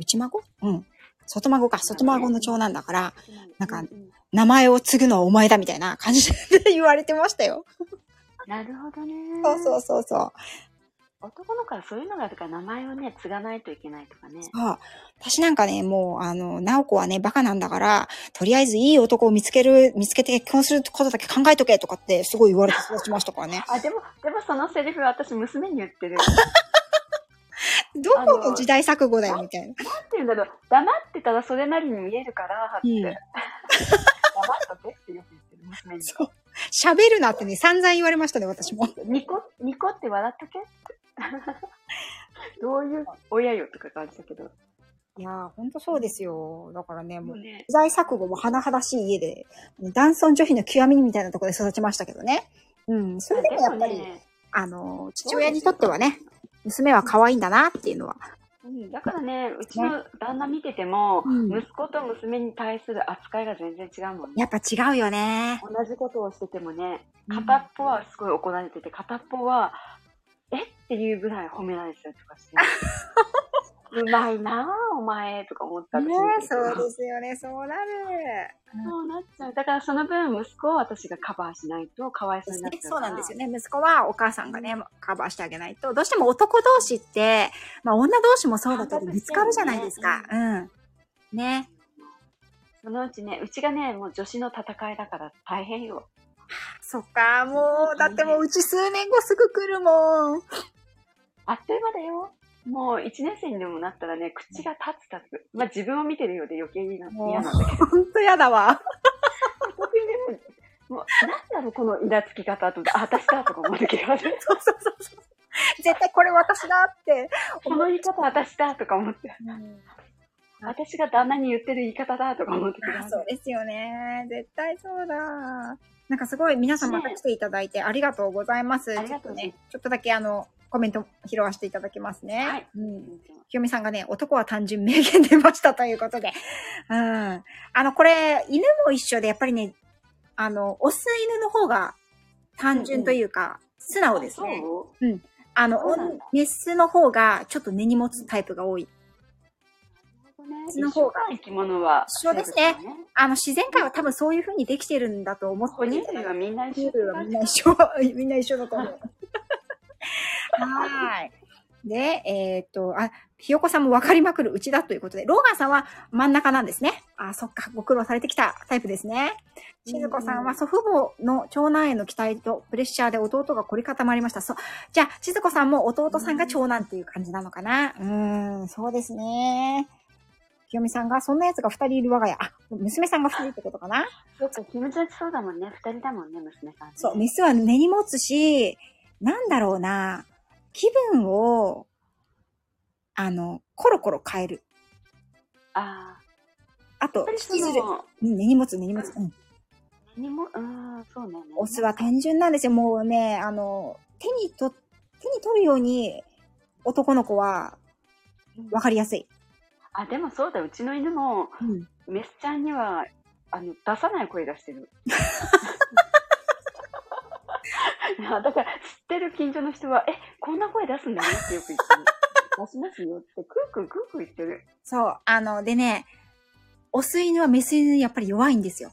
Speaker 1: 内孫うん。外孫か。外孫の長男だから、
Speaker 2: ん
Speaker 1: なんか
Speaker 2: うう
Speaker 1: 名前を継ぐのはお前だみたいな感じで言われてましたよ。
Speaker 2: なるほどね。
Speaker 1: そうそうそうそう。
Speaker 2: 男の子はそういうのがあるから名前をね、継がないといけないとかね。。
Speaker 1: あ私なんかね、もう、あの、直子はね、バカなんだから、とりあえずいい男を見つける、見つけて結婚することだけ考えとけとかってすごい言われて育ちましたからね
Speaker 2: あ、でも、でもそのセリフは私娘に言ってる。
Speaker 1: どこの時代錯誤だよみたいな。
Speaker 2: なんて言うんだろう、黙ってたらそれなりに見えるから、って。
Speaker 1: うん
Speaker 2: 黙っとけってよく言ってる、娘に。
Speaker 1: そう。 喋るなってね、散々言われましたね、私も。
Speaker 2: ニコ、ニコって 笑っとけって。どういう親よとか感じだけど。
Speaker 1: いやー、ほんとそうですよ。だからね、
Speaker 2: で
Speaker 1: も
Speaker 2: も
Speaker 1: う、
Speaker 2: ね、
Speaker 1: 時代錯誤も甚だしい家で、男尊女卑の極みみたいなところで育ちましたけどね。うん、それでもやっぱり、
Speaker 2: でもね
Speaker 1: あの、父親にとってはね、娘は可愛いんだなっていうのは。
Speaker 2: うんだからね、うちの旦那見てても、
Speaker 1: うん
Speaker 2: 息子と娘に対する扱いが全然違うもんね。
Speaker 1: やっぱ違うよね。
Speaker 2: 同じことをしててもね、
Speaker 1: うん
Speaker 2: 片っぽはすごい怒られてて、片っぽは、えっていうぐらい褒められてたりとかして。うまいなぁ、お前とか思ったりする
Speaker 1: すよね、そうなる。
Speaker 2: そうなっちゃう。だからその分、息子を私がカバーしないと、かわいそうになっちゃうから。
Speaker 1: そうなんですよね。息子はお母さんがね、カバーしてあげないと、どうしても男同士って、まあ女同士もそうだけど、ぶつかるじゃないですか。うん。ね。
Speaker 2: そのうちね、うちがね、もう女子の戦いだから大変よ。
Speaker 1: そっか、もう、だってもううち数年後すぐ来るもん。
Speaker 2: あっという間だよ。もう1年生にでもなったらね、口が立つ立つ。まあ自分を見てるようで余計にな
Speaker 1: もう
Speaker 2: 嫌なんだけど。
Speaker 1: ほんとやだわ。
Speaker 2: 特にでも、もう、なんだろう、このイラつき方と思って、あ、私だとか思うけど、こ
Speaker 1: そうそうそうそう。絶対これ私だって。
Speaker 2: の言い方私だとか思って、私が旦那に言ってる言い方だとか思って
Speaker 1: あそうですよね。絶対そうだ。なんかすごい皆様
Speaker 2: ね
Speaker 1: 来ていただいてありがとうございます。
Speaker 2: ありがとうございま
Speaker 1: ちょっね。
Speaker 2: す
Speaker 1: ちょっとだけあの、コメント拾わせていただきますね。
Speaker 2: はい
Speaker 1: うん。ひよみさんがね、男は単純名言出ましたということで。うん。あの、これ、犬も一緒で、やっぱりね、あの、オス犬の方が単純というか、素直ですね。
Speaker 2: そう
Speaker 1: あの
Speaker 2: そうなんだ、
Speaker 1: メスの方がちょっと根に持つタイプが多い。
Speaker 2: なるほどね。
Speaker 1: その方が
Speaker 2: 一緒か生き物は。
Speaker 1: 一緒ですねあの、自然界は多分そういう風にできてるんだと思って
Speaker 2: 哺
Speaker 1: る
Speaker 2: 乳類はみんな一緒。
Speaker 1: はみんな一緒。みんな一緒だと思う。はーい。で、えーっと、あ、ひよこさんも分かりまくるうちだということで、ローガンさんは真ん中なんですね。あ、そっか、ご苦労されてきたタイプですね。
Speaker 2: うん
Speaker 1: しずこさんは祖父母の長男への期待とプレッシャーで弟が凝り固まりました。そう。じゃあ、しずこさんも弟さんが長男っていう感じなのかな。うーん、そうですね。ひよみさんが、そんな奴が二人いる我が家。あ、娘さんが二人ってことかな。
Speaker 2: そうか、気持ち悪そうだもんね。二人だもんね、娘さんね。
Speaker 1: そう、メスは根に持つし、なんだろうな、気分を、あの、コロコロ変える。
Speaker 2: ああ。
Speaker 1: あと
Speaker 2: やっぱ、りそ
Speaker 1: 引きずる。
Speaker 2: の、
Speaker 1: うん根に持つ、根に持つ。うん。
Speaker 2: 何も、うーん、そうね。
Speaker 1: オスは単純なんですよ。もうね、あの、手にと、手に取るように、男の子は、わかりやすい。
Speaker 2: あ、でもそうだ、うちの犬も、
Speaker 1: うん。
Speaker 2: メスちゃんには、あの、出さない声出して る。いやだから、知ってる近所の人は、え、こんな声出すんだねってよく言ってる。出しますよって、クークークークー言ってる。
Speaker 1: そう。あの、でね、オス犬はメス犬にやっぱり弱いんですよ。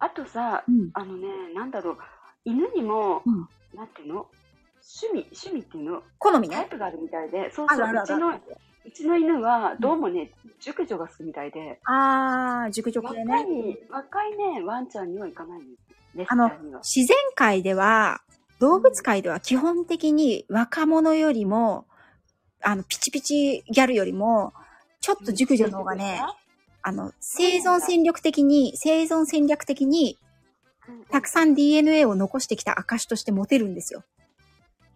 Speaker 2: あとさ、
Speaker 1: うん。
Speaker 2: あのね、なんだろう、犬にも、
Speaker 1: うん
Speaker 2: なんていうの趣味、趣味っていうの
Speaker 1: 好み
Speaker 2: タイ
Speaker 1: ね。
Speaker 2: プがあるみたいで、そう
Speaker 1: あ
Speaker 2: そ
Speaker 1: る
Speaker 2: う、
Speaker 1: ある
Speaker 2: う
Speaker 1: あ
Speaker 2: ち
Speaker 1: る
Speaker 2: の、うちの犬は、どうもね、熟女が好きみたいで、
Speaker 1: あー、熟女
Speaker 2: 若
Speaker 1: 系
Speaker 2: い、
Speaker 1: ね。
Speaker 2: 若いね、ワンちゃんにはいかないんです。レスち
Speaker 1: あ
Speaker 2: ゃ
Speaker 1: の
Speaker 2: んには。
Speaker 1: 自然界では、動物界では基本的に若者よりも、あの、ピチピチギャルよりも、ちょっと熟女の方がね、あの、生存戦略的に、生存戦略的に、
Speaker 2: うんうん
Speaker 1: たくさん DNA を残してきた証としてモテるんですよ。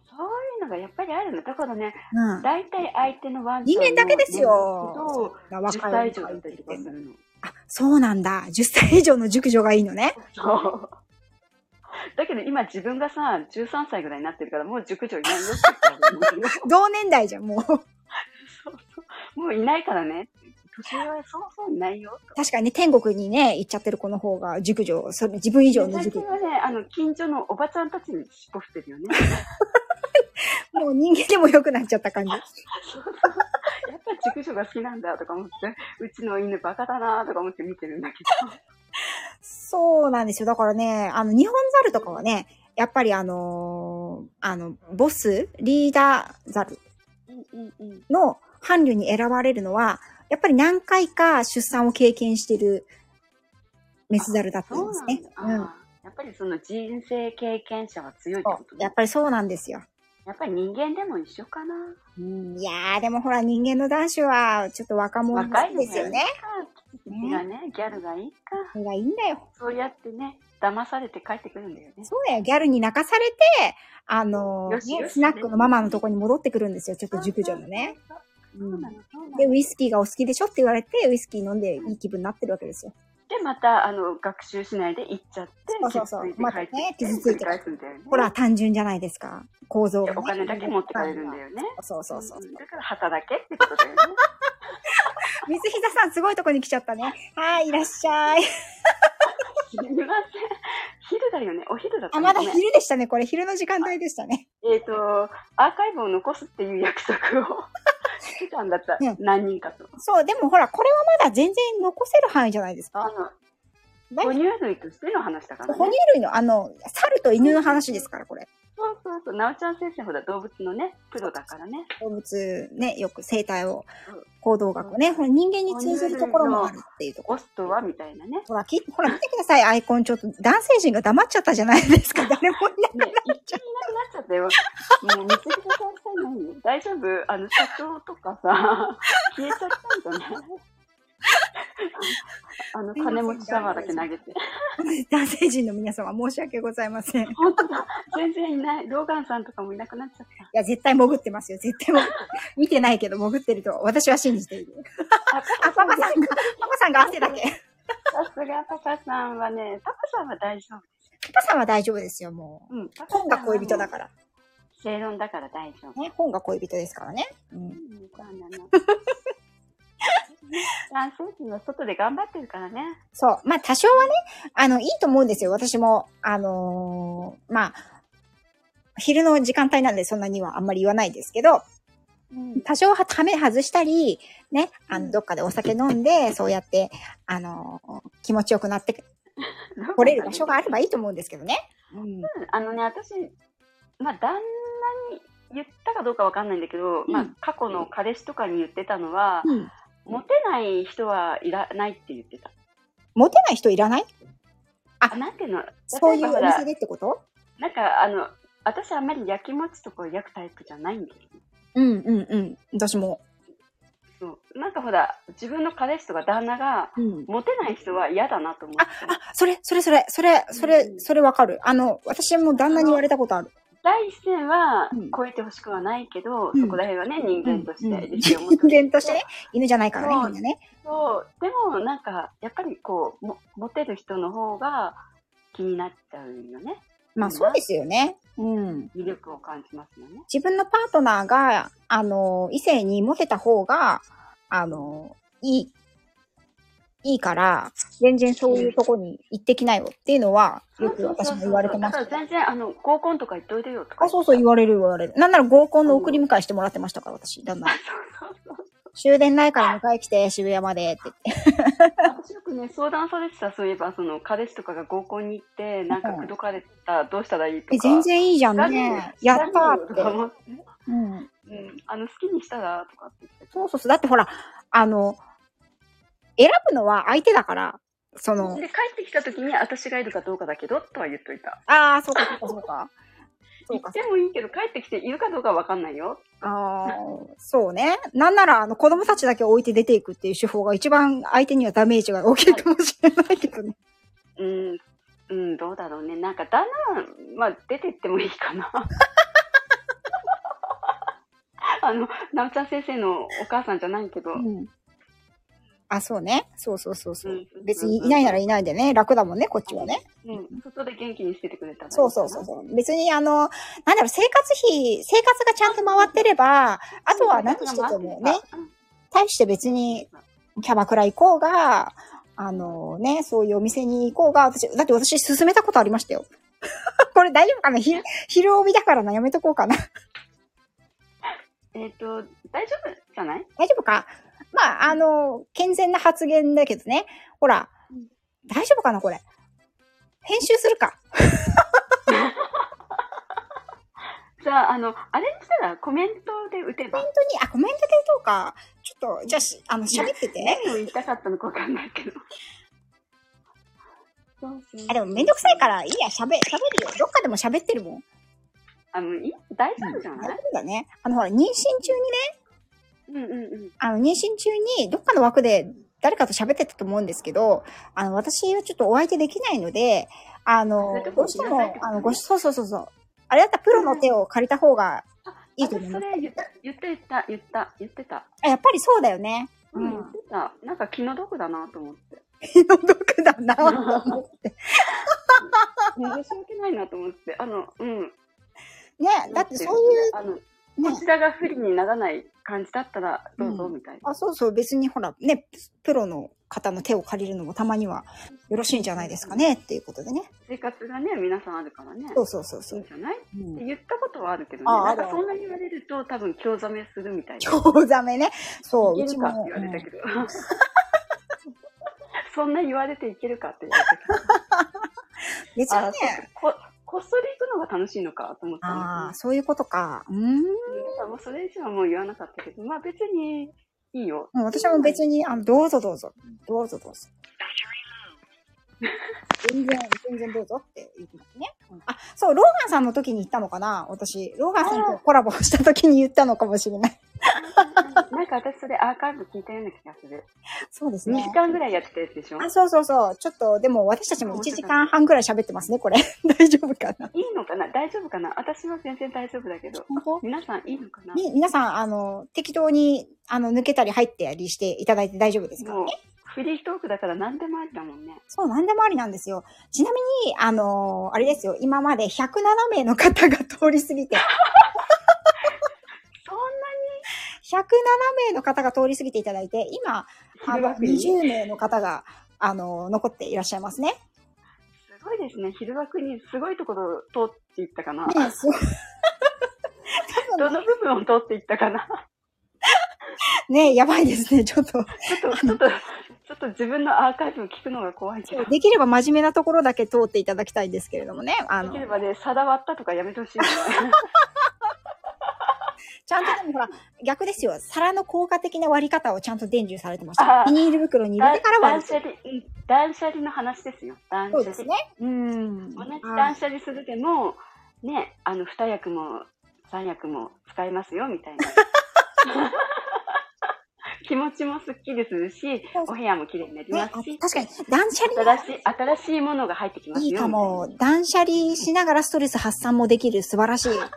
Speaker 2: そういうのがやっぱりあるの。だからね、
Speaker 1: うん。
Speaker 2: 大体相手のワンち
Speaker 1: 人
Speaker 2: ゃんの
Speaker 1: 間だけですよ
Speaker 2: と。
Speaker 1: 若
Speaker 2: 10歳以上だ
Speaker 1: い
Speaker 2: ったりとかするの。
Speaker 1: あ、そうなんだ。10歳以上の熟女がいいのね。
Speaker 2: そう。だけど今自分がさ、13歳ぐらいになってるから、もう熟女いないよって言ったらも
Speaker 1: 同年代じゃん、もう。
Speaker 2: うもういないからね。年上はそうそういないよ。
Speaker 1: 確かにね、天国にね、行っちゃってる子の方が熟女、それ自分以上の
Speaker 2: 最
Speaker 1: 熟
Speaker 2: 近
Speaker 1: 女。
Speaker 2: はね、あの、近所のおばちゃんたちに尻尾振ってるよね。
Speaker 1: もう人間でも良くなっちゃった感じ。
Speaker 2: やっぱり熟女が好きなんだとか思って、うちの犬バカだなとか思って見てるんだけど。
Speaker 1: そうなんですよ。だからね、あの、日本ザルとかはね、やっぱりあのーあの、ボス、リーダーザル
Speaker 2: うんうんうん。
Speaker 1: の伴侶に選ばれるのは、やっぱり何回か出産を経験してるメスザルだったん
Speaker 2: そう
Speaker 1: です
Speaker 2: なん
Speaker 1: ね
Speaker 2: だ。。
Speaker 1: う
Speaker 2: あ
Speaker 1: ん
Speaker 2: ーやっぱりその人生経験者は強いって
Speaker 1: そ
Speaker 2: こと
Speaker 1: う
Speaker 2: ね
Speaker 1: やっぱりそうなんですよ。
Speaker 2: やっぱり人間でも一緒かな。
Speaker 1: うんいやー、でもほら、人間の男子は、ちょっと若者
Speaker 2: 若いのがいい
Speaker 1: ですよね。
Speaker 2: か。いやね、ギャルがいいか。
Speaker 1: それがいいんだよ。
Speaker 2: そうやってね、騙されて帰ってくるんだよね。
Speaker 1: そうだよ。ギャルに泣かされて、あのー
Speaker 2: よしよし
Speaker 1: ねスナックのママのとこに戻ってくるんですよ。ちょっと熟女のね。
Speaker 2: そううそうんなの。そうなの。
Speaker 1: で、
Speaker 2: で
Speaker 1: ウイスキーがお好きでしょって言われて、ウイスキー飲んでいい気分になってるわけですよ。
Speaker 2: また、あの、学習しないで行っちゃって、
Speaker 1: そうそうそう
Speaker 2: 傷ついて帰ってきて
Speaker 1: またね傷ついて
Speaker 2: 繰り返すんだよね。
Speaker 1: ほら、単純じゃないですか。構造
Speaker 2: で
Speaker 1: が、ね。
Speaker 2: お金だけ持ってかれるんだよね。
Speaker 1: そうそうそう。
Speaker 2: んだから働けってことだよね。
Speaker 1: 水膝さん、すごいとこに来ちゃったね。はい、いらっしゃい。
Speaker 2: すみません。昼だよね。お昼だった
Speaker 1: あ、
Speaker 2: ね
Speaker 1: まだ昼でしたね。これ、昼の時間帯でしたね。
Speaker 2: えっ、と、アーカイブを残すっていう約束 をしてたんだった。
Speaker 1: うん
Speaker 2: 何人かと。
Speaker 1: そう、でもほら、これはまだ全然残せる範囲じゃないです
Speaker 2: あ
Speaker 1: か。
Speaker 2: の、
Speaker 1: だい
Speaker 2: 哺乳類としての話だから
Speaker 1: 哺乳
Speaker 2: ね。
Speaker 1: 類の、あの、猿と犬の話ですから、これ。
Speaker 2: そうそうそう。なおちゃん先生ほら動物のね、プロだからね。
Speaker 1: 動物ね、よく生態を
Speaker 2: うん、
Speaker 1: 行動学をね、ほら、人間に通ずるところもあるっていうところ
Speaker 2: オ。スとはみたいなね。
Speaker 1: ほら、き、ほら見てください、アイコン。ちょっと男性陣が黙っちゃったじゃないですか。誰もいない。
Speaker 2: ね、一 気にいなくなっちゃったよ。もう見つけてください何 大丈夫あの、社長とか さ、消えちゃったんじゃ ないあの、金持ちサワーだけ投げて。
Speaker 1: 男性陣の皆様、申し訳ございません。い
Speaker 2: 本当だ。全然いない。ローガンさんとかもいなくなっちゃった。
Speaker 1: や、絶対潜ってますよ。絶対潜って。見てないけど、潜ってると、私は信じている。
Speaker 2: あ
Speaker 1: あ、パパさんが、パパさんが汗だけ。
Speaker 2: さすがパパさんはね、パパさんは大丈夫。
Speaker 1: パパさんは大丈夫ですよ、もう。
Speaker 2: うん。パパさん
Speaker 1: 本が恋人だ
Speaker 2: ら。
Speaker 1: から。
Speaker 2: 正論だから大丈夫。
Speaker 1: ね、本が恋人ですからね。うん。
Speaker 2: うんそうなの男性陣は外で頑張ってるからね。
Speaker 1: そう。まあ、多少はね、あの、いいと思うんですよ。私も、あのーまあ、昼の時間帯なんでそんなにはあんまり言わないですけど、
Speaker 2: うん
Speaker 1: 多少はため外したり、ね、あ
Speaker 2: う
Speaker 1: の、
Speaker 2: ん
Speaker 1: どっかでお酒飲んで、そうやって、あの、気持ちよくなって来れる場所があればいいと思うんですけどね。うん。
Speaker 2: あのね、私、まあ、旦那に言ったかどうかわかんないんだけど、
Speaker 1: ん
Speaker 2: まあ、過去の彼氏とかに言ってたのは、
Speaker 1: うん
Speaker 2: モテない人はいらないって言ってた。
Speaker 1: モテない人いらない
Speaker 2: あなんていうの、
Speaker 1: そうい
Speaker 2: 例
Speaker 1: う
Speaker 2: えば
Speaker 1: お
Speaker 2: ほら
Speaker 1: 店でってこと
Speaker 2: なんか、あの、私あんまり焼きもちとか焼くタイプじゃないんだけど、
Speaker 1: うんうんうん。私も。
Speaker 2: そうなんかほら、自分の彼氏とか旦那が、
Speaker 1: うん。
Speaker 2: モテない人は嫌だなと思って
Speaker 1: あ、あ、それ、それそれ、それ、それ
Speaker 2: う、ん
Speaker 1: それわかる。あの、私も旦那に言われたことある。
Speaker 2: 第一線は
Speaker 1: うん
Speaker 2: 超えてほしくはないけど、
Speaker 1: うん
Speaker 2: そこら辺はね、人間とし
Speaker 1: うんう
Speaker 2: て
Speaker 1: ん
Speaker 2: 自信を持って
Speaker 1: 人間としてね、犬じゃないからね、
Speaker 2: そう
Speaker 1: みんなね。
Speaker 2: そう、でもなんか、やっぱりこう、もモテる人の方が気になっちゃうよね。
Speaker 1: まあそうですよね。うん。
Speaker 2: 魅力を感じますよね。
Speaker 1: 自分のパートナーが、あの、異性にモテた方が、あの、いい、いいから、全然そういうとこに行ってきなよっていうのは、よく私も言われてま
Speaker 2: そう
Speaker 1: し
Speaker 2: そうそう
Speaker 1: た。
Speaker 2: だから全然、あの、合コンとか行っといでよとか。
Speaker 1: あ、そうそう言われる言われる。なんなら合コンの送り迎えしてもらってましたから、私、旦那に。
Speaker 2: そうそうそう。
Speaker 1: 終電ないから迎え来て、渋谷までって言って。
Speaker 2: 私よくね、相談されてた、そういえば、その、彼氏とかが合コンに行って、なんか口説かれた、どうしたらいいとか。
Speaker 1: え、全然いいじゃん
Speaker 2: ダ
Speaker 1: ね
Speaker 2: メ。
Speaker 1: やったー
Speaker 2: ダメよ
Speaker 1: っ
Speaker 2: とか
Speaker 1: て。
Speaker 2: 思って。
Speaker 1: うん。
Speaker 2: うん。あの、好きにしたら、とかって言ってた。
Speaker 1: そうそうそう。だってほら、あの、選ぶのは相手だから、その、
Speaker 2: で、帰ってきた時に、私がいるかどうかだけど、とは言っといた。
Speaker 1: ああ、そうか、そうか、そうか。そ
Speaker 2: 行
Speaker 1: うか
Speaker 2: っ、てもいいけど、帰ってきているかどうかわかんないよ。
Speaker 1: ああ、そうね。なんなら、あの、子供たちだけ置いて出ていくっていう手法が一番相手にはダメージが大きいかもしれないけどね。
Speaker 2: うん、うん、どうだろうね。なんか、旦那は、まあ、出てってもいいか な。あの、なおちゃん先生のお母さんじゃないけど、
Speaker 1: うん。あ、そうね。そうそうそうそう
Speaker 2: うんう。ん
Speaker 1: 別にいないならいないでね、楽だもんね、こっちはね。
Speaker 2: うん、外で元気にしててくれたらいいかな
Speaker 1: そうそうそう。そう。別に、あの、なんだろう、生活費、生活がちゃんと回ってれば、あとは何しててもね、。対して別にキャバクラ行こうが、あのね、そういうお店に行こうが、私、だって私勧めたことありましたよ。 これ大丈夫かなひ、昼帯だからな、やめとこうかな。
Speaker 2: えっ、と、大丈夫じゃない
Speaker 1: 大丈夫かまあ、あの、健全な発言だけどね。ほら
Speaker 2: うん、
Speaker 1: 大丈夫かなこれ。編集するか。
Speaker 2: じゃあ、あの、あれにしたらコメントで打てば
Speaker 1: 本、当に、あ、コメントでどうか。ちょっと、じゃあし、あの、喋ってて。
Speaker 2: 何を言いたかったのかわかんないけど。そうそう
Speaker 1: あ、でもめんどくさいから、いいや、喋、喋るよ。どっかでも喋ってるもん。
Speaker 2: あの、いい大丈夫じゃ
Speaker 1: 大丈
Speaker 2: ない
Speaker 1: 夫だね。あの、ほら、妊娠中にね、
Speaker 2: うんうんうん。
Speaker 1: あの、妊娠中にどっかの枠で誰かと喋ってたと思うんですけど、あの、私はちょっとお相手できないので、あ
Speaker 2: そうい
Speaker 1: の
Speaker 2: うと、こ
Speaker 1: どうして
Speaker 2: ごめ
Speaker 1: も
Speaker 2: んなさいって、こと
Speaker 1: あ
Speaker 2: ね
Speaker 1: の、ごし、そうそうそうそう。あれだったらプロの手を借りた方がいいと思い
Speaker 2: あ
Speaker 1: ま
Speaker 2: そ
Speaker 1: す。
Speaker 2: れ言った、言ってた、言った、言ってた。
Speaker 1: あやっぱりそうだよね。
Speaker 2: う、
Speaker 1: うん ん
Speaker 2: 言ってた。なんか気の毒だなと思って。
Speaker 1: 気の毒だなと思って。
Speaker 2: 申し訳ないなと思って。あの、うん。
Speaker 1: ね、だってそうい
Speaker 2: あの、
Speaker 1: う、ね
Speaker 2: こ、ちらが不利にならない感じだったら、どうぞ、
Speaker 1: うん
Speaker 2: みたいな。
Speaker 1: あ、そうそう、別にほら、ね、プロの方の手を借りるのもたまにはよろしいんじゃないですかね、っていうことでね。
Speaker 2: 生活がね、皆さんあるからね。
Speaker 1: そうそうそうそ
Speaker 2: いういん。じゃないっ
Speaker 1: うん
Speaker 2: て言ったことはあるけどね。
Speaker 1: あ
Speaker 2: なん
Speaker 1: あ
Speaker 2: か
Speaker 1: る
Speaker 2: そんなに言われると、多分、興ざめするみたいな。
Speaker 1: 興ざめね。そう、
Speaker 2: いうけ
Speaker 1: ち
Speaker 2: るかっ
Speaker 1: も
Speaker 2: て。
Speaker 1: う
Speaker 2: 言われ
Speaker 1: ん
Speaker 2: たけど。 そんな言われていけるかって言われたけど。
Speaker 1: 別
Speaker 2: あ
Speaker 1: に
Speaker 2: あ、そう
Speaker 1: ね、
Speaker 2: かこ、こっそり行くのが楽しいのかと思った
Speaker 1: あ
Speaker 2: ん
Speaker 1: あ、
Speaker 2: です
Speaker 1: そういうことか。うーん。
Speaker 2: ね。だからもうそれ以上はもう言わなかったけど、まあ別にいいよ。
Speaker 1: うん私も別に、あの、どうぞどうぞ。どうぞどうぞ。全然、全然どうぞって言ってますね。うんあ、そう、ローガンさんの時に言ったのかな私、ローガンさんとコラボした時に言ったのかもしれない。
Speaker 2: なんか私それアーカイブ聞いたような気がする。
Speaker 1: そうです
Speaker 2: 2
Speaker 1: ね
Speaker 2: 時。間ぐらいやってたやつでしょ
Speaker 1: あ、そうそうそう。ちょっと、でも私たちも1時間半ぐらい喋ってますね、これ。 大丈夫かない
Speaker 2: いのかな大丈夫かな私は全然大丈夫だけど。
Speaker 1: 本
Speaker 2: 皆さんいいのかな
Speaker 1: 当み、皆さん、あの、適当に、あの、抜けたり入ったりしていただいて大丈夫ですか
Speaker 2: もう、フリートークだから何でもありだもんね。
Speaker 1: そう、なんでもありなんですよ。ちなみに、あのーあれですよ、今まで107名の方が通り過ぎて、
Speaker 2: そん
Speaker 1: 107名の方が通り過ぎていただいて、今、あ
Speaker 2: な昼
Speaker 1: の、
Speaker 2: 枠にす
Speaker 1: 20名の方が、あのー残っていらっしゃいますね。
Speaker 2: ごいですね。昼枠にすごいところを通っていったかな。
Speaker 1: ね、すごい多
Speaker 2: ど
Speaker 1: 分ね
Speaker 2: の部分を通っていったかな
Speaker 1: ね、やばいですね、ちょっと。
Speaker 2: ちょっと、ちょっと、ちょっと自分のアーカイブ聞くのが怖いけど。
Speaker 1: できれば真面目なところだけ通っていただきたいんですけれどもね。あ
Speaker 2: で
Speaker 1: の
Speaker 2: き、ればね、定まったとかやめてほしいよね。
Speaker 1: ちゃんとでもほら、逆ですよ。皿の効果的な割り方をちゃんと伝授されてまし
Speaker 2: あ
Speaker 1: た。ビ
Speaker 2: ー
Speaker 1: ニール袋に入れてから
Speaker 2: 断
Speaker 1: 割
Speaker 2: 捨離、うん断捨離の話ですよ。断捨
Speaker 1: そうで
Speaker 2: 離。
Speaker 1: すね。うん。
Speaker 2: 同じ
Speaker 1: あ
Speaker 2: 断捨離するでも、ね、あの、二役も三役も使えますよ、みたいな。気持ちもすっきりするし
Speaker 1: そう、
Speaker 2: お部屋も綺麗になり
Speaker 1: ね、
Speaker 2: ま
Speaker 1: あ
Speaker 2: す
Speaker 1: 確
Speaker 2: し、
Speaker 1: かに、断捨離
Speaker 2: 新しい、新しいものが入ってきますよ。
Speaker 1: いいかも
Speaker 2: み。
Speaker 1: 断捨離しながらストレス発散もできる。素晴らしい。
Speaker 2: たいな。
Speaker 1: う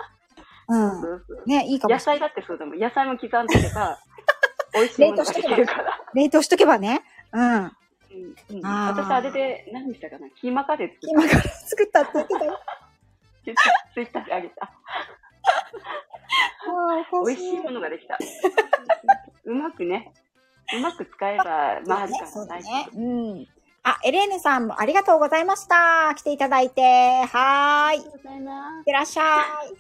Speaker 2: そ
Speaker 1: ん。
Speaker 2: うそう
Speaker 1: ね、いいかも
Speaker 2: 野。菜だってそうだもん。野菜も刻んでおけ ば、美味しいものができるから。
Speaker 1: 冷凍しとけばね。うん。
Speaker 2: うんうん
Speaker 1: あー
Speaker 2: 私、あれで、何したかなキーマカレー作っ
Speaker 1: 今から作ったって言ってたよ。
Speaker 2: て、ツイッターであげ た。
Speaker 1: あー
Speaker 2: 美味しいものができた。うまくね、うまく使え ば、まあ、時
Speaker 1: そうだね。そうだ
Speaker 2: 間ない
Speaker 1: ねうん。あ、エレーヌさんもありがとうございました。来ていただいて。はーい。いっ
Speaker 2: ございます。
Speaker 1: てらっしゃい。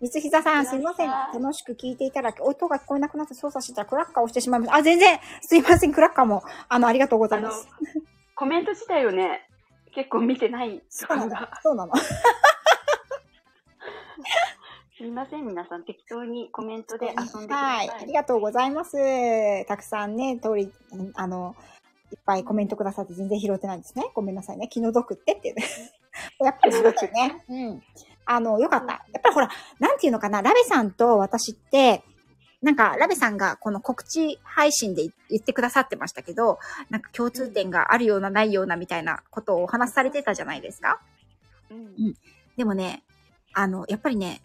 Speaker 1: 三つひざさん、すいません。
Speaker 2: いらっしゃい
Speaker 1: 楽しく聞いていただき、音が聞こえなくなって操作してたらクラッカーを押してしまいました。あ、全然、すいません。クラッカーも、あの、ありがとうござ
Speaker 2: あ
Speaker 1: いま
Speaker 2: の
Speaker 1: す。、
Speaker 2: コメント自体をね、結構見てないと
Speaker 1: そう
Speaker 2: こ
Speaker 1: な
Speaker 2: ろ
Speaker 1: の
Speaker 2: が、。
Speaker 1: そうなの。
Speaker 2: すいません、皆さん、適当にコメントで遊んでくださ。
Speaker 1: はいい。ありがとうございます。たくさんね、通り、うんあの、いっぱいコメントくださって全然拾ってないんですね。ごめんなさいね。気の毒ってって。 やっぱりそうだよね。うん。あの、よかった。やっぱりほら、なんていうのかな、ラベさんと私って、なんか、ラベさんがこの告知配信で言ってくださってましたけど、なんか共通点があるようなないようなみたいなことをお話しされてたじゃないですか。
Speaker 2: うん
Speaker 1: でもね、あの、やっぱりね、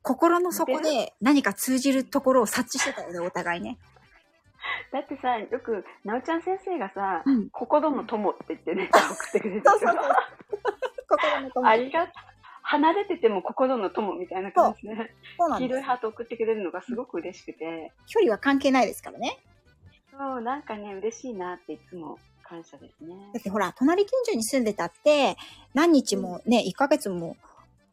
Speaker 1: 心の底で何か通じるところを察知してたよね、お互いね。
Speaker 2: だってさ、よく、なおちゃん先生がさ、
Speaker 1: うん
Speaker 2: 心の友って言ってネタを送ってくれてる
Speaker 1: そうそうそう。心の友
Speaker 2: ありがとう。離れてても心の友みたいな感じで、
Speaker 1: そうなん
Speaker 2: 黄
Speaker 1: で
Speaker 2: 色い
Speaker 1: す。
Speaker 2: ハート送ってくれるのがすごく嬉しくて。
Speaker 1: 距離は関係ないですからね。
Speaker 2: そう、なんかね、嬉しいなっていつも感謝ですね。
Speaker 1: だってほら、隣近所に住んでたって、何日もね、1ヶ月も、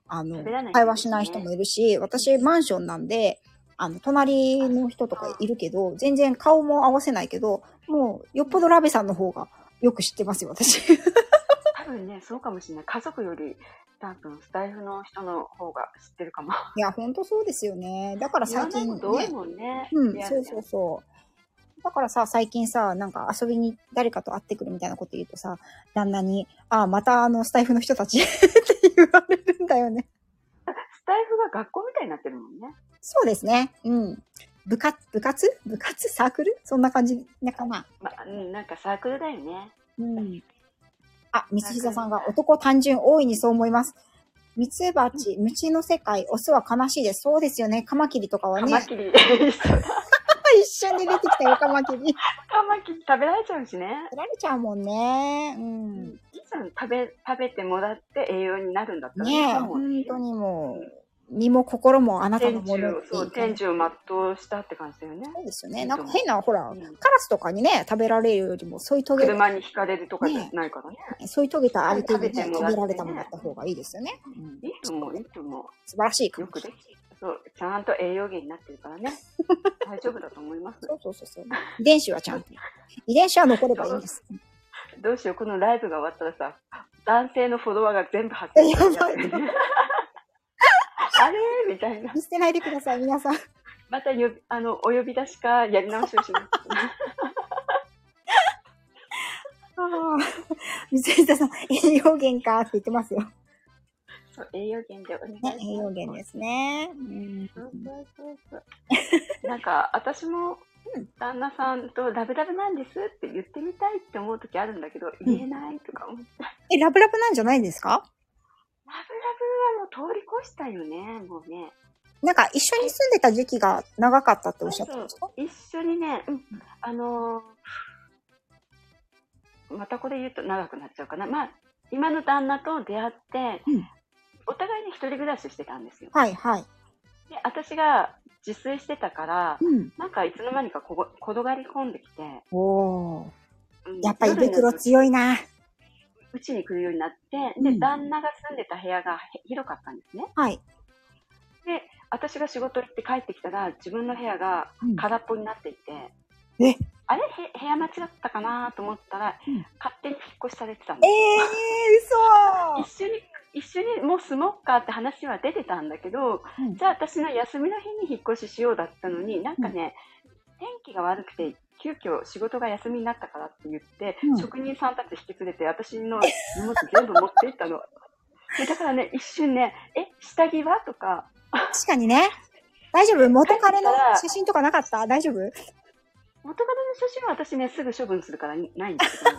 Speaker 1: あの
Speaker 2: 喋らな、い人もいるね
Speaker 1: 会話しない人もいるし、私マンションなんで、あの、隣の人とかいるけど、全然顔も合わせないけど、もう、よっぽどラベさんの方がよく知ってますよ、 私。
Speaker 2: 多分ね、そうかもしれない。家族より、多分スタイフの人の方が知ってるかも。
Speaker 1: いや、ほんとそうですよね。だから最近、
Speaker 2: 言
Speaker 1: ね
Speaker 2: わないこ。と多いもんね。
Speaker 1: うん、
Speaker 2: リア
Speaker 1: そ
Speaker 2: ル
Speaker 1: う
Speaker 2: で
Speaker 1: そうそう。だからさ、最近さ、なんか遊びに誰かと会ってくるみたいなこと言うとさ、旦那に、ああ、またあの、スタイフの人たち って言われるんだよね。
Speaker 2: スタイフが学校みたいになってるもんね。
Speaker 1: そうですね。うん。部活、部活部活サークルそんな感じなかな。
Speaker 2: まあ、うん、なんかサークルだよね。
Speaker 1: うん。あ、三つ膝さんが男単純大いにそう思います。三つバチ、虫の世界、オスは悲しいです。そうですよね。カマキリとかは
Speaker 2: カ
Speaker 1: ね、
Speaker 2: マキリ、 一緒だ
Speaker 1: 一緒に出てきたよ、カマキリ。
Speaker 2: カマキリ食べられちゃうしね。
Speaker 1: 取られちゃうもんね。うん
Speaker 2: いいじゃん、食べ、食べてもらって栄養になるんだったらいい
Speaker 1: ねえ、
Speaker 2: かも。
Speaker 1: 本当にもう、身も心もあなたの
Speaker 2: 天
Speaker 1: も
Speaker 2: 寿
Speaker 1: の
Speaker 2: を
Speaker 1: って、い
Speaker 2: そ
Speaker 1: う
Speaker 2: う、
Speaker 1: 感
Speaker 2: 天
Speaker 1: じ
Speaker 2: 寿を全うしたって感じだよね。
Speaker 1: そうですよね。なんか変な、ほら
Speaker 2: う、ん
Speaker 1: カラスとかにね、食べられるよりも、添い遂げ、
Speaker 2: 車にひかれるとかじゃないからね。
Speaker 1: 添い遂げた相手にね、
Speaker 2: 食べても
Speaker 1: 食
Speaker 2: ら
Speaker 1: べ
Speaker 2: ってね
Speaker 1: られたものだった方がいいですよね。うん
Speaker 2: いいと思う、いいと思う。
Speaker 1: 素晴らしいか
Speaker 2: よ
Speaker 1: も。
Speaker 2: くできそう、ちゃんと栄養源になってるからね。大丈夫だと思います。
Speaker 1: そうそうそうそう。遺伝子はちゃん と。遺伝子は残ればいいんです。
Speaker 2: どうしよう、このライブが終わったらさ、男性のフォロワーが全部発生してるやつ
Speaker 1: や ば
Speaker 2: あれみたいな。
Speaker 1: 見捨てないでください、 皆さん。
Speaker 2: またよあのお呼び出しかやり直しを します。
Speaker 1: 三井下さん、栄養源かって言ってますよ。
Speaker 2: そう栄養源でお願いしま
Speaker 1: ね
Speaker 2: す。、
Speaker 1: 栄養源ですね。うん
Speaker 2: そうそうそうそう。なんか、私も
Speaker 1: うん、
Speaker 2: 旦那さんとラブラブなんですって言ってみたいって思う時あるんだけど、言えないとか思って。
Speaker 1: え、ラブラブなんじゃないですか
Speaker 2: ラブラブはもう通り越したよね、もうね。
Speaker 1: なんか一緒に住んでた時期が長かったっておっしゃってました
Speaker 2: 一緒にね、うん、あのーまたこれ言うと長くなっちゃうかな。まあ、今の旦那と出会って、
Speaker 1: うん
Speaker 2: お互いに一人暮らししてたんですよ。
Speaker 1: はいはい。
Speaker 2: で、私が自炊してたから、
Speaker 1: うん。
Speaker 2: なんかいつの間にかこご転がり込んできて、
Speaker 1: おー。
Speaker 2: うん
Speaker 1: やっぱ胃袋強いな。
Speaker 2: 夜になるとうちに来るようになって、
Speaker 1: う
Speaker 2: で、
Speaker 1: ん
Speaker 2: 旦那が住んでた部屋がへ広かったんですね。
Speaker 1: はい。
Speaker 2: で、私が仕事行って帰ってきたら、自分の部屋が
Speaker 1: うん
Speaker 2: 空っぽになっていて、
Speaker 1: え
Speaker 2: あれへ部屋間違ったかなと思ったら、
Speaker 1: うん
Speaker 2: 勝手に引っ越しされてたん
Speaker 1: え
Speaker 2: です。
Speaker 1: ー、嘘
Speaker 2: 一緒に、一緒にもう住もうかって話は出てたんだけど、
Speaker 1: うん
Speaker 2: じゃあ私の休みの日に引っ越ししようだったのに、なんかね、天気が悪くて、急遽仕事が休みになったからって言って、
Speaker 1: うん
Speaker 2: 職人さんたち引き連れて、私の荷物全部持って行ったの。でだからね、一瞬ね、え、下着はとか、
Speaker 1: 確かにね。大丈夫元彼の写真とかなかった大丈夫
Speaker 2: 元カノの写真は私ね、すぐ処分するからないんだけど、 終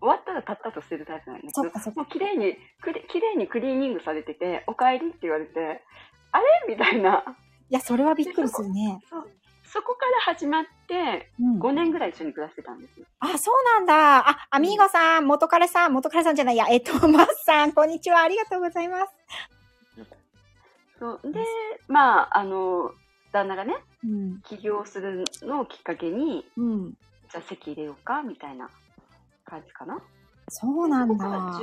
Speaker 2: わったらパッタと捨てるタイプなんだけど
Speaker 1: そっかそっ、か
Speaker 2: もう綺麗に、くり綺麗にクリーニングされてて、お帰りって言われて、あれみたいな。
Speaker 1: いや、それはびっくりするね。
Speaker 2: そこから始まって、
Speaker 1: うん。
Speaker 2: 5年ぐらい一緒に暮らしてたんですよ。
Speaker 1: あ、そうなんだ。あ、アミーゴさん、元彼さん、元彼さんじゃない、いや、えっと、マスさん、こんにちは。ありがとうございます。
Speaker 2: そうで、まあ、あの、旦那がね、
Speaker 1: うん。
Speaker 2: 起業するのをきっかけに、
Speaker 1: うん。
Speaker 2: じゃあ席入れようか、みたいな感じかな。
Speaker 1: そうなん
Speaker 2: ここから
Speaker 1: だ
Speaker 2: 16。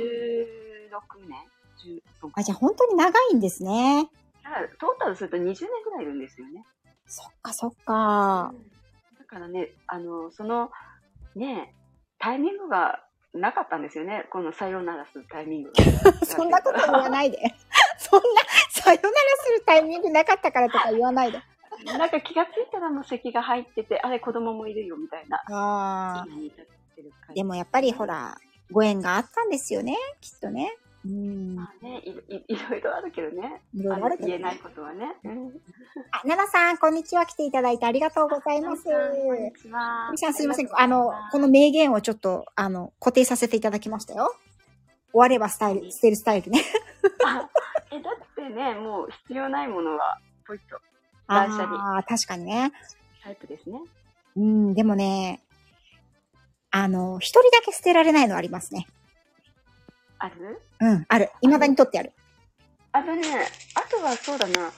Speaker 2: 年。10そう
Speaker 1: あ、じゃあ本当に長いんですね。
Speaker 2: だからトータルすると20年ぐらいいるんですよね。
Speaker 1: そっかそっか。
Speaker 2: だからね、あの、その、ね、タイミングがなかったんですよね。このさよならするタイミングが
Speaker 1: そんなこと言わないで。 そんな、さよならするタイミングなかったからとか言わないで。
Speaker 2: なんか気がついたらもう席が入ってて、あれ子供もいるよみたいな。
Speaker 1: ああ。
Speaker 2: 今に至ってる感じ
Speaker 1: でもやっぱりほら、ご縁があったんですよね、きっとね。うん。
Speaker 2: まあね、いいいろいろあるけどね。
Speaker 1: いろいろあるけ
Speaker 2: の
Speaker 1: ど
Speaker 2: 言え
Speaker 1: ね
Speaker 2: ないことはね。うん。
Speaker 1: あ、奈々さん、こんにちは。来ていただいてありがとうございます。
Speaker 2: こんにちは。
Speaker 1: みさんすいません。あの、この名言をちょっと、あの、固定させていただきましたよ。終わればスタイル、捨てるスタイルね。
Speaker 2: あ え、だってね、もう必要ないものは、ポイッと、
Speaker 1: あ
Speaker 2: 断捨離
Speaker 1: あー、確かにね。
Speaker 2: タイプですね。
Speaker 1: うん、でもね、あの、一人だけ捨てられないのありますね。
Speaker 2: ある
Speaker 1: うん、ある。未だにとってある。
Speaker 2: あのね、あとはそうだな、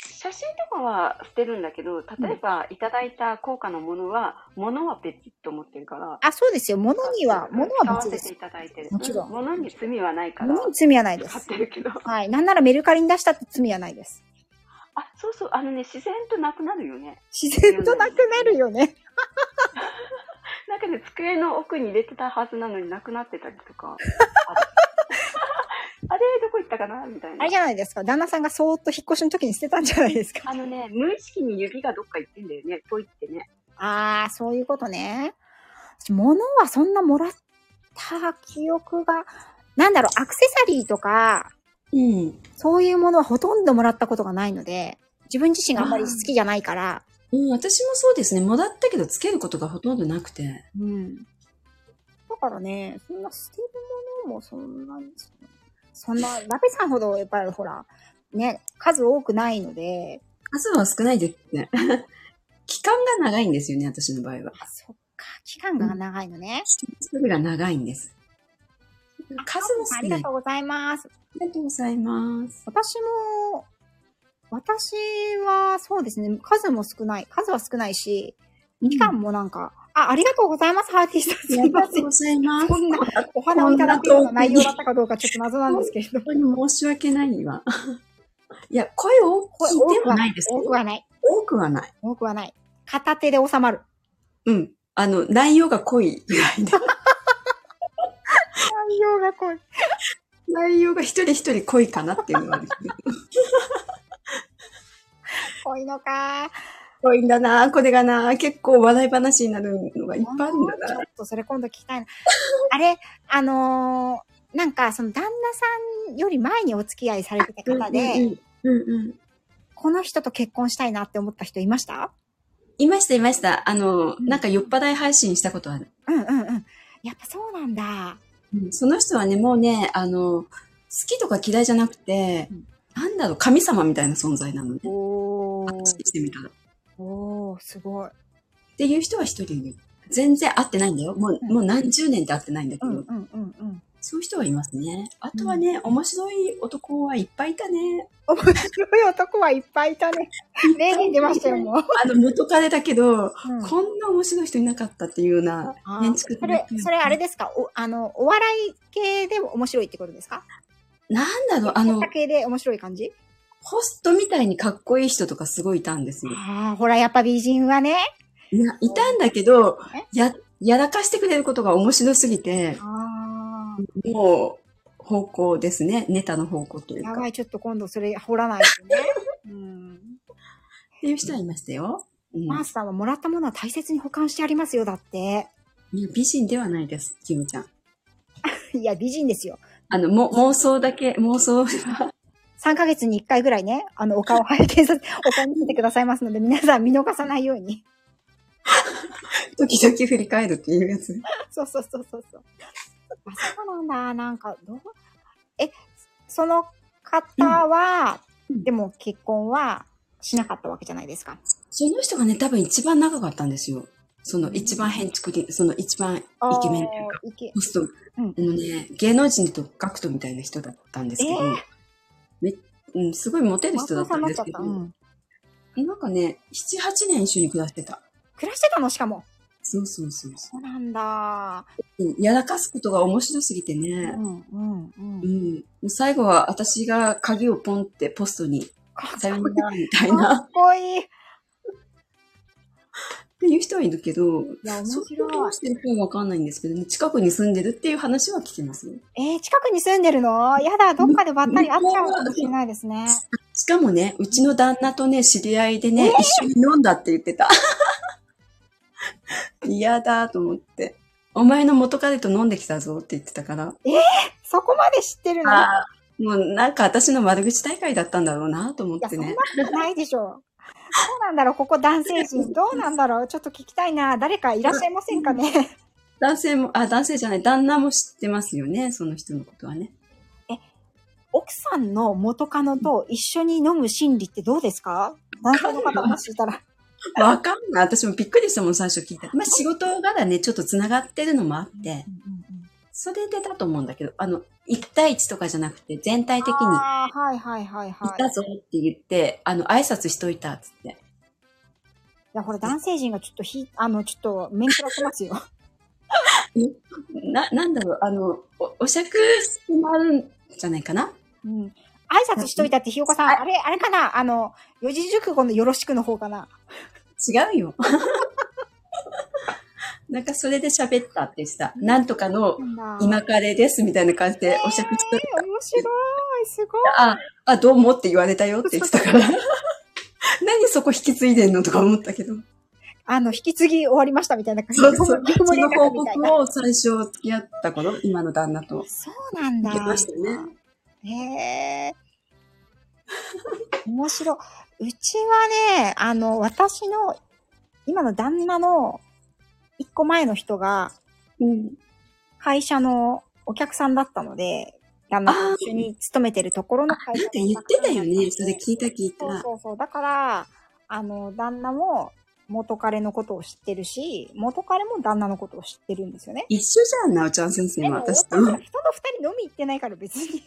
Speaker 2: 写真とかは捨てるんだけど、例えばいただいた高価なものは、ものは別と思ってるから、
Speaker 1: あ、そうですよ。物には、物は別
Speaker 2: 使わ
Speaker 1: で
Speaker 2: せ
Speaker 1: す
Speaker 2: てい。ただいてる。
Speaker 1: もちろん
Speaker 2: 物に罪はないから、
Speaker 1: 物に罪はないで
Speaker 2: 買っ
Speaker 1: す。
Speaker 2: てるけど。
Speaker 1: はい。なんならメルカリに出したって罪はないです。
Speaker 2: あ、そうそう、あのね、自然となくなるよね。
Speaker 1: 自然となくなるよね。
Speaker 2: なんかね、机の奥に入れてたはずなのになくなってたりと か。ああれ、どこ行ったかなみたい
Speaker 1: あ
Speaker 2: な
Speaker 1: れ。じゃないですか。旦那さんがそーっと引っ越しの時に捨てたんじゃないですか。
Speaker 2: あのね、無意識に指がどっか行ってんだよね、ポイってね。
Speaker 1: ああ、そういうことね。私物はそんなもらった記憶が、なんだろう、アクセサリーとか、
Speaker 2: うん。
Speaker 1: そういうものはほとんどもらったことがないので、自分自身があんまり好きじゃないから、
Speaker 3: うん、私もそうですね。もらったけどつけることがほとんどなくて。
Speaker 1: うん。だからね、そんな捨てるものもそんなに、そんな、ラペさんほどやっぱりほら、ね、数多くないので、
Speaker 3: 数は少ないですね。 期間が長いんですよね、私の場合は。
Speaker 1: あ、そっか、期間が長いのね。
Speaker 3: それが長いんです。数も
Speaker 1: ああ
Speaker 3: 少
Speaker 1: り
Speaker 3: な
Speaker 1: が
Speaker 3: い。
Speaker 1: と
Speaker 3: あ
Speaker 1: うございます。
Speaker 3: りがとうございます。
Speaker 1: 私も、私はそうですね、数も少ない。数は少ないし、期間もなんか、あ、ありがとうございます、ハーティーさん。す
Speaker 3: あ
Speaker 1: い
Speaker 3: り
Speaker 1: ま
Speaker 3: が
Speaker 1: せ。
Speaker 3: とうんございます。
Speaker 1: こんなお花をいただくような内容だったかどうかちょっと謎なんですけれど。
Speaker 3: 本当に申し訳ないわ。 いや、声大きいでもないです。
Speaker 1: 多くはない。
Speaker 3: 多くはない。
Speaker 1: 多くはない。片手で収まる。
Speaker 3: うん。あの、内容が濃いぐらいで。
Speaker 1: 内容が濃い。
Speaker 3: 内容が一人一人濃いかなっていうのはあるけど。
Speaker 1: 濃いのか。
Speaker 3: 濃いんだなこれがな結構笑い話になるのがいっぱいあるんだ
Speaker 1: ちょ
Speaker 3: な
Speaker 1: っとそれ今度聞きたいな。 あれ、あのーなんかその旦那さんより前にお付き合いされてた方で、
Speaker 3: うんうんうんうん。
Speaker 1: この人と結婚したいなって思った人いました
Speaker 3: いました、いました。あの、
Speaker 1: ん
Speaker 3: なんか酔っ払い配信したことある。
Speaker 1: うんうんうん。やっぱそうなんだ。
Speaker 3: うんその人はね、もうね、あの、好きとか嫌いじゃなくて、
Speaker 1: うん
Speaker 3: なんだろう、神様みたいな存在なのね。
Speaker 1: おー。
Speaker 3: 話してみたら。っ
Speaker 1: おー、すごい。
Speaker 3: ていう人は一人いる。全然会ってないんだよ。もう、
Speaker 1: うん
Speaker 3: もう何十年って会ってないんだけ
Speaker 1: う
Speaker 3: ど、
Speaker 1: んうんうんうん。
Speaker 3: そういう人はいますね。あとはね、面白い男はいっぱいいたね。
Speaker 1: 面白い男はいっぱいいた ね。名言出ましたよ、もう。
Speaker 3: あの、元彼だけど、
Speaker 1: うん
Speaker 3: こんな面白い人いなかったっていうような
Speaker 1: あー
Speaker 3: 建築
Speaker 1: それ、それあれですかお、あの、お笑い系でも面白いってことですか
Speaker 3: なんだろう、あの
Speaker 1: お、酒で面白い感じ
Speaker 2: ホストみたいにかっこいい人とかすごいいたんですよ。
Speaker 1: ああ、ほら、やっぱ美人はね。
Speaker 2: いや、いたんだけど、や、やらかしてくれることが面白すぎて、
Speaker 1: あ
Speaker 2: もう、方向ですね。ネタの方向という
Speaker 1: あ、
Speaker 2: か。
Speaker 1: や
Speaker 2: っ
Speaker 1: ばい、ちょっと今度それ掘らないと ね。うん。
Speaker 2: ていう人はいましたよ。うん、
Speaker 1: マースさんはもらったものは大切に保管してありますよ、だって。
Speaker 2: いや美人ではないです、キムちゃん。
Speaker 1: いや、美人ですよ。
Speaker 2: あの、も、妄想だけ、妄想は、
Speaker 1: 3ヶ月に1回ぐらいね、あの、お顔拝見させ、お顔見せてくださいますので、皆さん見逃さないように。
Speaker 2: 時々振り返るっていうやつ。
Speaker 1: そうそうそうそうそう。あ、そうなんだ。なんか、どうえ、その方は、
Speaker 2: うん
Speaker 1: でも結婚はしなかったわけじゃないですか。
Speaker 2: その人がね、多分一番長かったんですよ。その一番変築に、その一番イケメンというか、
Speaker 1: あーイケ
Speaker 2: ホスト、
Speaker 1: ん
Speaker 2: あのね、芸能人とガクトみたいな人だったんですけど、めうん、すごいモテる人だったんですけど、
Speaker 1: 松尾さんになっちゃ
Speaker 2: なんかね、7、8年一緒に暮らしてた。
Speaker 1: ったうん暮らしてたのしかも。
Speaker 2: そうそうそうそ
Speaker 1: そうなんだ。
Speaker 2: う。うんやらかすことが面白すぎて
Speaker 1: う
Speaker 2: ね、
Speaker 1: んうんう。
Speaker 2: うんん、もう最後は私が鍵をポンってポストに、
Speaker 1: か
Speaker 2: さよ
Speaker 1: っ
Speaker 2: ならみたいな、っ
Speaker 1: こいい。い
Speaker 2: ていう人はいるけど、
Speaker 1: や、面
Speaker 2: そういうこと
Speaker 1: 白
Speaker 2: を
Speaker 1: い。
Speaker 2: してる人はわかんないんですけどね、近くに住んでるっていう話は聞きますよ。
Speaker 1: えー、近くに住んでるのやだ、どっかでばったり会っちゃうかもしれないですね。
Speaker 2: しかもね、うちの旦那とね、知り合いでね、一緒に飲んだって言ってた。 嫌だと思って。お前の元彼と飲んできたぞって言ってたから。
Speaker 1: そこまで知ってるの
Speaker 2: あーもうなんか私の悪口大会だったんだろうなと思っ
Speaker 1: いや、
Speaker 2: て
Speaker 1: そんな
Speaker 2: ね。
Speaker 1: ことないでしょう。どうなんだろうここ男性陣、どうなんだろうちょっと聞きたいな。誰かいらっしゃいませんかね
Speaker 2: 男性も、あ、男性じゃない、旦那も知ってますよね、その人のことは ね。
Speaker 1: 奥さんの元カノと一緒に飲む心理ってどうですか男性の方もしいたら。
Speaker 2: わかんない。私もびっくりしたもん、最初聞いた。まあ仕事がね、ちょっと繋がってるのもあって、それでだと思うんだけど、あの、1対1とかじゃなくて、全体的に。
Speaker 1: ああ、はいはいはいはい
Speaker 2: い。たぞって言って、あの、挨拶しといたっつって。
Speaker 1: いや、これ男性陣がちょっとひ、あの、ちょっと面食らってます よ。
Speaker 2: な、なんだろう、あの、お、お酌してもらうんじゃないかな
Speaker 1: うん。挨拶しといたってひよこさん、あれ、あれかなあの、四字熟語のよろしくの方かな
Speaker 2: 違うよ。 なんかそれで喋ったってした。なんとかの今彼ですみたいな感じでお酌しとい
Speaker 1: えー面白い、すごい。
Speaker 2: た。あ、あ、どうもって言われたよって言って たから。何そこ引き継いでんのとか思ったけど。
Speaker 1: あの、引き継ぎ終わりましたみたいな感じ
Speaker 2: そ うそう。
Speaker 1: 業務
Speaker 2: そ
Speaker 1: 連
Speaker 2: の
Speaker 1: 絡
Speaker 2: 報
Speaker 1: みたいな
Speaker 2: 告を最初付き合った頃、今の旦那と。
Speaker 1: そうなんだ。
Speaker 2: 受けましたね。
Speaker 1: へえ。面白い。うちはね、あの、私の、今の旦那の、一個前の人が、
Speaker 2: うん。
Speaker 1: 会社のお客さんだったので、旦那と一緒に勤めてるところの会
Speaker 2: なん
Speaker 1: 社
Speaker 2: か言ってたよね。それ聞いた聞いた。
Speaker 1: そうそうそう。だから、あの、旦那も元彼のことを知ってるし、元彼も旦那のことを知ってるんですよね。
Speaker 2: 一緒じゃん、なおちゃん先生
Speaker 1: で
Speaker 2: も
Speaker 1: も、
Speaker 2: 私と
Speaker 1: 人。の二人飲み行ってないから別に。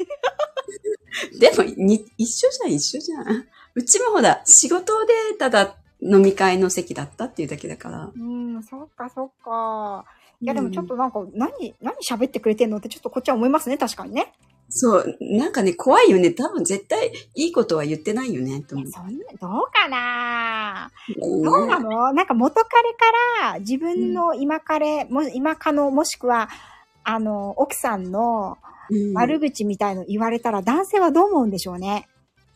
Speaker 2: でもに、一緒じゃん、一緒じゃん。うちもほら、仕事でただ飲み会の席だったっていうだけだから。
Speaker 1: うん、そっかそっか。いや
Speaker 2: うん
Speaker 1: でもちょっとなんか、何、何喋ってくれてんのってちょっとこっちは思いますね、確かにね。
Speaker 2: そう、なんかね、怖いよね。多分絶対いいことは言ってないよね、と
Speaker 1: い
Speaker 2: 思
Speaker 1: やそんな、どうかな
Speaker 2: う。
Speaker 1: どうなのなんか元彼から自分の今彼、も今彼の、もしくは、あの、奥さんの
Speaker 2: うん
Speaker 1: 悪口みたいの言われたら男性はどう思うんでしょうね。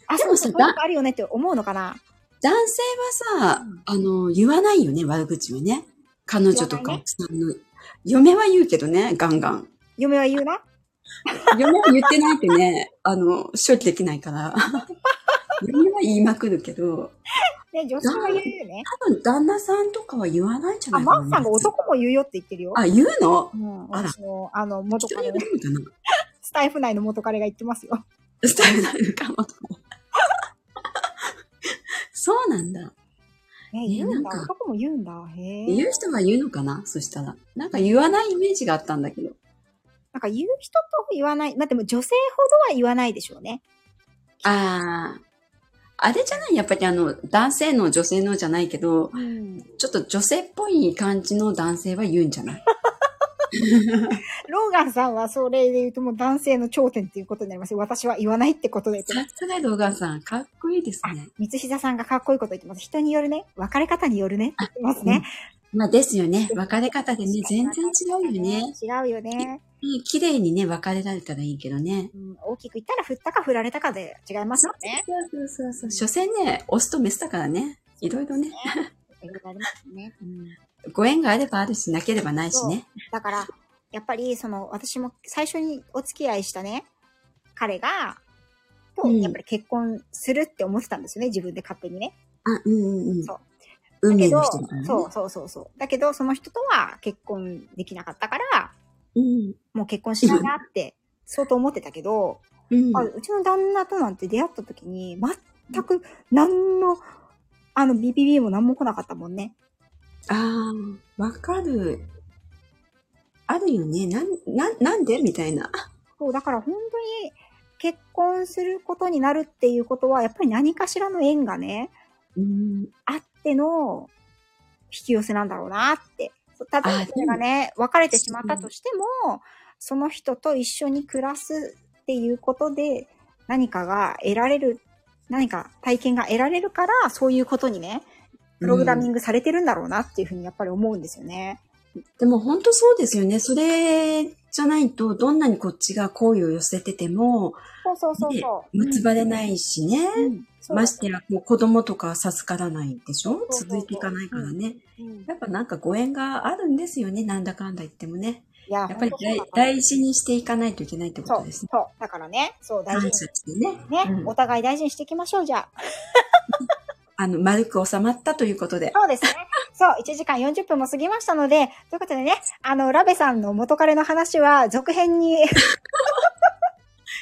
Speaker 1: あ、
Speaker 2: で
Speaker 1: そう
Speaker 2: も
Speaker 1: そ
Speaker 2: さ
Speaker 1: う、なんかあるよねって思うのかな
Speaker 2: 男性はさ、あの、言わないよね、悪口はね。彼女と
Speaker 1: 言わ
Speaker 2: か
Speaker 1: ないね
Speaker 2: 奥さんの。嫁は言うけどね、ガンガン。
Speaker 1: 嫁は言うな
Speaker 2: 嫁は言ってないと ね、あの、処理できないから。嫁は言いまくるけど、
Speaker 1: ね、女性は言うよね。
Speaker 2: 多分旦那さんとかは言わないんじゃ
Speaker 1: あ、
Speaker 2: ないかな。
Speaker 1: マンさんが男も言うよって言ってるよ。
Speaker 2: あ、言うの
Speaker 1: うん、
Speaker 2: あら
Speaker 1: 私の、あの、元
Speaker 2: 人
Speaker 1: 彼
Speaker 2: によ
Speaker 1: の
Speaker 2: るのかな
Speaker 1: スタイフ内の元彼が言ってますよ。
Speaker 2: スタイルなるかも。そうなんだ。
Speaker 1: え、
Speaker 2: ね
Speaker 1: 言うんだ。
Speaker 2: なんか
Speaker 1: 男も言うんだ。へえ。
Speaker 2: 言う人は言うのかなそしたら。なんか言わないイメージがあったんだけど。
Speaker 1: なんか言う人と言わない。まあ、でも女性ほどは言わないでしょうね。
Speaker 2: ああ。あれじゃないやっぱりあの、男性の女性のじゃないけど、
Speaker 1: うん。
Speaker 2: ちょっと女性っぽい感じの男性は言うんじゃない
Speaker 1: ローガンさんはそれで言うともう男性の頂点ということになりますよ。私は言わないってことで。
Speaker 2: さすが動画さん、かっこいいですね。
Speaker 1: 三膝さんがかっこいいこと言ってます。人によるね。別れ方によるね。って言ってますね。
Speaker 2: まあですよね。別れ方でね、全然違う よね。
Speaker 1: 違うよね。
Speaker 2: うん綺麗にね、別れられたらいいけどね。
Speaker 1: うん、大きく言ったら振ったか振られたかで違いますよね。
Speaker 2: そうそうそうそう。所詮ね、オスとメスだからね。いろいろね。
Speaker 1: いろいろありますね。うん
Speaker 2: ご縁があればあるし、なければないしね。
Speaker 1: だから、やっぱり、その、私も最初にお付き合いしたね、彼が、と、
Speaker 2: うん
Speaker 1: やっぱり結婚するって思ってたんですよね、自分で勝手にね。
Speaker 2: あ、うんうんうん。
Speaker 1: そう
Speaker 2: 運
Speaker 1: だけ
Speaker 2: 命の
Speaker 1: ど、
Speaker 2: 人だからね。
Speaker 1: そうそうそうそう。だけど、その人とは結婚できなかったから、
Speaker 2: うん。
Speaker 1: もう結婚しないな って、相当思ってたけど、
Speaker 2: うん。
Speaker 1: あうちの旦那となんて出会った時に、全く、何の、あの、BBB も何も来なかったもんね。
Speaker 2: ああ、わかる。あるよね。なん、なん、なんでみたいな。
Speaker 1: そう、だから本当に結婚することになるっていうことは、やっぱり何かしらの縁がね、
Speaker 2: うん。
Speaker 1: あっての引き寄せなんだろうなって。そう例え
Speaker 2: あ
Speaker 1: ばそれがね、別れてしまったとしても、その人と一緒に暮らすっていうことで、何かが得られる、何か体験が得られるから、そういうことにね、プログラミングされてるんだろうなっていうふうにやっぱり思うんですよね。
Speaker 2: でも本当そうですよね。それじゃないと、どんなにこっちが好意を寄せてても、
Speaker 1: そうそうそうそう。
Speaker 2: 結ばれないしね。
Speaker 1: うんそうだ
Speaker 2: ましてや、こう子供とかは授からないでしょ
Speaker 1: そうそう
Speaker 2: 続いていかないからね。
Speaker 1: うん
Speaker 2: やっぱなんかご縁があるんですよね。なんだかんだ言ってもね。
Speaker 1: いや
Speaker 2: やっぱり
Speaker 1: 本当そうだ
Speaker 2: 大
Speaker 1: から
Speaker 2: 大事にしていかないといけないってこ
Speaker 1: そ
Speaker 2: と
Speaker 1: う、
Speaker 2: です
Speaker 1: そ
Speaker 2: ね。
Speaker 1: う。だからね、そう、大事
Speaker 2: 感
Speaker 1: に
Speaker 2: 謝してね。
Speaker 1: ね、
Speaker 2: うん
Speaker 1: お互い大事にしていきましょう、じゃあ。
Speaker 2: あの、丸く収まったということで。
Speaker 1: そうですね。そう、1時間40分も過ぎましたので、ということでね、あの、ラベさんの元彼の話は、続編に、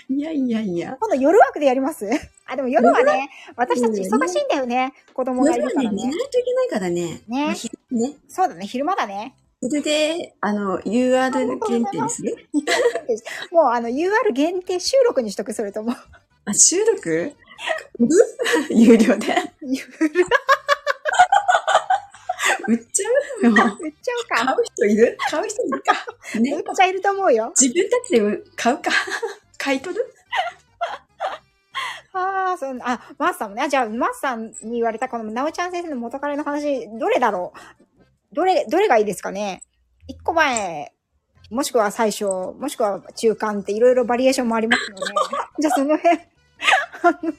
Speaker 2: いやいやいや。
Speaker 1: 今度夜枠でやりますあ、でも夜はね、私たち忙しいんだよね。子供がいる
Speaker 2: 夜
Speaker 1: か
Speaker 2: は
Speaker 1: ら
Speaker 2: ね、寝
Speaker 1: ね
Speaker 2: な。いといけないからね。
Speaker 1: ね
Speaker 2: まあ昼ね。
Speaker 1: そうだね、昼間だね。
Speaker 2: それで、あの、URL 検定ですね。
Speaker 1: もう、あの、UR 限定収録にしとく、それとも。
Speaker 2: あ、収録 有
Speaker 1: 売
Speaker 2: 料で。
Speaker 1: っち
Speaker 2: 売っちゃうの
Speaker 1: ゃう
Speaker 2: 買
Speaker 1: か。
Speaker 2: う人いる買う人いるか。
Speaker 1: 売
Speaker 2: ね
Speaker 1: っ。ちゃいると思うよ。
Speaker 2: 自分たちで買うか。買い取る
Speaker 1: ああ、そんあ、マースさんもね、あじゃあ、マースさんに言われたこの、なおちゃん先生の元彼の話、どれだろうどれ、どれがいいですかね一個前、もしくは最初、もしくは中間っていろいろバリエーションもあり ますので、じゃあその辺、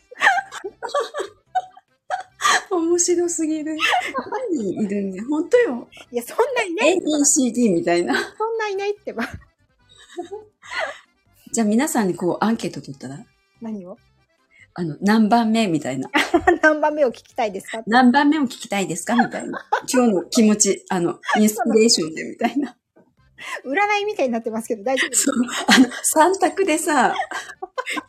Speaker 2: 面白す ぎる。何人いるんだよ。本当よ。
Speaker 1: いや、そんないない、
Speaker 2: ABCD みたいな。
Speaker 1: そんないないってば、
Speaker 2: じゃあ皆さんにこうアンケート取ったら、
Speaker 1: 何を
Speaker 2: あの、何番目みたいな。
Speaker 1: 何番目を聞きたいですか
Speaker 2: 何番目を聞きたいですかみたいな。今日の気持ち、あの、インスピレーションでみたいな。
Speaker 1: 占いみたいになってますけど、大丈夫です
Speaker 2: そう。あの、3択でさ、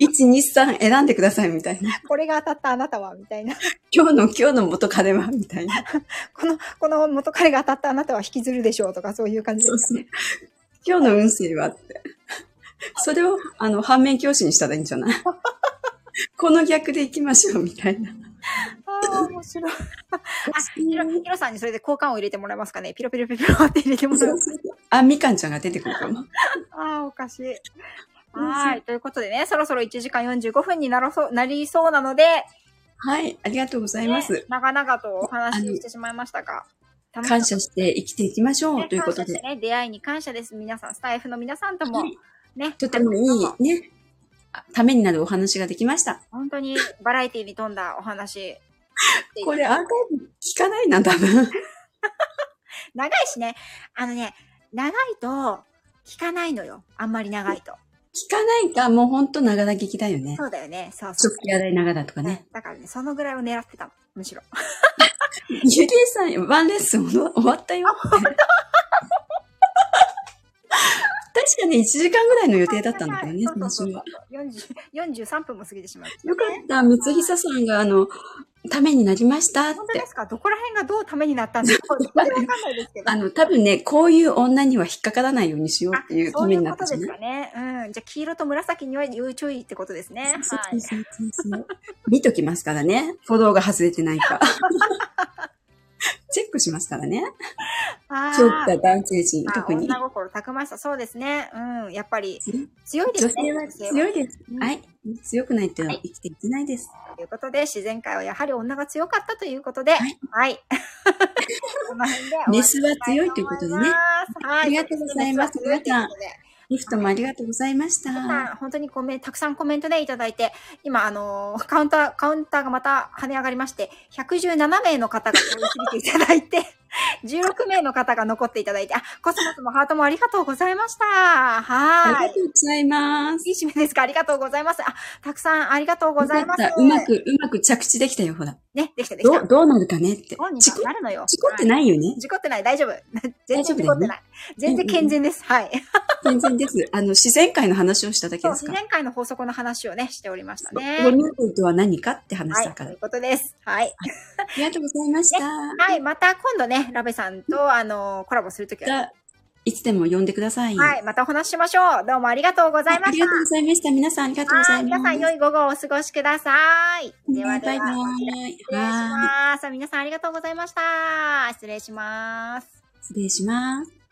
Speaker 2: 1、2、3選んでくださいみたいな。
Speaker 1: これが当たったあなたは、みたいな。
Speaker 2: 今日の今日の元彼はみたいな。
Speaker 1: この、この元彼が当たったあなたは引きずるでしょうとか、そういう感じですかね。
Speaker 2: 今日の運勢はって。それを、あの、反面教師にしたらいいんじゃないこの逆でいきましょうみたいな。
Speaker 1: ああ、面白い。ピロ、ピロさんにそれで交換を入れてもらえますかねピロピロピロピロって入れてもらえます。
Speaker 2: あ、みかんちゃんが出てくるかも。
Speaker 1: ああ、おかしい。はい。ということでね、そろそろ1時間45分になろそう、なりそうなので、
Speaker 2: はい、ありがとうござい
Speaker 1: ね
Speaker 2: ます。
Speaker 1: 長々とお話ししてしまいましたが、楽しかった
Speaker 2: 感謝して生きていきましょう
Speaker 1: ね
Speaker 2: ということ
Speaker 1: 感謝し
Speaker 2: で。
Speaker 1: てね、出会いに感謝です。皆さん、スタイフの皆さんとも、
Speaker 2: はい
Speaker 1: ね。
Speaker 2: とてもい
Speaker 1: あの
Speaker 2: いね、あためになるお話ができました。
Speaker 1: 本当にバラエティに富んだお話。
Speaker 2: これアーカイブ聞かないな、多 分。
Speaker 1: 長いしね、あのね、長いと聞かないのよ。あんまり長いと。
Speaker 2: 聞かないか、もうほんとながら聞きだよね
Speaker 1: そ。うだよね。そうそう
Speaker 2: 食。器洗いながらとかね。
Speaker 1: だからね、そのぐらいを狙ってたの。むしろ。
Speaker 2: ゆりえさん、ワンレッスン終わ終わったよ。確かね、1時間ぐらいの予定だったんだけどね、
Speaker 1: そうそ
Speaker 2: 今
Speaker 1: う
Speaker 2: 週は。
Speaker 1: 40 43分も過ぎてしまう。
Speaker 2: よかった、三つ久さんが、あの、ためになりましたっ
Speaker 1: 本当
Speaker 2: て
Speaker 1: で。すかどこら辺がどうためになったんですか全然わかんないですけど。
Speaker 2: あの、多分ね、こういう女には引っかからないようにしようっていうた
Speaker 1: そうい
Speaker 2: めに
Speaker 1: う
Speaker 2: な
Speaker 1: こ
Speaker 2: った
Speaker 1: と
Speaker 2: じ
Speaker 1: で
Speaker 2: ゃな
Speaker 1: す
Speaker 2: い
Speaker 1: かね。うん。じゃあ、黄色と紫には要注意ってことですね。はい。
Speaker 2: そうそうそうそう見ときますからね。フォローが外れてないか。チェックしますからね。
Speaker 1: あ
Speaker 2: 強くた男性陣、
Speaker 1: あ
Speaker 2: 特に。
Speaker 1: 女心たくましさ、そうですね。うん、やっぱり強
Speaker 2: 強い
Speaker 1: いで
Speaker 2: 女
Speaker 1: すね。
Speaker 2: 性は強いです。
Speaker 1: うん
Speaker 2: はい。強くないと
Speaker 1: はい
Speaker 2: 生きていけないです。
Speaker 1: ということで、自然界はやはり女が強かったということで、はいい。 この辺で終わり
Speaker 2: メスは強いということでね
Speaker 1: たい思いますはい。
Speaker 2: ありがとうございます
Speaker 1: メスは強いということで
Speaker 2: リフトもありがとうございました。
Speaker 1: 皆さん本当にコメたくさんコメントでいただいて、今、あのーカウンター、カウンターがまた跳ね上がりまして、117名の方が通り過ぎていただいて、16名の方が残っていただいて、あ、コスモスもハートもありがとうございました。
Speaker 2: あ
Speaker 1: は
Speaker 2: り
Speaker 1: い
Speaker 2: が。とうございます。
Speaker 1: いい締めですかありがとうございます。あ、たくさんありがとうございます
Speaker 2: よかっ。たうま。く、うまく着地できたよ、ほら。
Speaker 1: ね、できたできた
Speaker 2: どう、。どうなるかねって。
Speaker 1: 本
Speaker 2: 事
Speaker 1: 人
Speaker 2: 故
Speaker 1: はなるのよ。
Speaker 2: 事故って
Speaker 1: はい
Speaker 2: ないよね。
Speaker 1: 事故ってない。大丈夫。 全
Speaker 2: 大
Speaker 1: 然
Speaker 2: 丈夫だ
Speaker 1: 事
Speaker 2: よね
Speaker 1: 故ってない。全然健全です。はい。
Speaker 2: 全 然です。あの、自然界の話をしただけ
Speaker 1: そう、
Speaker 2: です
Speaker 1: 自
Speaker 2: から。
Speaker 1: 然界の法則の話をね、しておりましたね。
Speaker 2: ゴミ類とは何かって話
Speaker 1: は
Speaker 2: だ
Speaker 1: い、
Speaker 2: か
Speaker 1: と
Speaker 2: ら。
Speaker 1: いうことです。はい。
Speaker 2: ありがとうございました。
Speaker 1: はい、また今度ね、ラベさんと、あの、コラボするとき
Speaker 2: じ
Speaker 1: は、
Speaker 2: ゃあいつでも呼んでください。
Speaker 1: はい、またお話ししましょう。どうもありがとうござい
Speaker 2: あ
Speaker 1: ま
Speaker 2: り
Speaker 1: した
Speaker 2: がとう。ございました。皆さんありがとうござ
Speaker 1: はいい、皆
Speaker 2: ます。
Speaker 1: さん良い午後をお過ごしください。ではで
Speaker 2: バイ
Speaker 1: は、
Speaker 2: バ
Speaker 1: 失
Speaker 2: イ。
Speaker 1: 礼し
Speaker 2: はーい。
Speaker 1: ます。皆さんありがとうございました。失礼します。
Speaker 2: 失礼します。